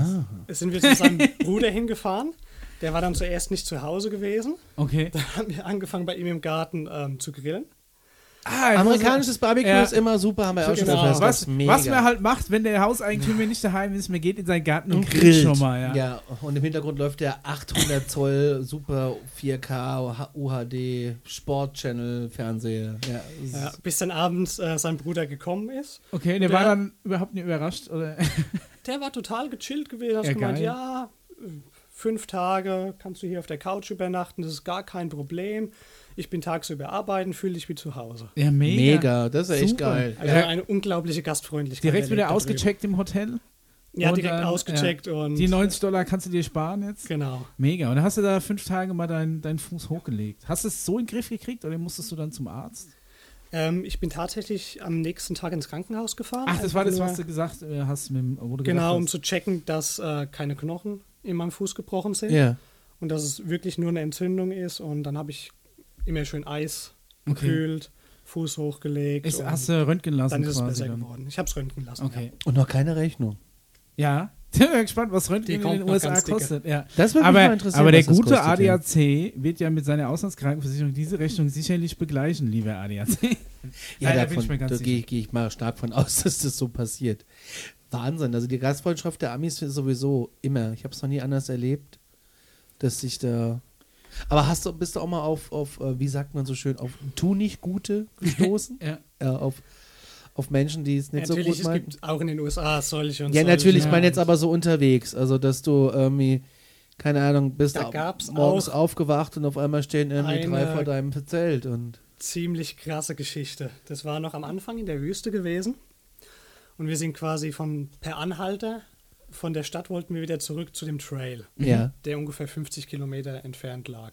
Speaker 3: dann sind wir zu seinem Bruder hingefahren. Der war dann zuerst nicht zu Hause gewesen.
Speaker 1: Okay.
Speaker 3: Dann haben wir angefangen, bei ihm im Garten ähm, zu grillen.
Speaker 1: Ah,
Speaker 2: Amerikanisches Barbecue
Speaker 1: Ja.
Speaker 2: ist immer super, haben wir ja auch schon
Speaker 3: Genau.
Speaker 2: erfahren.
Speaker 1: was,
Speaker 2: Das ist mega.
Speaker 1: was man halt macht, wenn der Hauseigentümer nicht daheim ist, man geht in seinen Garten und, grillt,
Speaker 2: grillt.
Speaker 1: schon mal. Ja.
Speaker 2: ja, und im Hintergrund läuft der 800 Zoll Super 4K UHD Sport Channel Fernseher. Ja, es
Speaker 3: Ja,
Speaker 2: ist-
Speaker 3: bis dann abends äh, sein Bruder gekommen ist.
Speaker 1: Okay, der,
Speaker 3: Der-
Speaker 1: war dann überhaupt nicht überrascht. Oder?
Speaker 3: Der war total gechillt gewesen. Hat
Speaker 1: Ja,
Speaker 3: gemeint,
Speaker 1: geil.
Speaker 3: ja, äh, fünf Tage kannst du hier auf der Couch übernachten. Das ist gar kein Problem. Ich bin tagsüber arbeiten, fühle dich wie zu Hause.
Speaker 1: Ja,
Speaker 2: mega. das ist echt
Speaker 1: Super.
Speaker 2: geil.
Speaker 3: Also
Speaker 1: Ja.
Speaker 3: eine unglaubliche Gastfreundlichkeit.
Speaker 1: Direkt wieder
Speaker 3: erlebt darüber.
Speaker 1: ausgecheckt im Hotel.
Speaker 3: Ja,
Speaker 1: und
Speaker 3: direkt
Speaker 1: dann,
Speaker 3: ausgecheckt und.
Speaker 1: Die 90 Dollar kannst du dir sparen jetzt.
Speaker 3: Genau.
Speaker 1: Mega. Und dann hast du da fünf Tage mal deinen deinen Fuß hochgelegt. Hast du es so in den Griff gekriegt oder musstest du dann zum Arzt?
Speaker 3: Ähm, ich bin tatsächlich am nächsten Tag ins Krankenhaus gefahren.
Speaker 1: Ach, das war das,
Speaker 3: Nur-
Speaker 1: was du gesagt äh, hast, mit, dem- wo du
Speaker 3: Oh, Genau, um
Speaker 1: gesagt hast.
Speaker 3: zu checken, dass äh, keine Knochen in meinem Fuß gebrochen sind
Speaker 2: Ja.
Speaker 3: und dass es wirklich nur eine Entzündung ist. Und dann habe ich immer schön Eis
Speaker 1: Okay.
Speaker 3: gekühlt, Fuß hochgelegt.
Speaker 1: Ist,
Speaker 3: und
Speaker 1: hast du röntgen lassen
Speaker 3: dann ist es
Speaker 1: quasi
Speaker 3: besser
Speaker 1: dann.
Speaker 3: geworden. Ich habe es röntgen lassen.
Speaker 1: Okay.
Speaker 2: Und noch keine Rechnung.
Speaker 1: Ja. Ich bin gespannt, was Röntgen
Speaker 3: Die
Speaker 1: in
Speaker 3: kommt
Speaker 1: den
Speaker 3: noch
Speaker 1: USA
Speaker 3: ganz dicke.
Speaker 1: kostet. Ja.
Speaker 2: Das würde mich
Speaker 1: aber,
Speaker 2: mal interessieren,
Speaker 1: aber der
Speaker 2: was das
Speaker 1: gute
Speaker 2: kostet, ja.
Speaker 1: ADAC wird ja mit seiner Auslandskrankenversicherung diese Rechnung sicherlich begleichen, lieber ADAC.
Speaker 2: Ja,
Speaker 1: Nein, da bin
Speaker 2: davon,
Speaker 1: ich mir ganz
Speaker 2: da
Speaker 1: sicher.
Speaker 2: gehe ich, gehe ich mal stark von aus, dass das so passiert. Wahnsinn. Also die Gastfreundschaft der Amis ist sowieso immer. Ich habe es noch nie anders erlebt, dass ich da. Aber hast du, bist du auch mal auf, auf, äh, wie sagt man so schön, auf tu nicht Gute gestoßen?
Speaker 1: Ja.
Speaker 2: äh, auf, auf Menschen, die es nicht
Speaker 3: Natürlich,
Speaker 2: so gut
Speaker 3: es
Speaker 2: meinen?
Speaker 3: gibt auch in den USA solche und
Speaker 2: Ja,
Speaker 3: solche.
Speaker 2: natürlich, ich
Speaker 1: ja.
Speaker 2: meine jetzt aber so unterwegs. Also, dass du irgendwie, keine Ahnung, bist
Speaker 3: Da
Speaker 2: ab-
Speaker 3: gab's
Speaker 2: morgens
Speaker 3: auch
Speaker 2: aufgewacht und auf einmal stehen irgendwie drei
Speaker 3: eine-
Speaker 2: vor deinem Zelt und.
Speaker 3: ziemlich krasse Geschichte. Das war noch am Anfang in der Wüste gewesen. Und wir sind quasi von per Anhalter von der Stadt wollten wir wieder zurück zu dem Trail,
Speaker 2: Ja,
Speaker 3: der ungefähr 50 Kilometer entfernt lag.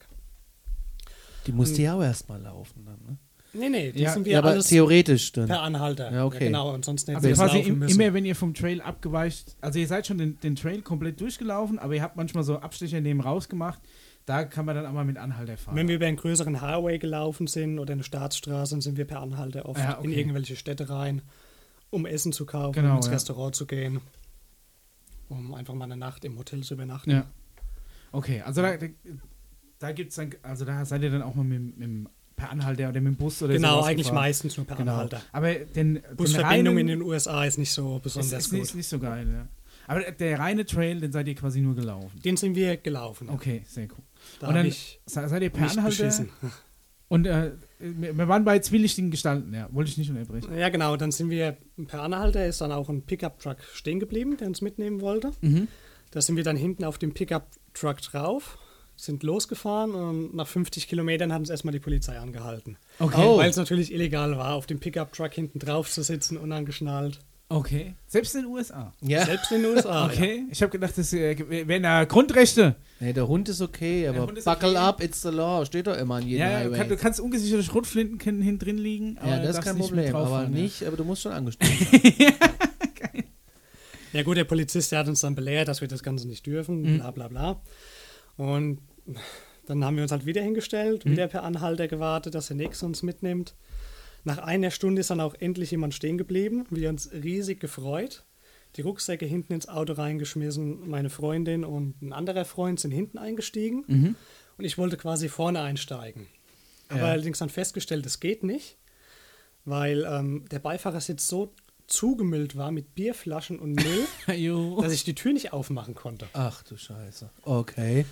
Speaker 2: die musste ja auch erstmal laufen dann, ne?
Speaker 3: Nee, nee, die
Speaker 1: Hm. Ja,
Speaker 3: sind wir
Speaker 2: Ja, aber
Speaker 3: alles
Speaker 2: theoretisch dann.
Speaker 3: per Anhalter.
Speaker 2: Also Ja, okay.
Speaker 3: genau, und sonst hätten
Speaker 1: Also
Speaker 3: wir es
Speaker 1: quasi
Speaker 3: laufen
Speaker 1: im,
Speaker 3: müssen.
Speaker 1: immer, wenn ihr vom Trail abgeweicht, also ihr seid schon den, den Trail komplett durchgelaufen, aber ihr habt manchmal so Abstecher neben raus gemacht. Da kann man dann auch mal mit Anhalter fahren.
Speaker 3: Wenn wir über einen größeren Highway gelaufen sind oder eine Staatsstraße, dann sind wir per Anhalter oft
Speaker 1: Ja,
Speaker 3: in
Speaker 1: okay.
Speaker 3: irgendwelche Städte rein, um Essen zu kaufen,
Speaker 1: Genau,
Speaker 3: um ins
Speaker 1: ja.
Speaker 3: Restaurant zu gehen, um einfach mal eine Nacht im Hotel zu übernachten.
Speaker 1: Ja. Okay, also da, da, da gibt's dann, also da seid ihr dann auch mal mit, dem- mit dem per Anhalter oder mit dem Bus oder
Speaker 3: Genau,
Speaker 1: sowas
Speaker 3: eigentlich
Speaker 1: gefahren.
Speaker 3: meistens nur per
Speaker 1: Genau.
Speaker 3: Anhalter.
Speaker 1: Aber den, den
Speaker 3: Busverbindung
Speaker 1: reinen-
Speaker 3: in den USA ist nicht so
Speaker 1: ist,
Speaker 3: besonders
Speaker 1: ist,
Speaker 3: gut.
Speaker 1: nicht, nicht so geil, ja. Aber der- der reine Trail, den seid ihr quasi nur gelaufen.
Speaker 3: Den sind wir gelaufen.
Speaker 1: Okay, sehr cool.
Speaker 3: Da
Speaker 1: und
Speaker 3: hab
Speaker 1: dann
Speaker 3: ich
Speaker 1: se- seid ihr per
Speaker 3: mich
Speaker 1: Anhalter
Speaker 3: beschissen.
Speaker 1: und äh, wir wir waren bei zwielichtigen Gestalten, ja, wollte ich nicht unterbrechen.
Speaker 3: Ja, genau. Dann sind wir per Anhalter, ist dann auch ein Pickup-Truck stehen geblieben, der uns mitnehmen wollte.
Speaker 1: Mhm.
Speaker 3: Da sind wir dann hinten auf dem Pickup-Truck drauf, sind losgefahren und nach 50 Kilometern hat uns erstmal die Polizei angehalten.
Speaker 1: Okay.
Speaker 2: Oh.
Speaker 3: Weil es natürlich illegal war, auf dem Pickup-Truck hinten drauf zu sitzen, unangeschnallt.
Speaker 1: Okay. Selbst in den USA.
Speaker 2: Ah, Ja.
Speaker 3: Selbst in den USA.
Speaker 1: Okay. Ich habe gedacht, das äh, ge- wären da Grundrechte.
Speaker 2: Nee, der Hund ist okay, aber
Speaker 1: Hund ist
Speaker 2: buckle
Speaker 1: okay.
Speaker 2: up, it's the law. Steht doch immer an jedem
Speaker 1: Ja, du,
Speaker 2: Highway.
Speaker 1: kann, du kannst ungesicherte Schrotflinten können hinten drin liegen.
Speaker 2: Genau, ja, das ist
Speaker 1: darfst
Speaker 2: kein
Speaker 1: nicht mit
Speaker 2: Problem,
Speaker 1: drauf
Speaker 2: aber
Speaker 1: fahren, ja.
Speaker 2: nicht, aber du musst schon angestellt sein.
Speaker 3: Ja gut, der Polizist, der hat uns dann belehrt, dass wir das Ganze nicht dürfen, bla bla bla. Und dann haben wir uns halt wieder hingestellt, wieder per Anhalter gewartet, dass der Nächste uns mitnimmt. Nach einer Stunde ist dann auch endlich jemand stehen geblieben. Wir uns riesig gefreut. Die Rucksäcke hinten ins Auto reingeschmissen. Meine Freundin und ein anderer Freund sind hinten eingestiegen. Und ich wollte quasi vorne einsteigen. Aber allerdings dann festgestellt, es geht nicht, weil ähm, der Beifahrersitz so zugemüllt war mit Bierflaschen und Müll,
Speaker 1: Jo.
Speaker 3: dass ich die Tür nicht aufmachen konnte.
Speaker 2: Ach du Scheiße. Okay.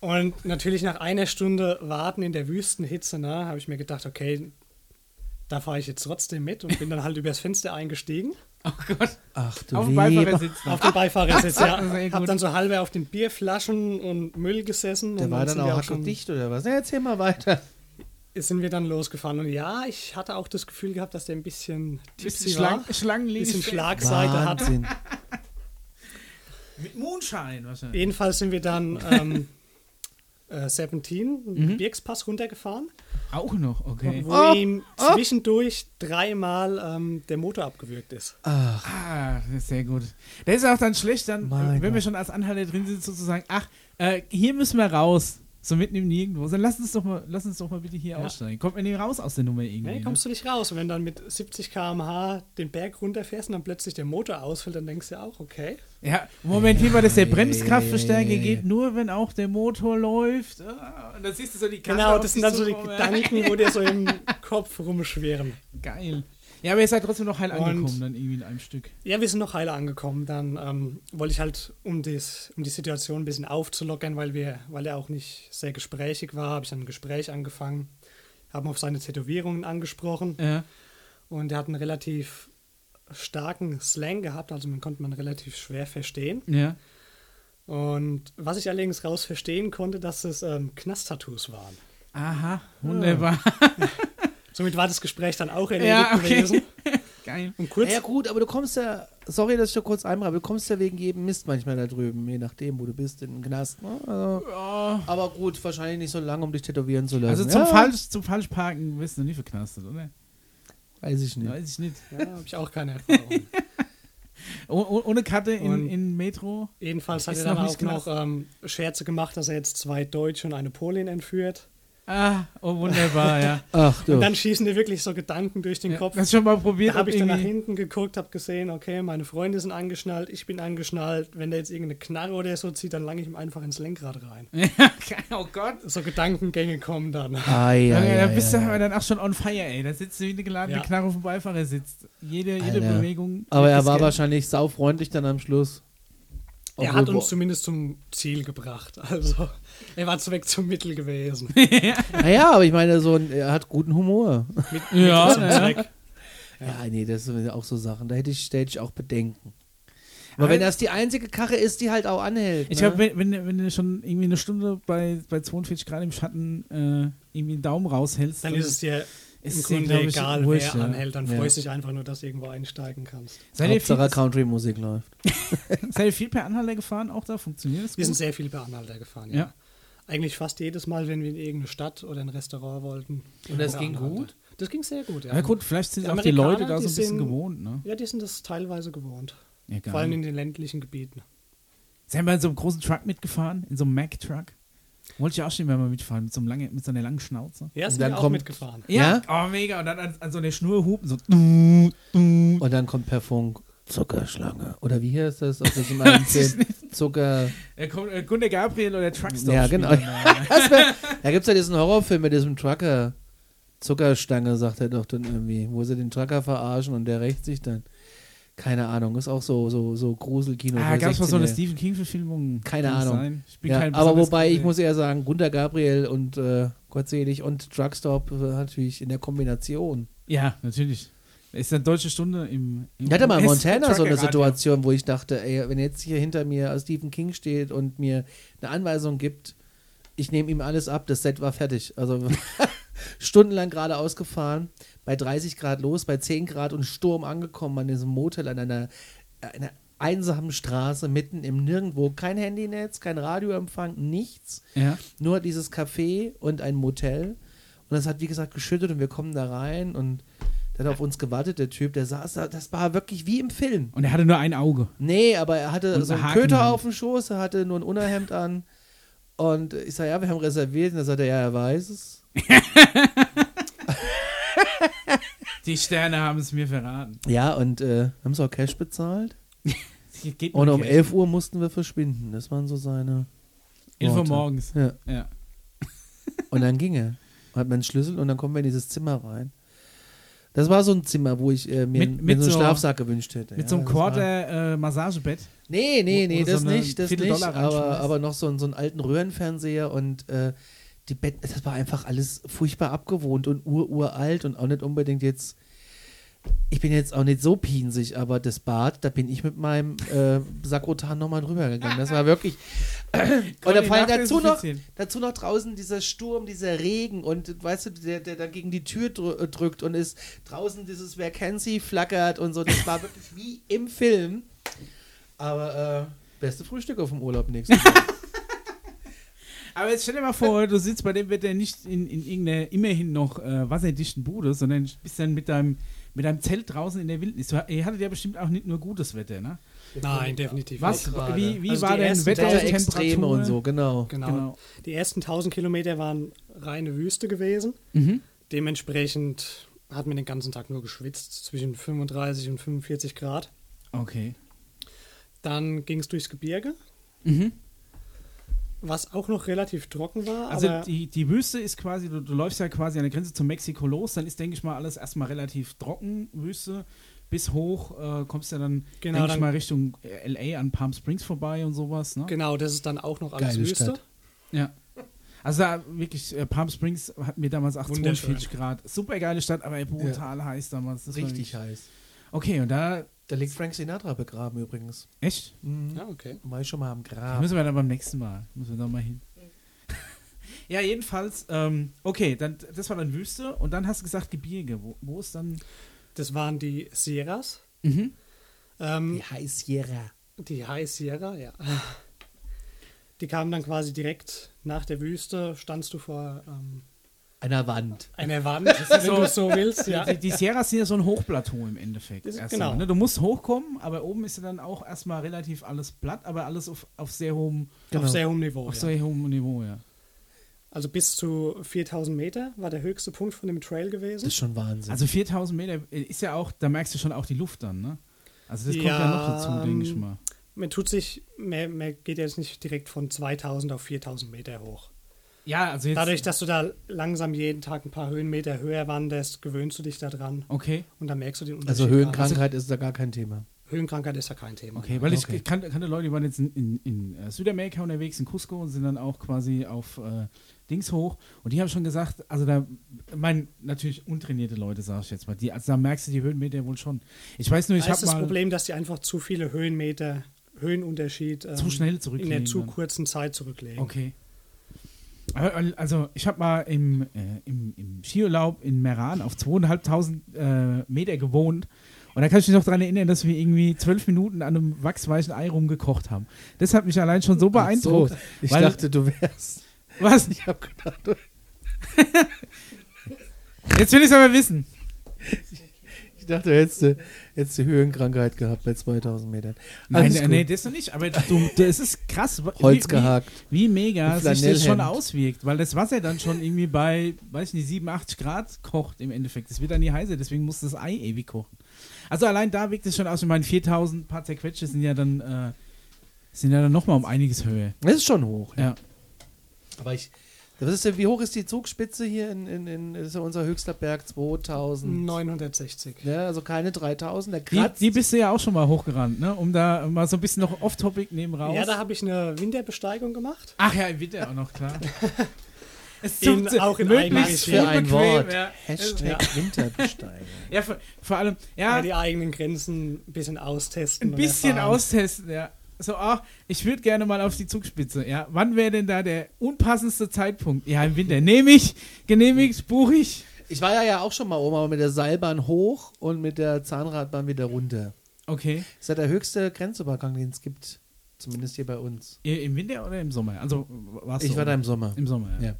Speaker 3: Und natürlich nach einer Stunde Warten in der Wüstenhitze, ne, habe ich mir gedacht, okay, da fahre ich jetzt trotzdem mit und bin dann halt übers Fenster eingestiegen.
Speaker 2: Ach du
Speaker 1: Auf dem
Speaker 2: lieber.
Speaker 1: Beifahrersitz.
Speaker 3: Auf dem Beifahrersitz, ja.
Speaker 1: Sehr gut.
Speaker 3: Hab dann so halber auf den Bierflaschen und Müll gesessen.
Speaker 2: Der
Speaker 3: und
Speaker 2: war dann
Speaker 3: sind wir
Speaker 2: auch
Speaker 3: schon-
Speaker 2: schon dicht oder was? Na, erzähl mal weiter.
Speaker 3: Sind wir dann losgefahren. Und ja, ich hatte auch das Gefühl gehabt, dass der ein bisschen
Speaker 1: Bisschen
Speaker 3: tipsy war.
Speaker 1: Schlang, schlangenlinig.
Speaker 3: bisschen Schlagseite hat.
Speaker 2: Wahnsinn.
Speaker 1: Mit Moonshine wahrscheinlich.
Speaker 3: Jedenfalls sind wir dann ähm, äh, Serpentin, einen
Speaker 2: Mhm.
Speaker 3: Gebirgspass runtergefahren,
Speaker 1: Auch noch, okay.
Speaker 3: wo ihm zwischendurch dreimal ähm, der Motor abgewürgt ist.
Speaker 1: Ah, das ist sehr gut. Das ist auch dann schlecht, dann,
Speaker 2: Mein
Speaker 1: wenn wir
Speaker 2: Gott.
Speaker 1: schon als Anhalter drin sind, sozusagen, ach, äh, hier äh, müssen wir raus. so mitten im Nirgendwo. Dann lass uns doch mal, lass uns doch mal bitte hier
Speaker 3: Ja.
Speaker 1: aussteigen. Kommt man nicht raus aus der Nummer irgendwie. ne?
Speaker 3: Nee, kommst du nicht raus. Und wenn dann mit 70 km/h den Berg runterfährst und dann plötzlich der Motor ausfällt, dann denkst du ja auch, okay.
Speaker 1: ne? Ja, Moment, wie war das? Der
Speaker 2: Ja, ja, ja,
Speaker 1: Bremskraftverstärker
Speaker 2: ja, ja, ja.
Speaker 1: geht nur, wenn auch der Motor läuft. Ah, Und dann siehst du so die Karte
Speaker 3: Genau,
Speaker 1: auf
Speaker 3: das
Speaker 1: dich
Speaker 3: sind dann so die
Speaker 1: zukommen.
Speaker 3: Gedanken, wo dir so im Kopf rumschwirren.
Speaker 1: Geil. Ja, aber ihr seid trotzdem noch heil
Speaker 3: Und-
Speaker 1: angekommen, dann irgendwie in einem Stück.
Speaker 3: Ja, wir sind noch heile angekommen. Dann ähm, wollte ich halt, um, dies, um die Situation ein bisschen aufzulockern, weil, wir, weil er auch nicht sehr gesprächig war, habe ich dann ein Gespräch angefangen, haben auf seine Tätowierungen angesprochen
Speaker 1: Ja.
Speaker 3: und er hat einen relativ starken Slang gehabt, also man konnte man relativ schwer verstehen.
Speaker 1: Ja.
Speaker 3: Und was ich allerdings raus verstehen konnte, dass es ähm, Knast-Tattoos waren.
Speaker 1: Aha, wunderbar.
Speaker 3: Somit war das Gespräch dann auch erledigt
Speaker 1: Ja, okay.
Speaker 3: gewesen.
Speaker 1: Geil.
Speaker 3: Und kurz,
Speaker 2: Ja, gut, aber du kommst ja, sorry, dass ich da kurz einmal, aber du kommst ja wegen jedem Mist manchmal da drüben, je nachdem, wo du bist, in den Knast. Ne? Also,
Speaker 1: Oh.
Speaker 2: aber gut, wahrscheinlich nicht so lange, um dich tätowieren zu lassen.
Speaker 1: Also zum,
Speaker 2: ja,
Speaker 1: Falsch, zum Falschparken wirst du noch nie verknastet, oder?
Speaker 2: Weiß ich nicht.
Speaker 1: Weiß ich nicht.
Speaker 3: ja, habe ich auch keine Erfahrung.
Speaker 1: Oh, oh, ohne Karte in,
Speaker 3: Und-
Speaker 1: in Metro.
Speaker 3: Jedenfalls hat
Speaker 1: Ist
Speaker 3: er dann
Speaker 1: noch
Speaker 3: auch
Speaker 1: nicht
Speaker 3: noch ähm, Scherze gemacht, dass er jetzt zwei Deutsche und eine Polin entführt.
Speaker 1: Ah, oh wunderbar, ja.
Speaker 2: Ach du.
Speaker 3: Und dann schießen dir wirklich so Gedanken durch den
Speaker 1: ja.
Speaker 3: Kopf.
Speaker 1: Hast du schon mal
Speaker 3: Da
Speaker 1: probiert? ob
Speaker 3: habe ich dann nach
Speaker 1: irgendwie-
Speaker 3: hinten geguckt, habe gesehen, okay, meine Freunde sind angeschnallt, ich bin angeschnallt. Wenn der jetzt irgendeine Knarre oder so zieht, dann lange ich ihm einfach ins Lenkrad rein.
Speaker 1: Ja, oh Gott.
Speaker 3: So Gedankengänge kommen dann.
Speaker 2: ah, ja,
Speaker 1: Ja,
Speaker 2: ja, ja,
Speaker 1: da bist du
Speaker 2: ja.
Speaker 1: aber dann auch schon on fire, ey. Da sitzt du wie eine geladene
Speaker 3: Ja.
Speaker 1: Knarre auf dem Beifahrersitz. Jede, jede
Speaker 2: Alter.
Speaker 1: Bewegung.
Speaker 2: Aber er
Speaker 1: Das
Speaker 2: war
Speaker 1: geht.
Speaker 2: wahrscheinlich saufreundlich dann am Schluss.
Speaker 3: Er
Speaker 2: Obwohl-
Speaker 3: hat uns zumindest zum Ziel gebracht. Also, er war zu weg zum Mittel gewesen.
Speaker 2: Naja, aber ich meine, so ein, er hat guten Humor.
Speaker 1: Ja,
Speaker 3: zum
Speaker 1: ja.
Speaker 3: Zweck.
Speaker 2: Ja, nee, das sind auch so Sachen. Da hätte ich, da hätte ich auch Bedenken. Aber
Speaker 1: Aber-
Speaker 2: wenn das die einzige Karre ist, die halt auch anhält.
Speaker 1: Ich
Speaker 2: ne?
Speaker 1: glaube, wenn, wenn, wenn du schon irgendwie eine Stunde bei, bei 42 Grad im Schatten äh, irgendwie einen Daumen raushältst,
Speaker 3: Dann ist es dir
Speaker 1: ist
Speaker 3: im
Speaker 1: dir,
Speaker 3: Grunde
Speaker 1: glaub ich,
Speaker 3: egal,
Speaker 1: wurscht,
Speaker 3: wer
Speaker 1: ja.
Speaker 3: anhält. Dann
Speaker 2: Ja.
Speaker 3: freust du dich einfach nur, dass du irgendwo einsteigen kannst.
Speaker 1: Seid ihr, viel,
Speaker 2: Hauptsache Country-Musik läuft.
Speaker 1: seid ihr viel per Anhalter gefahren? Auch da funktioniert das
Speaker 3: Wir sind
Speaker 1: gut?
Speaker 3: sehr viel bei Anhalter gefahren, ja.
Speaker 1: Ja.
Speaker 3: Eigentlich fast jedes Mal, wenn wir in irgendeine Stadt oder ein Restaurant wollten.
Speaker 2: Und das
Speaker 3: oder
Speaker 2: ging
Speaker 3: Anhalter.
Speaker 2: gut?
Speaker 3: Das ging sehr gut, ja.
Speaker 1: Ja gut, vielleicht sind
Speaker 3: Die
Speaker 1: auch die
Speaker 3: Amerikaner,
Speaker 1: Leute da
Speaker 3: die
Speaker 1: so ein bisschen
Speaker 3: sind-
Speaker 1: gewohnt, ne?
Speaker 3: Ja, die sind das teilweise gewohnt.
Speaker 1: Egal.
Speaker 3: Vor allem in den ländlichen Gebieten.
Speaker 1: Sind wir mal in so einem großen Truck mitgefahren, in so einem Mack-Truck. Wollte ich auch schon mal mitfahren, mit so, einem langen, mit so einer langen Schnauze.
Speaker 3: Ja,
Speaker 2: Und
Speaker 3: sind
Speaker 2: dann
Speaker 3: wir auch
Speaker 2: kommt-
Speaker 3: mitgefahren.
Speaker 2: Ja?
Speaker 1: Oh, mega. Und dann an, an so einer Schnur hupen, so. du, du.
Speaker 2: Und dann kommt per Funk Zuckerschlange. Oder wie heißt das? Auf diesem einen Film? Zucker.
Speaker 1: Er kommt äh, Gunter Gabriel oder Truckstop.
Speaker 2: Ja, genau.
Speaker 1: Ja.
Speaker 2: Das wär, da gibt es ja diesen Horrorfilm mit diesem Trucker. Zuckerstange, sagt er doch dann irgendwie. Wo sie den Trucker verarschen und der rächt sich dann. Keine Ahnung, ist auch so, so, so Gruselkino.
Speaker 1: Ah,
Speaker 2: für
Speaker 1: gab es mal so eine
Speaker 2: 16-Jährige.
Speaker 1: Stephen King-Verfilmung?
Speaker 2: Keine
Speaker 1: Kann das
Speaker 2: Ahnung.
Speaker 1: sein? Ich bin
Speaker 2: Ja,
Speaker 1: kein
Speaker 2: aber
Speaker 1: besonders
Speaker 2: wobei, ich
Speaker 1: guter-
Speaker 2: muss eher sagen, Gunter Gabriel und äh, gottselig und Drugstop äh, natürlich in der Kombination.
Speaker 1: Ja, natürlich. Ist dann deutsche Stunde im. im
Speaker 2: Ich hatte mal in
Speaker 1: im
Speaker 2: Montana so eine
Speaker 1: Trucker-Radio.
Speaker 2: Situation, wo ich dachte, ey, wenn jetzt hier hinter mir Stephen King steht und mir eine Anweisung gibt, ich nehme ihm alles ab, das Set war fertig. Also stundenlang geradeaus gefahren, bei 30 Grad los, bei 10 Grad und Sturm angekommen an diesem Motel an einer, einer einsamen Straße mitten im Nirgendwo. Kein Handynetz, kein Radioempfang, nichts.
Speaker 1: Ja.
Speaker 2: nur dieses Café und ein Motel. Und das hat, wie gesagt, geschüttet und wir kommen da rein und dann hat auf uns gewartet, der Typ, der saß da, das war wirklich wie im Film.
Speaker 1: Und er hatte nur ein Auge.
Speaker 2: Nee, aber er hatte
Speaker 1: Und
Speaker 2: so einen
Speaker 1: Haken
Speaker 2: Köter
Speaker 1: dran.
Speaker 2: auf dem Schoß, er hatte nur ein Unterhemd an. Und ich sage, ja, wir haben reserviert. Und dann sagt er, ja, er weiß es.
Speaker 1: Die Sterne haben es mir verraten.
Speaker 2: Ja, und äh, haben es auch Cash bezahlt.
Speaker 1: Hier Geht
Speaker 2: Und
Speaker 1: nur
Speaker 2: um
Speaker 1: Cash.
Speaker 2: 11 Uhr mussten wir verschwinden. Das waren so seine.
Speaker 1: Elf Uhr
Speaker 2: Worte.
Speaker 1: morgens.
Speaker 2: Ja.
Speaker 1: Ja.
Speaker 2: Und dann ging er. Hat man einen Schlüssel und dann kommen wir in dieses Zimmer rein. Das war so ein Zimmer, wo ich äh, mir,
Speaker 1: Mit-
Speaker 2: mir
Speaker 1: mit
Speaker 2: so einen
Speaker 1: so-
Speaker 2: Schlafsack gewünscht hätte.
Speaker 1: Mit
Speaker 2: ja.
Speaker 1: so einem
Speaker 2: Das war-
Speaker 1: Quarter äh, Massagebett.
Speaker 2: Nee, nee,
Speaker 1: Wo-
Speaker 2: nee,
Speaker 1: wo du
Speaker 2: das
Speaker 1: so eine
Speaker 2: nicht, das
Speaker 1: Viertel
Speaker 2: nicht.
Speaker 1: Dollar
Speaker 2: Aber,
Speaker 1: reinschmeißt.
Speaker 2: aber noch so, einen- so einen alten Röhrenfernseher und äh, die Bett, das war einfach alles furchtbar abgewohnt und ururalt und auch nicht unbedingt jetzt. Ich bin jetzt auch nicht so pinsig, aber das Bad, da bin ich mit meinem äh, Sakrotan nochmal drüber gegangen. Das war wirklich. und da
Speaker 1: Conny,
Speaker 2: fallen
Speaker 1: nach
Speaker 2: dazu noch,
Speaker 1: desinfizieren.
Speaker 2: dazu noch draußen dieser Sturm, dieser Regen und weißt du, der, der dann gegen die Tür drü- äh, drückt und ist draußen dieses Wer kennt sie flackert und so. Das war wirklich wie im Film. Aber äh, beste Frühstück auf dem Urlaub nächstes Mal.
Speaker 1: Aber jetzt stell dir mal vor, du sitzt bei dem Wetter nicht in, in irgendeiner immerhin noch äh, wasserdichten Bude, sondern bist dann mit deinem mit einem Zelt draußen in der Wildnis. Du, ihr hattet ja bestimmt auch nicht nur gutes Wetter, ne?
Speaker 3: Nein, definitiv
Speaker 1: Was?
Speaker 3: nicht.
Speaker 2: gerade.
Speaker 1: Wie, wie
Speaker 3: Also
Speaker 1: war
Speaker 3: die
Speaker 1: denn
Speaker 3: ersten
Speaker 1: Wetter,
Speaker 3: Tage
Speaker 2: Extreme
Speaker 1: Temperatur
Speaker 2: und so, genau.
Speaker 3: Genau.
Speaker 1: Genau.
Speaker 3: Die ersten 1000 Kilometer waren reine Wüste gewesen.
Speaker 1: Mhm.
Speaker 3: Dementsprechend hat man den ganzen Tag nur geschwitzt, zwischen 35 und 45 Grad.
Speaker 1: Okay.
Speaker 3: Dann ging es durchs Gebirge,
Speaker 1: Mhm.
Speaker 3: was auch noch relativ trocken war.
Speaker 1: Also
Speaker 3: aber
Speaker 1: die, die Wüste ist quasi, du, du läufst ja quasi an der Grenze zu Mexiko los, dann ist, denke ich mal, alles erstmal relativ trocken, Wüste. Bis hoch äh, kommst ja dann, denke
Speaker 3: Genau,
Speaker 1: ich
Speaker 3: dann-
Speaker 1: mal, Richtung äh, LA an Palm Springs vorbei und sowas. Ne?
Speaker 3: genau, das ist dann auch noch alles
Speaker 2: Geile
Speaker 3: Wüste.
Speaker 2: Stadt.
Speaker 1: Ja. Also da wirklich, äh, Palm Springs hat mir damals auch
Speaker 3: Wunderschön.
Speaker 1: 42 Grad. Super geile Stadt, aber brutal heiß damals. Das war
Speaker 2: Richtig
Speaker 1: wirklich-
Speaker 2: heiß.
Speaker 1: Okay, und da,
Speaker 2: Da liegt Frank Sinatra begraben übrigens.
Speaker 1: echt?
Speaker 2: Mhm.
Speaker 3: Ja, okay.
Speaker 2: War ich schon mal am
Speaker 3: Ah.
Speaker 1: Da
Speaker 2: Grab.
Speaker 1: müssen wir dann beim nächsten Mal, müssen wir da mal hin. ja, jedenfalls, ähm, okay, dann, das war dann Wüste und dann hast du gesagt Gebirge. Wo, wo ist dann...
Speaker 3: Das waren die Sierras.
Speaker 1: Mhm.
Speaker 3: Ähm,
Speaker 2: Heiß Sierra.
Speaker 3: Die High Sierra, ja. Die kamen dann quasi direkt nach der Wüste, standst du vor ähm,
Speaker 2: Einer Wand.
Speaker 3: einer Wand, wenn
Speaker 1: so-
Speaker 3: du es so willst. Ja.
Speaker 1: Die, die Sierras sind ja so ein Hochplateau im Endeffekt.
Speaker 3: Das ist-
Speaker 1: erstmal,
Speaker 3: genau.
Speaker 1: ne? Du musst hochkommen, aber oben ist ja dann auch erstmal relativ alles platt, aber alles auf, auf sehr hohem,
Speaker 2: Genau.
Speaker 3: Auf sehr hohem Niveau.
Speaker 1: auf
Speaker 3: Oh ja.
Speaker 1: sehr hohem Niveau, ja.
Speaker 3: Also bis zu 4000 Meter war der höchste Punkt von dem Trail gewesen.
Speaker 2: Das ist schon Wahnsinn.
Speaker 1: Also 4000 Meter ist ja auch, da merkst du schon auch die Luft dann, ne? Also das kommt ja,
Speaker 3: Ja,
Speaker 1: noch dazu, denke ich
Speaker 3: ähm,
Speaker 1: mal.
Speaker 3: Man tut sich, man, man geht jetzt nicht direkt von 2000 auf 4000 Meter hoch.
Speaker 1: Ja, also jetzt.
Speaker 3: Dadurch, dass du da langsam jeden Tag ein paar Höhenmeter höher wanderst, gewöhnst du dich da dran
Speaker 1: okay,
Speaker 3: und dann merkst du den Unterschied.
Speaker 2: Also
Speaker 3: gar nicht.
Speaker 2: Höhenkrankheit ist da gar kein Thema.
Speaker 3: Höhenkrankheit ist ja kein Thema.
Speaker 1: okay, weil
Speaker 2: Okay.
Speaker 1: ich kannte, kannte Leute, die waren jetzt in, in, in äh, Südamerika unterwegs, in Cusco und sind dann auch quasi auf äh, Dings hoch und die haben schon gesagt, also da, mein, natürlich untrainierte Leute, sage ich jetzt mal, die, also da merkst du die Höhenmeter wohl schon. Ich weiß nur, ich
Speaker 3: Da ist
Speaker 1: habe
Speaker 3: das
Speaker 1: mal
Speaker 3: Problem, dass die einfach zu viele Höhenmeter, Höhenunterschied ähm,
Speaker 1: zu schnell
Speaker 3: in
Speaker 1: zurücklegen.
Speaker 3: der zu
Speaker 1: dann.
Speaker 3: kurzen Zeit zurücklegen.
Speaker 1: Okay. Aber, Also ich habe mal im, äh, im, im Skiurlaub in Meran auf 2.500 äh, Meter gewohnt. Und da kann ich mich noch daran erinnern, dass wir irgendwie zwölf Minuten an einem wachsweichen Ei rumgekocht haben. Das hat mich allein schon so beeindruckt.
Speaker 2: So, ich
Speaker 1: weil-
Speaker 2: dachte, du wärst.
Speaker 1: Was?
Speaker 2: Ich habe gedacht, du-
Speaker 1: Jetzt will ich es aber wissen.
Speaker 2: ich dachte, du hättest, du hättest die Höhenkrankheit gehabt bei 2000 Metern.
Speaker 1: Nein,
Speaker 2: Alles
Speaker 1: äh,
Speaker 2: gut.
Speaker 1: nee, das noch nicht. Aber du, das ist krass. wie-
Speaker 2: Holz
Speaker 1: wie-
Speaker 2: gehakt.
Speaker 1: Wie mega
Speaker 2: Ein
Speaker 1: sich das schon
Speaker 2: Flanellhemd.
Speaker 1: auswirkt, weil das Wasser dann schon irgendwie bei, weiß ich nicht, 87 Grad kocht im Endeffekt. Es wird dann nie heißer, deswegen muss das Ei ewig kochen. Also allein da wirkt es schon aus. Ich meine, 4000 paar zerquetsche sind ja dann, äh, sind ja dann nochmal um einiges höher.
Speaker 2: Das ist schon hoch.
Speaker 1: Ja.
Speaker 2: Aber ich. Was ist denn, wie hoch ist die Zugspitze hier in, in, in das ist ja unser höchster Berg 2000?
Speaker 3: 960.
Speaker 2: Ja, also keine 3000, da
Speaker 1: Die,
Speaker 2: kratzt.
Speaker 1: die bist du ja auch schon mal hochgerannt, ne? Um da mal so ein bisschen noch off-topic neben raus.
Speaker 3: Ja, da habe ich eine Winterbesteigung gemacht.
Speaker 1: Ach ja, im Winter auch noch, klar. Es
Speaker 3: In-
Speaker 1: tut-
Speaker 3: auch in
Speaker 1: möglichst
Speaker 3: Eigenregie.
Speaker 1: viel
Speaker 2: für ein
Speaker 1: bequem,
Speaker 2: Wort.
Speaker 1: Ja,
Speaker 2: Hashtag Winterbesteiger.
Speaker 1: ja vor, vor allem,
Speaker 3: Ja.
Speaker 1: ja,
Speaker 3: Die eigenen Grenzen ein bisschen austesten.
Speaker 1: Ein
Speaker 3: und
Speaker 1: bisschen
Speaker 3: erfahren.
Speaker 1: austesten, ja. So, ach, ich würde gerne mal auf die Zugspitze, ja. Wann wäre denn da der unpassendste Zeitpunkt? Ja, im Winter. Nehme ich, genehmigt, buche ich.
Speaker 2: Ich war ja, ja auch schon mal oben, aber mit der Seilbahn hoch und mit der Zahnradbahn wieder runter.
Speaker 1: Okay.
Speaker 2: Das ist ja der höchste Grenzübergang, den es gibt. Zumindest hier bei uns.
Speaker 1: I- Äh, Im Winter oder im Sommer? Also, warst
Speaker 2: Ich
Speaker 1: du
Speaker 2: war da
Speaker 1: oben?
Speaker 2: im Sommer.
Speaker 1: im Sommer, ja.
Speaker 2: Ja.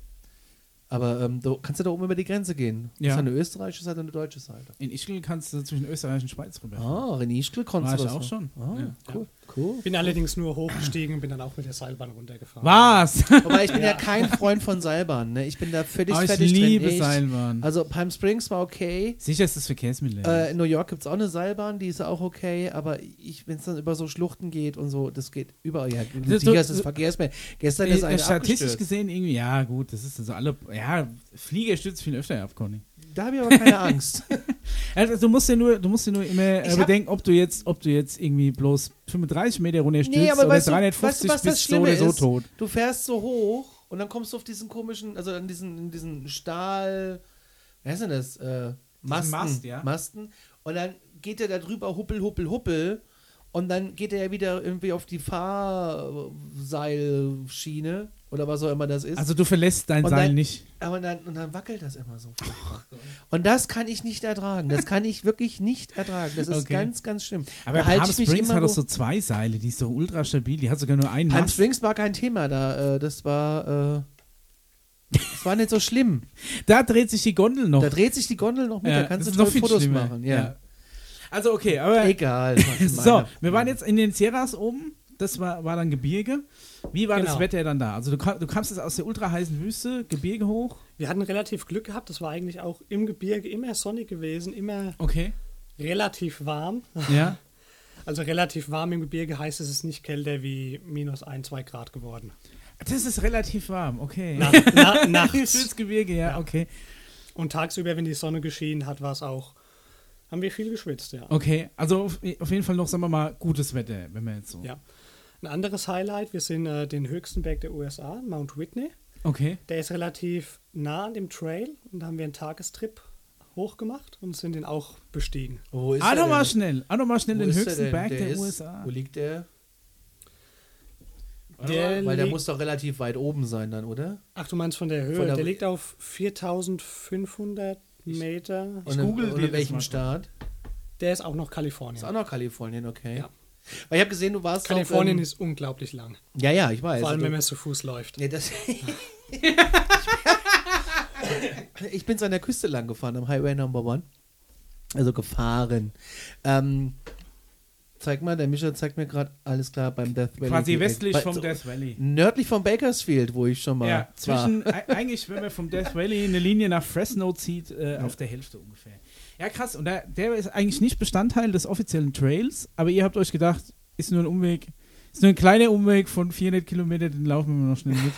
Speaker 2: Aber ähm, du kannst ja da oben über die Grenze gehen.
Speaker 1: Ja.
Speaker 2: Das ist eine österreichische Seite und eine deutsche Seite.
Speaker 1: In Ischgl kannst du zwischen Österreich und Schweiz rüber.
Speaker 2: Ah, René Ischgl konntest
Speaker 1: War
Speaker 2: du
Speaker 1: ich
Speaker 2: das
Speaker 1: auch schon.
Speaker 2: noch. Ah,
Speaker 1: Ja.
Speaker 2: cool. cool.
Speaker 3: Bin allerdings nur hochgestiegen und bin dann auch mit der Seilbahn runtergefahren.
Speaker 2: Ah.
Speaker 1: Was?
Speaker 2: Wobei ich bin ja,
Speaker 3: Ja.
Speaker 2: kein Freund von Seilbahnen. Ne? Ich bin da völlig
Speaker 1: Aber ich
Speaker 2: fertig
Speaker 1: liebe
Speaker 2: drin. Echt.
Speaker 1: Seilbahn.
Speaker 2: Also Palm Springs war okay.
Speaker 1: Sicher ist das Verkehrsmittel.
Speaker 2: Äh, in New York gibt es auch eine Seilbahn, die ist auch okay, aber ich, wenn es dann über so Schluchten geht und so, das geht überall. Ja,
Speaker 1: du-
Speaker 2: sicher ist das
Speaker 1: du-
Speaker 2: Verkehrsmittel. Gestern
Speaker 1: Äh,
Speaker 2: ist ein
Speaker 1: statistisch
Speaker 2: abgestürzt.
Speaker 1: gesehen irgendwie, ja, gut, das ist also alle. Ja, Flieger stürzt viel öfter ab, Conny.
Speaker 2: Da habe ich aber keine Angst.
Speaker 1: Also du musst ja nur, du musst ja nur immer
Speaker 2: Ich
Speaker 1: äh,
Speaker 2: hab-
Speaker 1: bedenken, ob du jetzt, ob du jetzt irgendwie bloß 35 Meter runterstürzt
Speaker 2: Nee, aber
Speaker 1: oder
Speaker 2: weißt du,
Speaker 1: 350
Speaker 2: weißt du, was das
Speaker 1: bist so oder
Speaker 2: Schlimme
Speaker 1: so
Speaker 2: ist?
Speaker 1: tot.
Speaker 2: Du fährst so hoch und dann kommst du auf diesen komischen, also an diesen, in diesen Stahl, was ist denn das? Äh, Masten,
Speaker 1: Mast, ja.
Speaker 2: Masten. Und dann geht er da drüber huppel, huppel, huppel. Und dann geht er ja wieder irgendwie auf die Fahrseilschiene oder was auch immer das ist.
Speaker 1: Also du verlässt dein
Speaker 2: Und
Speaker 1: Seil
Speaker 2: dann-
Speaker 1: nicht.
Speaker 2: Aber dann, und dann wackelt das immer so.
Speaker 1: Oh
Speaker 2: furchtbar. und das kann ich nicht ertragen. Das kann ich wirklich nicht ertragen. Das ist
Speaker 1: Okay.
Speaker 2: ganz, ganz schlimm.
Speaker 1: Aber
Speaker 2: Da halte
Speaker 1: Palm
Speaker 2: ich mich
Speaker 1: Springs
Speaker 2: immer
Speaker 1: hat doch
Speaker 2: wo-
Speaker 1: so zwei Seile, die ist so ultra stabil, die hat sogar nur einen
Speaker 2: Palm
Speaker 1: Mast.
Speaker 2: Springs war kein Thema da. Äh, das war äh, Das war nicht so schlimm.
Speaker 1: Da dreht sich die Gondel noch.
Speaker 2: Da dreht sich die Gondel noch mit,
Speaker 1: Ja,
Speaker 2: da kannst
Speaker 1: das
Speaker 2: du
Speaker 1: ist
Speaker 2: noch
Speaker 1: viel
Speaker 2: Fotos
Speaker 1: schlimmer.
Speaker 2: machen. Ja.
Speaker 1: Also okay, aber
Speaker 2: Egal. was
Speaker 1: so,
Speaker 2: meine-
Speaker 1: wir waren jetzt in den Sierras oben. Das war, war dann Gebirge. Wie war das
Speaker 3: Genau.
Speaker 1: Wetter dann da? Also du, ka- du kamst jetzt aus der ultraheißen Wüste, Gebirge hoch.
Speaker 3: Wir hatten relativ Glück gehabt. Es war eigentlich auch im Gebirge immer sonnig gewesen, immer
Speaker 1: Okay.
Speaker 3: relativ warm.
Speaker 1: Ja.
Speaker 3: Also relativ warm im Gebirge heißt, es ist nicht kälter wie minus ein, zwei Grad geworden.
Speaker 1: Das ist relativ warm, okay.
Speaker 3: Nach, na,
Speaker 1: Fürs
Speaker 3: nachts.
Speaker 1: Gebirge, ja, okay.
Speaker 3: Und tagsüber, wenn die Sonne geschienen hat, war es auch, haben wir viel geschwitzt, ja.
Speaker 1: Okay, also auf, auf jeden Fall noch, sagen wir mal, gutes Wetter, wenn man jetzt so.
Speaker 3: ja. Ein anderes Highlight, wir sind äh, den höchsten Berg der USA, Mount Whitney.
Speaker 1: Okay.
Speaker 3: Der ist relativ nah an dem Trail und da haben wir einen Tagestrip hochgemacht und sind den auch bestiegen.
Speaker 2: Wo ist
Speaker 1: Ah,
Speaker 2: er
Speaker 1: noch mal
Speaker 2: denn?
Speaker 1: schnell, ah, noch mal schnell
Speaker 2: Wo
Speaker 1: den
Speaker 2: ist er
Speaker 1: höchsten
Speaker 2: denn?
Speaker 1: Berg der,
Speaker 2: ist-
Speaker 1: USA.
Speaker 2: Wo liegt der?
Speaker 3: Der
Speaker 2: Weil der
Speaker 3: liegt-
Speaker 2: muss doch relativ weit oben sein dann, oder?
Speaker 3: Ach, du meinst von der Höhe?
Speaker 2: Von der-
Speaker 3: der, liegt auf 4500 Meter.
Speaker 1: Ich
Speaker 2: Und in-
Speaker 1: google
Speaker 2: und
Speaker 1: dir
Speaker 2: in
Speaker 1: das mal
Speaker 2: welchem
Speaker 1: kurz.
Speaker 2: Staat?
Speaker 3: Der ist auch noch
Speaker 2: Ist
Speaker 3: Kalifornien.
Speaker 2: auch noch Kalifornien, okay.
Speaker 3: Ja.
Speaker 2: Weil ich habe gesehen, du warst
Speaker 3: Kalifornien
Speaker 2: auf, ähm,
Speaker 3: ist unglaublich lang.
Speaker 2: Ja, ja, ich weiß.
Speaker 3: vor allem,
Speaker 2: Also-
Speaker 3: wenn man zu Fuß läuft.
Speaker 2: Nee, das ich bin so an der Küste lang gefahren, am Highway Number One. Also gefahren. Ähm, zeig mal, der Mischa zeigt mir gerade, alles klar, beim Death Valley.
Speaker 1: Quasi
Speaker 2: direkt.
Speaker 1: westlich
Speaker 2: Bei-
Speaker 1: vom
Speaker 2: so-
Speaker 1: Death Valley.
Speaker 2: Nördlich von Bakersfield, wo ich schon mal
Speaker 1: Ja,
Speaker 2: war.
Speaker 1: zwischen, ei- eigentlich, wenn man vom Death Valley eine Linie nach Fresno zieht, äh, auf der Hälfte ungefähr. Ja, krass. Und der, der ist eigentlich nicht Bestandteil des offiziellen Trails, aber ihr habt euch gedacht, ist nur ein Umweg, ist nur ein kleiner Umweg von 400 Kilometern, den laufen wir noch schnell mit.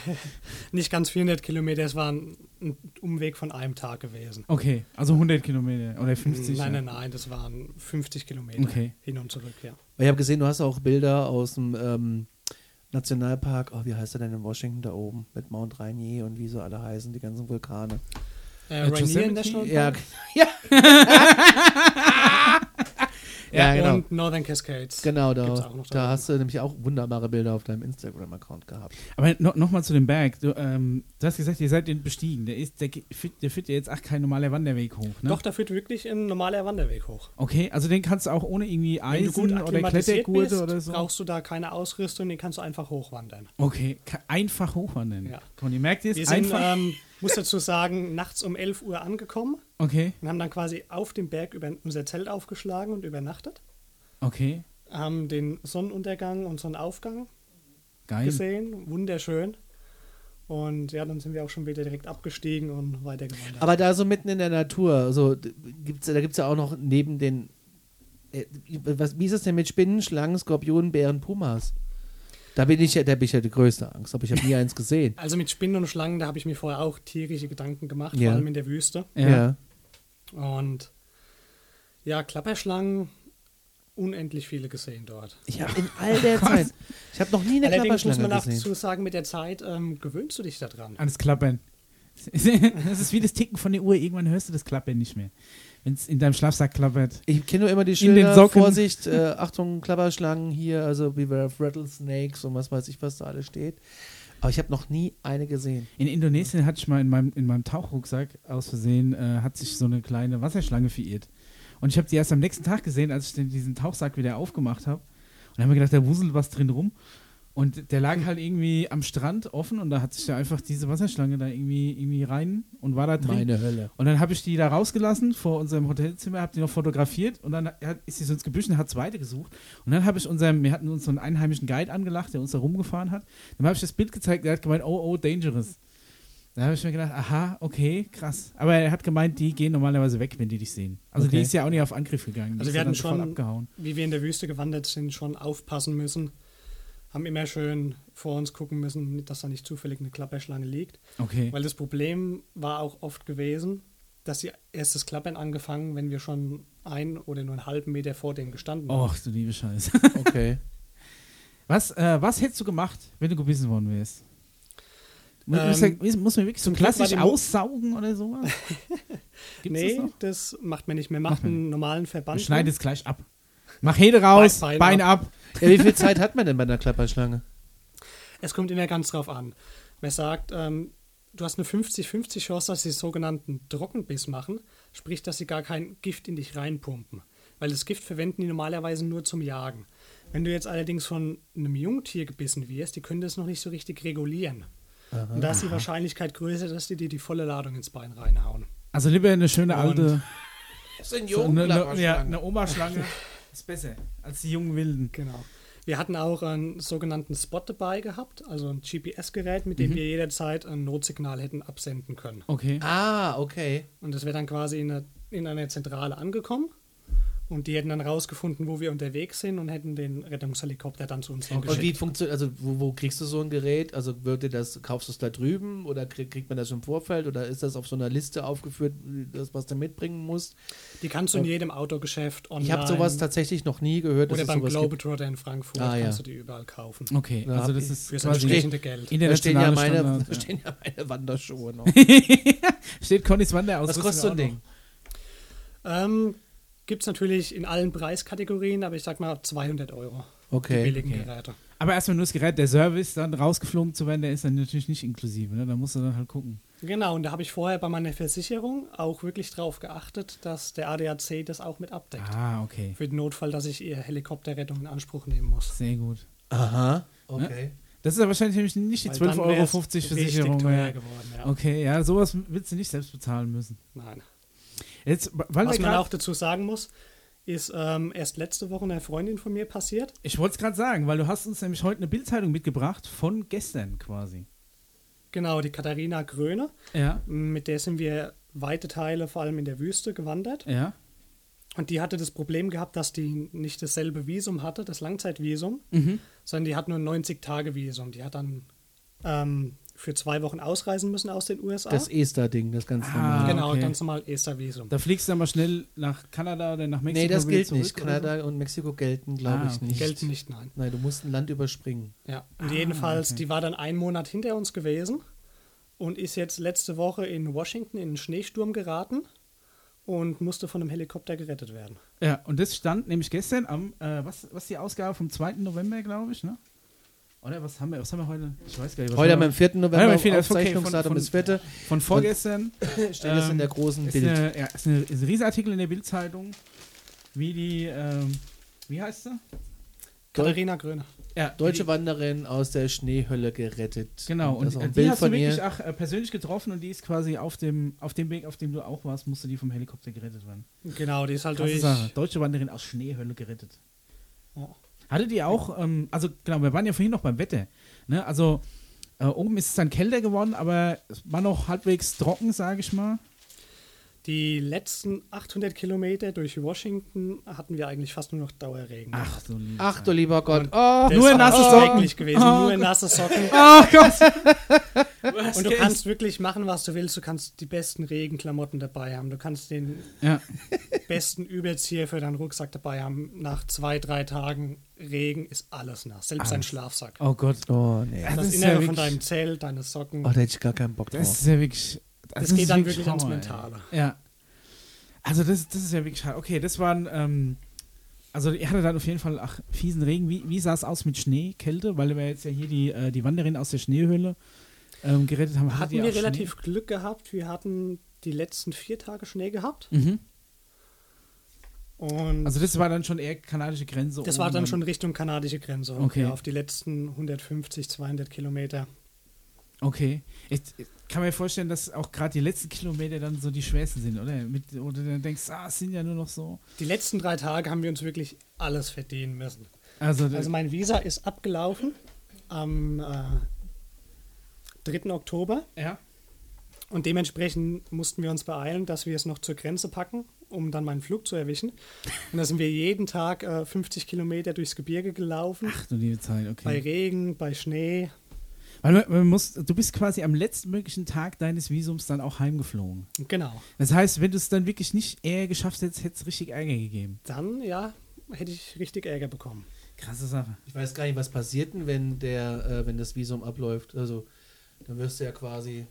Speaker 3: Nicht ganz 400 Kilometer, es war ein, ein Umweg von einem Tag gewesen.
Speaker 1: Okay, also 100 Kilometer oder 50.
Speaker 3: nein,
Speaker 1: ja.
Speaker 3: nein, nein, das waren 50 Kilometer
Speaker 1: Okay.
Speaker 3: hin und zurück, ja.
Speaker 2: Ich habe gesehen, du hast auch Bilder aus dem ähm, Nationalpark, oh, wie heißt er denn in Washington da oben? Mit Mount Rainier und wie so alle heißen, die ganzen Vulkane.
Speaker 3: Äh,
Speaker 1: Äh,
Speaker 3: Rainier
Speaker 1: Yosemite?
Speaker 3: National
Speaker 2: Ja,
Speaker 3: Park
Speaker 2: ja. ja, genau.
Speaker 3: und Northern Cascades.
Speaker 2: Genau,
Speaker 3: Gibt's
Speaker 2: da,
Speaker 3: auch noch
Speaker 2: da
Speaker 3: da.
Speaker 2: hast du nämlich auch wunderbare Bilder auf deinem Instagram-Account gehabt.
Speaker 1: Aber no, nochmal zu dem Berg. Du, ähm, du hast gesagt, ihr seid den bestiegen. Der, ist, der, ge- führt- der führt ja jetzt ach kein normaler Wanderweg hoch. Ne?
Speaker 3: Doch, da führt wirklich ein normaler Wanderweg hoch.
Speaker 1: Okay, also den kannst du auch ohne irgendwie
Speaker 3: Wenn
Speaker 1: Eisen
Speaker 3: du gut
Speaker 1: oder
Speaker 3: akklimatisiert
Speaker 1: Klettergurte
Speaker 3: bist,
Speaker 1: oder so.
Speaker 3: brauchst du da keine Ausrüstung, den kannst du einfach hochwandern.
Speaker 1: Okay, ka- einfach hochwandern.
Speaker 3: Ja.
Speaker 1: Conny, merkt ihr
Speaker 3: Wir
Speaker 1: es?
Speaker 3: sind,
Speaker 1: Einfach.
Speaker 3: ähm, muss dazu sagen, nachts um 11 Uhr angekommen
Speaker 1: okay,
Speaker 3: und haben dann quasi auf dem Berg über unser Zelt aufgeschlagen und übernachtet.
Speaker 1: okay,
Speaker 3: Haben den Sonnenuntergang und Sonnenaufgang
Speaker 1: geil.
Speaker 3: gesehen, wunderschön. Und ja, dann sind wir auch schon wieder direkt abgestiegen und weitergewandert.
Speaker 2: Aber da so mitten in der Natur, also d- gibt's, da gibt es ja auch noch neben den. äh, Was, wie ist es denn mit Spinnen, Schlangen, Skorpionen, Bären, Pumas? Da bin ich ja, da bin ich ja die größte Angst, aber ich habe nie eins gesehen.
Speaker 3: also mit Spinnen und Schlangen, da habe ich mir vorher auch tierische Gedanken gemacht,
Speaker 2: Ja.
Speaker 3: vor allem in der Wüste.
Speaker 1: Ja.
Speaker 3: Und ja, Klapperschlangen, unendlich viele gesehen dort.
Speaker 2: Ich habe in all der Zeit. Ich habe noch nie eine
Speaker 3: Allerdings muss
Speaker 2: Klapperschlange
Speaker 3: man auch
Speaker 2: gesehen.
Speaker 3: dazu sagen, mit der Zeit ähm, gewöhnst du dich daran.
Speaker 1: Alles klappern. Das ist wie das Ticken von der Uhr. Irgendwann hörst du das Klappern nicht mehr. Wenn es in deinem Schlafsack klappert.
Speaker 2: Ich kenne nur immer die
Speaker 1: In den
Speaker 2: Schilder,
Speaker 1: Socken.
Speaker 2: Vorsicht, äh, Achtung, Klapperschlangen hier, also Beware of Rattlesnakes und was weiß ich, was da alles steht. Aber ich habe noch nie eine gesehen.
Speaker 1: In Indonesien hatte ich mal in meinem, in meinem Tauchrucksack aus Versehen, äh, hat sich so eine kleine Wasserschlange verirrt. Und ich habe die erst am nächsten Tag gesehen, als ich den, diesen Tauchsack wieder aufgemacht habe. Und habe mir gedacht, da wuselt was drin rum. Und der lag halt irgendwie am Strand offen und da hat sich da einfach diese Wasserschlange da irgendwie, irgendwie rein und war da drin.
Speaker 2: Hölle.
Speaker 1: Und dann habe ich die da rausgelassen vor unserem Hotelzimmer, habe die noch fotografiert und dann hat, ist sie so ins Gebüsch und hat zwei weitergesucht. Und dann habe ich unserem, wir hatten uns so einen einheimischen Guide angelacht, der uns da rumgefahren hat. Dann habe ich das Bild gezeigt, der hat gemeint, oh, oh, dangerous. Da habe ich mir gedacht, aha, okay, krass. Aber er hat gemeint, die gehen normalerweise weg, wenn die dich sehen. Also
Speaker 2: Okay.
Speaker 1: die ist ja auch nicht auf Angriff gegangen. Die
Speaker 3: Also
Speaker 1: ist
Speaker 3: wir
Speaker 1: ja
Speaker 3: hatten
Speaker 1: dann sofort
Speaker 3: schon-
Speaker 1: abgehauen.
Speaker 3: Wie wir in der Wüste gewandert sind, schon aufpassen müssen. Haben immer schön vor uns gucken müssen, dass da nicht zufällig eine Klapperschlange liegt.
Speaker 1: Okay.
Speaker 3: Weil das Problem war auch oft gewesen, dass sie erst das Klappern angefangen, wenn wir schon ein oder nur einen halben Meter vor dem gestanden haben.
Speaker 1: Och, du liebe Scheiße.
Speaker 2: Okay.
Speaker 1: Was, äh, was hättest du gemacht, wenn du gebissen worden wärst? Muss,
Speaker 3: Ähm,
Speaker 1: muss er- muss, muss man wirklich so
Speaker 3: zum Glück war
Speaker 1: klassisch
Speaker 3: die Mu-
Speaker 1: aussaugen oder sowas? Gibt's
Speaker 3: nee,
Speaker 1: das noch?
Speaker 3: das, macht man nicht mehr. Macht
Speaker 1: man
Speaker 3: einen normalen Verband.
Speaker 1: Schneid es gleich ab. Mach Hede raus, Bein,
Speaker 3: Bein- Bein
Speaker 1: ab.
Speaker 2: Ja, wie viel Zeit hat man denn bei einer Klapperschlange?
Speaker 3: Es kommt immer ganz drauf an. Man sagt, ähm, du hast eine 50-50 Chance, dass sie sogenannten Trockenbiss machen, sprich, dass sie gar kein Gift in dich reinpumpen. Weil das Gift verwenden die normalerweise nur zum Jagen. Wenn du jetzt allerdings von einem Jungtier gebissen wirst, die können das noch nicht so richtig regulieren. Und da ist die Wahrscheinlichkeit größer, dass die dir die volle Ladung ins Bein reinhauen.
Speaker 1: Also lieber eine schöne
Speaker 3: Und-
Speaker 1: alte. So eine, eine, ja, ne.
Speaker 2: Seniorenklapperschlange.
Speaker 1: eine Oma-Schlange ist besser als die jungen Wilden.
Speaker 3: Genau. Wir hatten auch einen sogenannten Spot dabei gehabt, also ein GPS-Gerät, mit dem wir jederzeit ein Notsignal hätten absenden können.
Speaker 1: Okay.
Speaker 2: Ah, okay.
Speaker 3: Und das wäre dann quasi in, einer- in einer Zentrale angekommen. Und die hätten dann rausgefunden, wo wir unterwegs sind und hätten den Rettungshelikopter dann zu uns
Speaker 2: Und
Speaker 3: hingeschickt.
Speaker 2: wie funktioniert, also wo, wo kriegst du so ein Gerät? Also wird dir das, kaufst du es da drüben oder krieg, kriegt man das im Vorfeld oder ist das auf so einer Liste aufgeführt, das, was du mitbringen musst?
Speaker 3: Die kannst du in jedem Autogeschäft online
Speaker 2: Ich habe sowas tatsächlich noch nie gehört.
Speaker 3: oder
Speaker 2: es
Speaker 3: beim
Speaker 2: sowas gibt.
Speaker 3: Globetrotter in Frankfurt
Speaker 2: Ah, ja.
Speaker 3: kannst du die überall kaufen.
Speaker 1: Okay,
Speaker 2: Da
Speaker 1: also
Speaker 2: hab
Speaker 1: das
Speaker 2: ich-
Speaker 1: ist
Speaker 3: Fürs
Speaker 1: quasi
Speaker 3: entsprechende Geld.
Speaker 2: Da stehen, ja
Speaker 1: internationale
Speaker 2: meine,
Speaker 1: Standard.
Speaker 2: da stehen ja meine Wanderschuhe noch.
Speaker 1: ja. Steht Connys Wander aus.
Speaker 2: Was kostet so ein Ding?
Speaker 3: Ähm, Gibt es natürlich in allen Preiskategorien, aber ich sag mal ab 200 Euro. die
Speaker 2: Okay.
Speaker 3: billigen
Speaker 1: okay.
Speaker 3: Geräte.
Speaker 1: Aber erstmal nur das Gerät, der Service dann rausgeflogen zu werden, der ist dann natürlich nicht inklusive. Ne? Da musst du dann halt gucken.
Speaker 3: Genau, und da habe ich vorher bei meiner Versicherung auch wirklich drauf geachtet, dass der ADAC das auch mit abdeckt.
Speaker 1: Ah, okay.
Speaker 3: Für den Notfall, dass ich ihr Helikopterrettung in Anspruch nehmen muss.
Speaker 1: Sehr gut.
Speaker 2: Aha. Okay.
Speaker 1: Das ist ja wahrscheinlich nämlich nicht die
Speaker 3: Weil dann
Speaker 1: 12,50 Euro
Speaker 3: wär's richtig
Speaker 1: Versicherung.
Speaker 3: Teuer
Speaker 1: Ja.
Speaker 3: geworden, ja.
Speaker 1: Okay, ja, sowas willst du nicht selbst bezahlen müssen.
Speaker 3: Nein.
Speaker 1: Jetzt, weil
Speaker 3: Was
Speaker 1: wir
Speaker 3: man
Speaker 1: grad-
Speaker 3: auch dazu sagen muss, ist ähm, erst letzte Woche einer Freundin von mir passiert.
Speaker 1: ich wollte es gerade sagen, weil du hast uns nämlich heute eine Bildzeitung mitgebracht von gestern quasi.
Speaker 3: Genau, die Katharina Gröne.
Speaker 1: Ja.
Speaker 3: Mit der sind wir weite Teile, vor allem in der Wüste, gewandert.
Speaker 1: Ja.
Speaker 3: Und die hatte das Problem gehabt, dass die nicht dasselbe Visum hatte, das Langzeitvisum,
Speaker 1: Mhm.
Speaker 3: sondern die hat nur ein 90-Tage-Visum. Die hat dann ähm, für zwei Wochen ausreisen müssen aus den USA.
Speaker 2: Das Ester-Ding, das ganz
Speaker 1: Ah,
Speaker 2: normale.
Speaker 3: genau,
Speaker 1: okay.
Speaker 3: ganz normal ESTA-Visum.
Speaker 1: Da fliegst du dann mal schnell nach Kanada oder nach Mexiko.
Speaker 2: Nee, das
Speaker 1: wieder
Speaker 2: gilt
Speaker 1: zurück
Speaker 2: nicht.
Speaker 1: oder so?
Speaker 2: Kanada und Mexiko gelten, glaube
Speaker 1: Ah,
Speaker 2: ich,
Speaker 1: okay.
Speaker 2: nicht.
Speaker 3: Gelten nicht, nein.
Speaker 2: Nein, du musst ein Land überspringen.
Speaker 3: Ja. Und jedenfalls,
Speaker 1: Ah, okay.
Speaker 3: die war dann einen Monat hinter uns gewesen und ist jetzt letzte Woche in Washington in einen Schneesturm geraten und musste von einem Helikopter gerettet werden.
Speaker 1: Ja, und das stand nämlich gestern am, äh, was, was ist die Ausgabe vom 2. November, glaube ich, ne? Oder was haben wir, was haben wir heute? Ich weiß gar nicht, was
Speaker 2: Heute
Speaker 1: haben
Speaker 2: am
Speaker 1: wir
Speaker 2: 4.
Speaker 1: Nein,
Speaker 2: November,
Speaker 1: mein Fehler, ist okay,
Speaker 2: Aufzeichnungsdatum
Speaker 1: von-
Speaker 2: ist Wette.
Speaker 1: von vorgestern.
Speaker 2: Steht das in der großen
Speaker 1: ist
Speaker 2: Bild.
Speaker 1: Eine, ja, ist, eine, ist ein Riesenartikel in der Bildzeitung, wie die, ähm, wie heißt sie?
Speaker 2: Deu-
Speaker 3: Katharina Gröne.
Speaker 1: Ja,
Speaker 2: Deutsche
Speaker 1: die,
Speaker 2: Wanderin aus der Schneehölle gerettet.
Speaker 1: Genau,
Speaker 2: Und das
Speaker 1: und
Speaker 2: ist auch
Speaker 1: äh,
Speaker 2: ein
Speaker 1: die
Speaker 2: Bild
Speaker 1: hast du
Speaker 2: von
Speaker 1: wirklich
Speaker 2: ihr.
Speaker 1: auch äh, persönlich getroffen und die ist quasi auf dem, auf dem Weg, auf dem du auch warst, musste die vom Helikopter gerettet werden.
Speaker 3: Genau, die ist halt
Speaker 1: Krasse
Speaker 3: durch.
Speaker 1: Sache. Deutsche Wanderin aus Schneehölle gerettet.
Speaker 3: Ja.
Speaker 1: Hattet ihr auch, ähm, also genau, wir waren ja vorhin noch beim Wetter. Ne? Also äh, oben ist es dann kälter geworden, aber es war noch halbwegs trocken, sage ich mal.
Speaker 3: Die letzten 800 Kilometer durch Washington hatten wir eigentlich fast nur noch Dauerregen.
Speaker 1: Ach du lieber.
Speaker 2: Ach du lieber Gott. Oh,
Speaker 3: Das
Speaker 1: nur
Speaker 3: war
Speaker 1: nasse
Speaker 3: auch
Speaker 1: Socken.
Speaker 3: schrecklich gewesen,
Speaker 1: Oh
Speaker 3: nur nasse Socken.
Speaker 1: Ach Gott.
Speaker 3: Und du kannst wirklich machen, was du willst. Du kannst die besten Regenklamotten dabei haben. Du kannst den
Speaker 1: Ja.
Speaker 3: besten Überzieher für deinen Rucksack dabei haben. Nach zwei, drei Tagen Regen ist alles nass. Selbst dein
Speaker 1: Alles.
Speaker 3: Schlafsack.
Speaker 1: Oh Gott.
Speaker 2: oh, nee.
Speaker 1: Ja, das
Speaker 3: das
Speaker 1: ist
Speaker 3: Innere
Speaker 1: ja
Speaker 3: von
Speaker 1: wirklich-
Speaker 3: deinem Zelt, deine Socken.
Speaker 2: Oh, da hätte ich gar keinen Bock
Speaker 1: Das
Speaker 2: drauf.
Speaker 1: ist ja wirklich.
Speaker 3: das
Speaker 1: ist
Speaker 3: geht dann wirklich ans
Speaker 1: Horror, ey.
Speaker 3: Mentale.
Speaker 1: Ja. Also das, das ist ja wirklich schade. Okay, das waren, ähm, also ihr hattet dann auf jeden Fall ach, fiesen Regen. Wie, wie sah es aus mit Schnee, Kälte? Weil wir jetzt ja hier die, äh, die Wanderin aus der Schneehöhle ähm, gerettet haben. Hattet
Speaker 3: Hatten
Speaker 1: ihr
Speaker 3: wir
Speaker 1: auch Schnee?
Speaker 3: relativ Glück gehabt. Wir hatten die letzten vier Tage Schnee gehabt.
Speaker 1: Mhm.
Speaker 3: Und
Speaker 1: Also das war dann schon eher kanadische Grenze. um-
Speaker 3: Das
Speaker 1: oben
Speaker 3: war dann schon Richtung kanadische Grenze.
Speaker 1: Okay.
Speaker 3: Ja, auf die letzten 150, 200 Kilometer.
Speaker 1: Okay. Ich, ich kann mir vorstellen, dass auch gerade die letzten Kilometer dann so die schwersten sind, oder? Mit, oder dann denkst ah, es sind ja nur noch so.
Speaker 3: Die letzten drei Tage haben wir uns wirklich alles verdienen müssen.
Speaker 1: Also,
Speaker 3: Also mein Visa ist abgelaufen am äh, 3. Oktober
Speaker 1: ja.
Speaker 3: und dementsprechend mussten wir uns beeilen, dass wir es noch zur Grenze packen, um dann meinen Flug zu erwischen. Und da sind wir jeden Tag äh, 50 Kilometer durchs Gebirge gelaufen,
Speaker 1: Ach du liebe Zeit, okay.
Speaker 3: bei Regen, bei Schnee.
Speaker 1: Weil man, man muss, du bist quasi am letzten möglichen Tag deines Visums dann auch heimgeflogen.
Speaker 3: Genau.
Speaker 1: Das heißt, wenn du es dann wirklich nicht eher geschafft hättest, hätte es richtig Ärger gegeben.
Speaker 3: Dann, ja, hätte ich richtig Ärger bekommen.
Speaker 1: Krasse Sache.
Speaker 2: Ich weiß gar nicht, was passiert denn, wenn, der, äh, wenn das Visum abläuft. Also, dann wirst du ja quasi,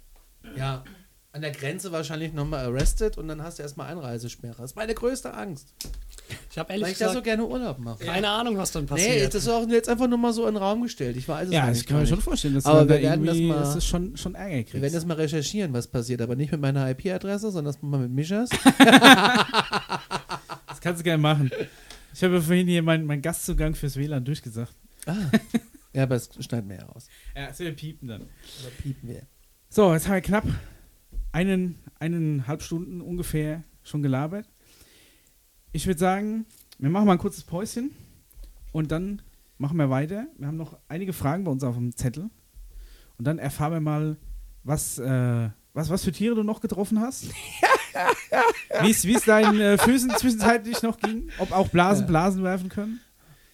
Speaker 2: ja, an der Grenze wahrscheinlich nochmal arrested und dann hast du erstmal Einreisesperre. Das ist meine größte Angst,
Speaker 3: Ich habe
Speaker 2: weil
Speaker 3: ehrlich
Speaker 2: ich da so
Speaker 3: gesagt
Speaker 2: gerne Urlaub mache.
Speaker 3: keine Ahnung, was dann passiert.
Speaker 2: Nee, das ist auch jetzt einfach nur mal so in den Raum gestellt. Ich weiß es
Speaker 1: ne? Ja,
Speaker 2: eigentlich
Speaker 1: ich kann mir
Speaker 2: gar
Speaker 1: schon
Speaker 2: nicht.
Speaker 1: vorstellen, dass
Speaker 2: Aber
Speaker 1: du dann
Speaker 2: wir werden das
Speaker 1: irgendwie,
Speaker 2: mal-
Speaker 1: dass du schon, schon Ärger kriegst.
Speaker 2: Wir werden das mal recherchieren, was passiert, aber nicht mit meiner IP-Adresse, sondern das machen wir mit Mischas.
Speaker 1: Das kannst du gerne machen. Ich habe ja vorhin hier meinen meinen Gastzugang fürs WLAN durchgesagt.
Speaker 2: Ah, Ja, aber es schneiden wir ja raus.
Speaker 1: Ja, das wird piepen dann.
Speaker 2: Oder piepen wir.
Speaker 1: So, jetzt haben wir knapp einen, eineinhalb Stunden ungefähr schon gelabert. Ich würde sagen, wir machen mal ein kurzes Päuschen und dann machen wir weiter. Wir haben noch einige Fragen bei uns auf dem Zettel. Und dann erfahren wir mal, was, äh, was, was für Tiere du noch getroffen hast. Wie es deinen äh, Füßen zwischenzeitlich noch ging. Ob auch Blasen
Speaker 2: Ja.
Speaker 1: Blasen werfen können.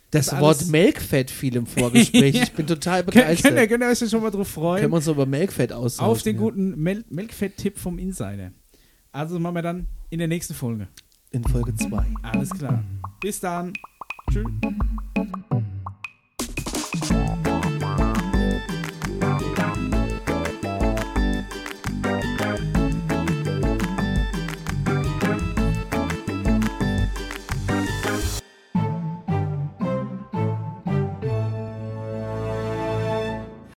Speaker 2: Das,
Speaker 1: Das
Speaker 2: Wort
Speaker 1: alles-
Speaker 2: Melkfett fiel im Vorgespräch. Ich bin total
Speaker 1: Können,
Speaker 2: begeistert.
Speaker 1: können, wir,
Speaker 2: Können,
Speaker 1: können wir euch schon mal drauf freuen.
Speaker 2: wir uns über Melkfett austauschen?
Speaker 1: auf den
Speaker 2: ja.
Speaker 1: guten Mel Melkfett-Tipp vom Insider. Also machen wir dann in der nächsten Folge.
Speaker 2: In Folge 2.
Speaker 1: Alles klar. Bis dann. Tschüss.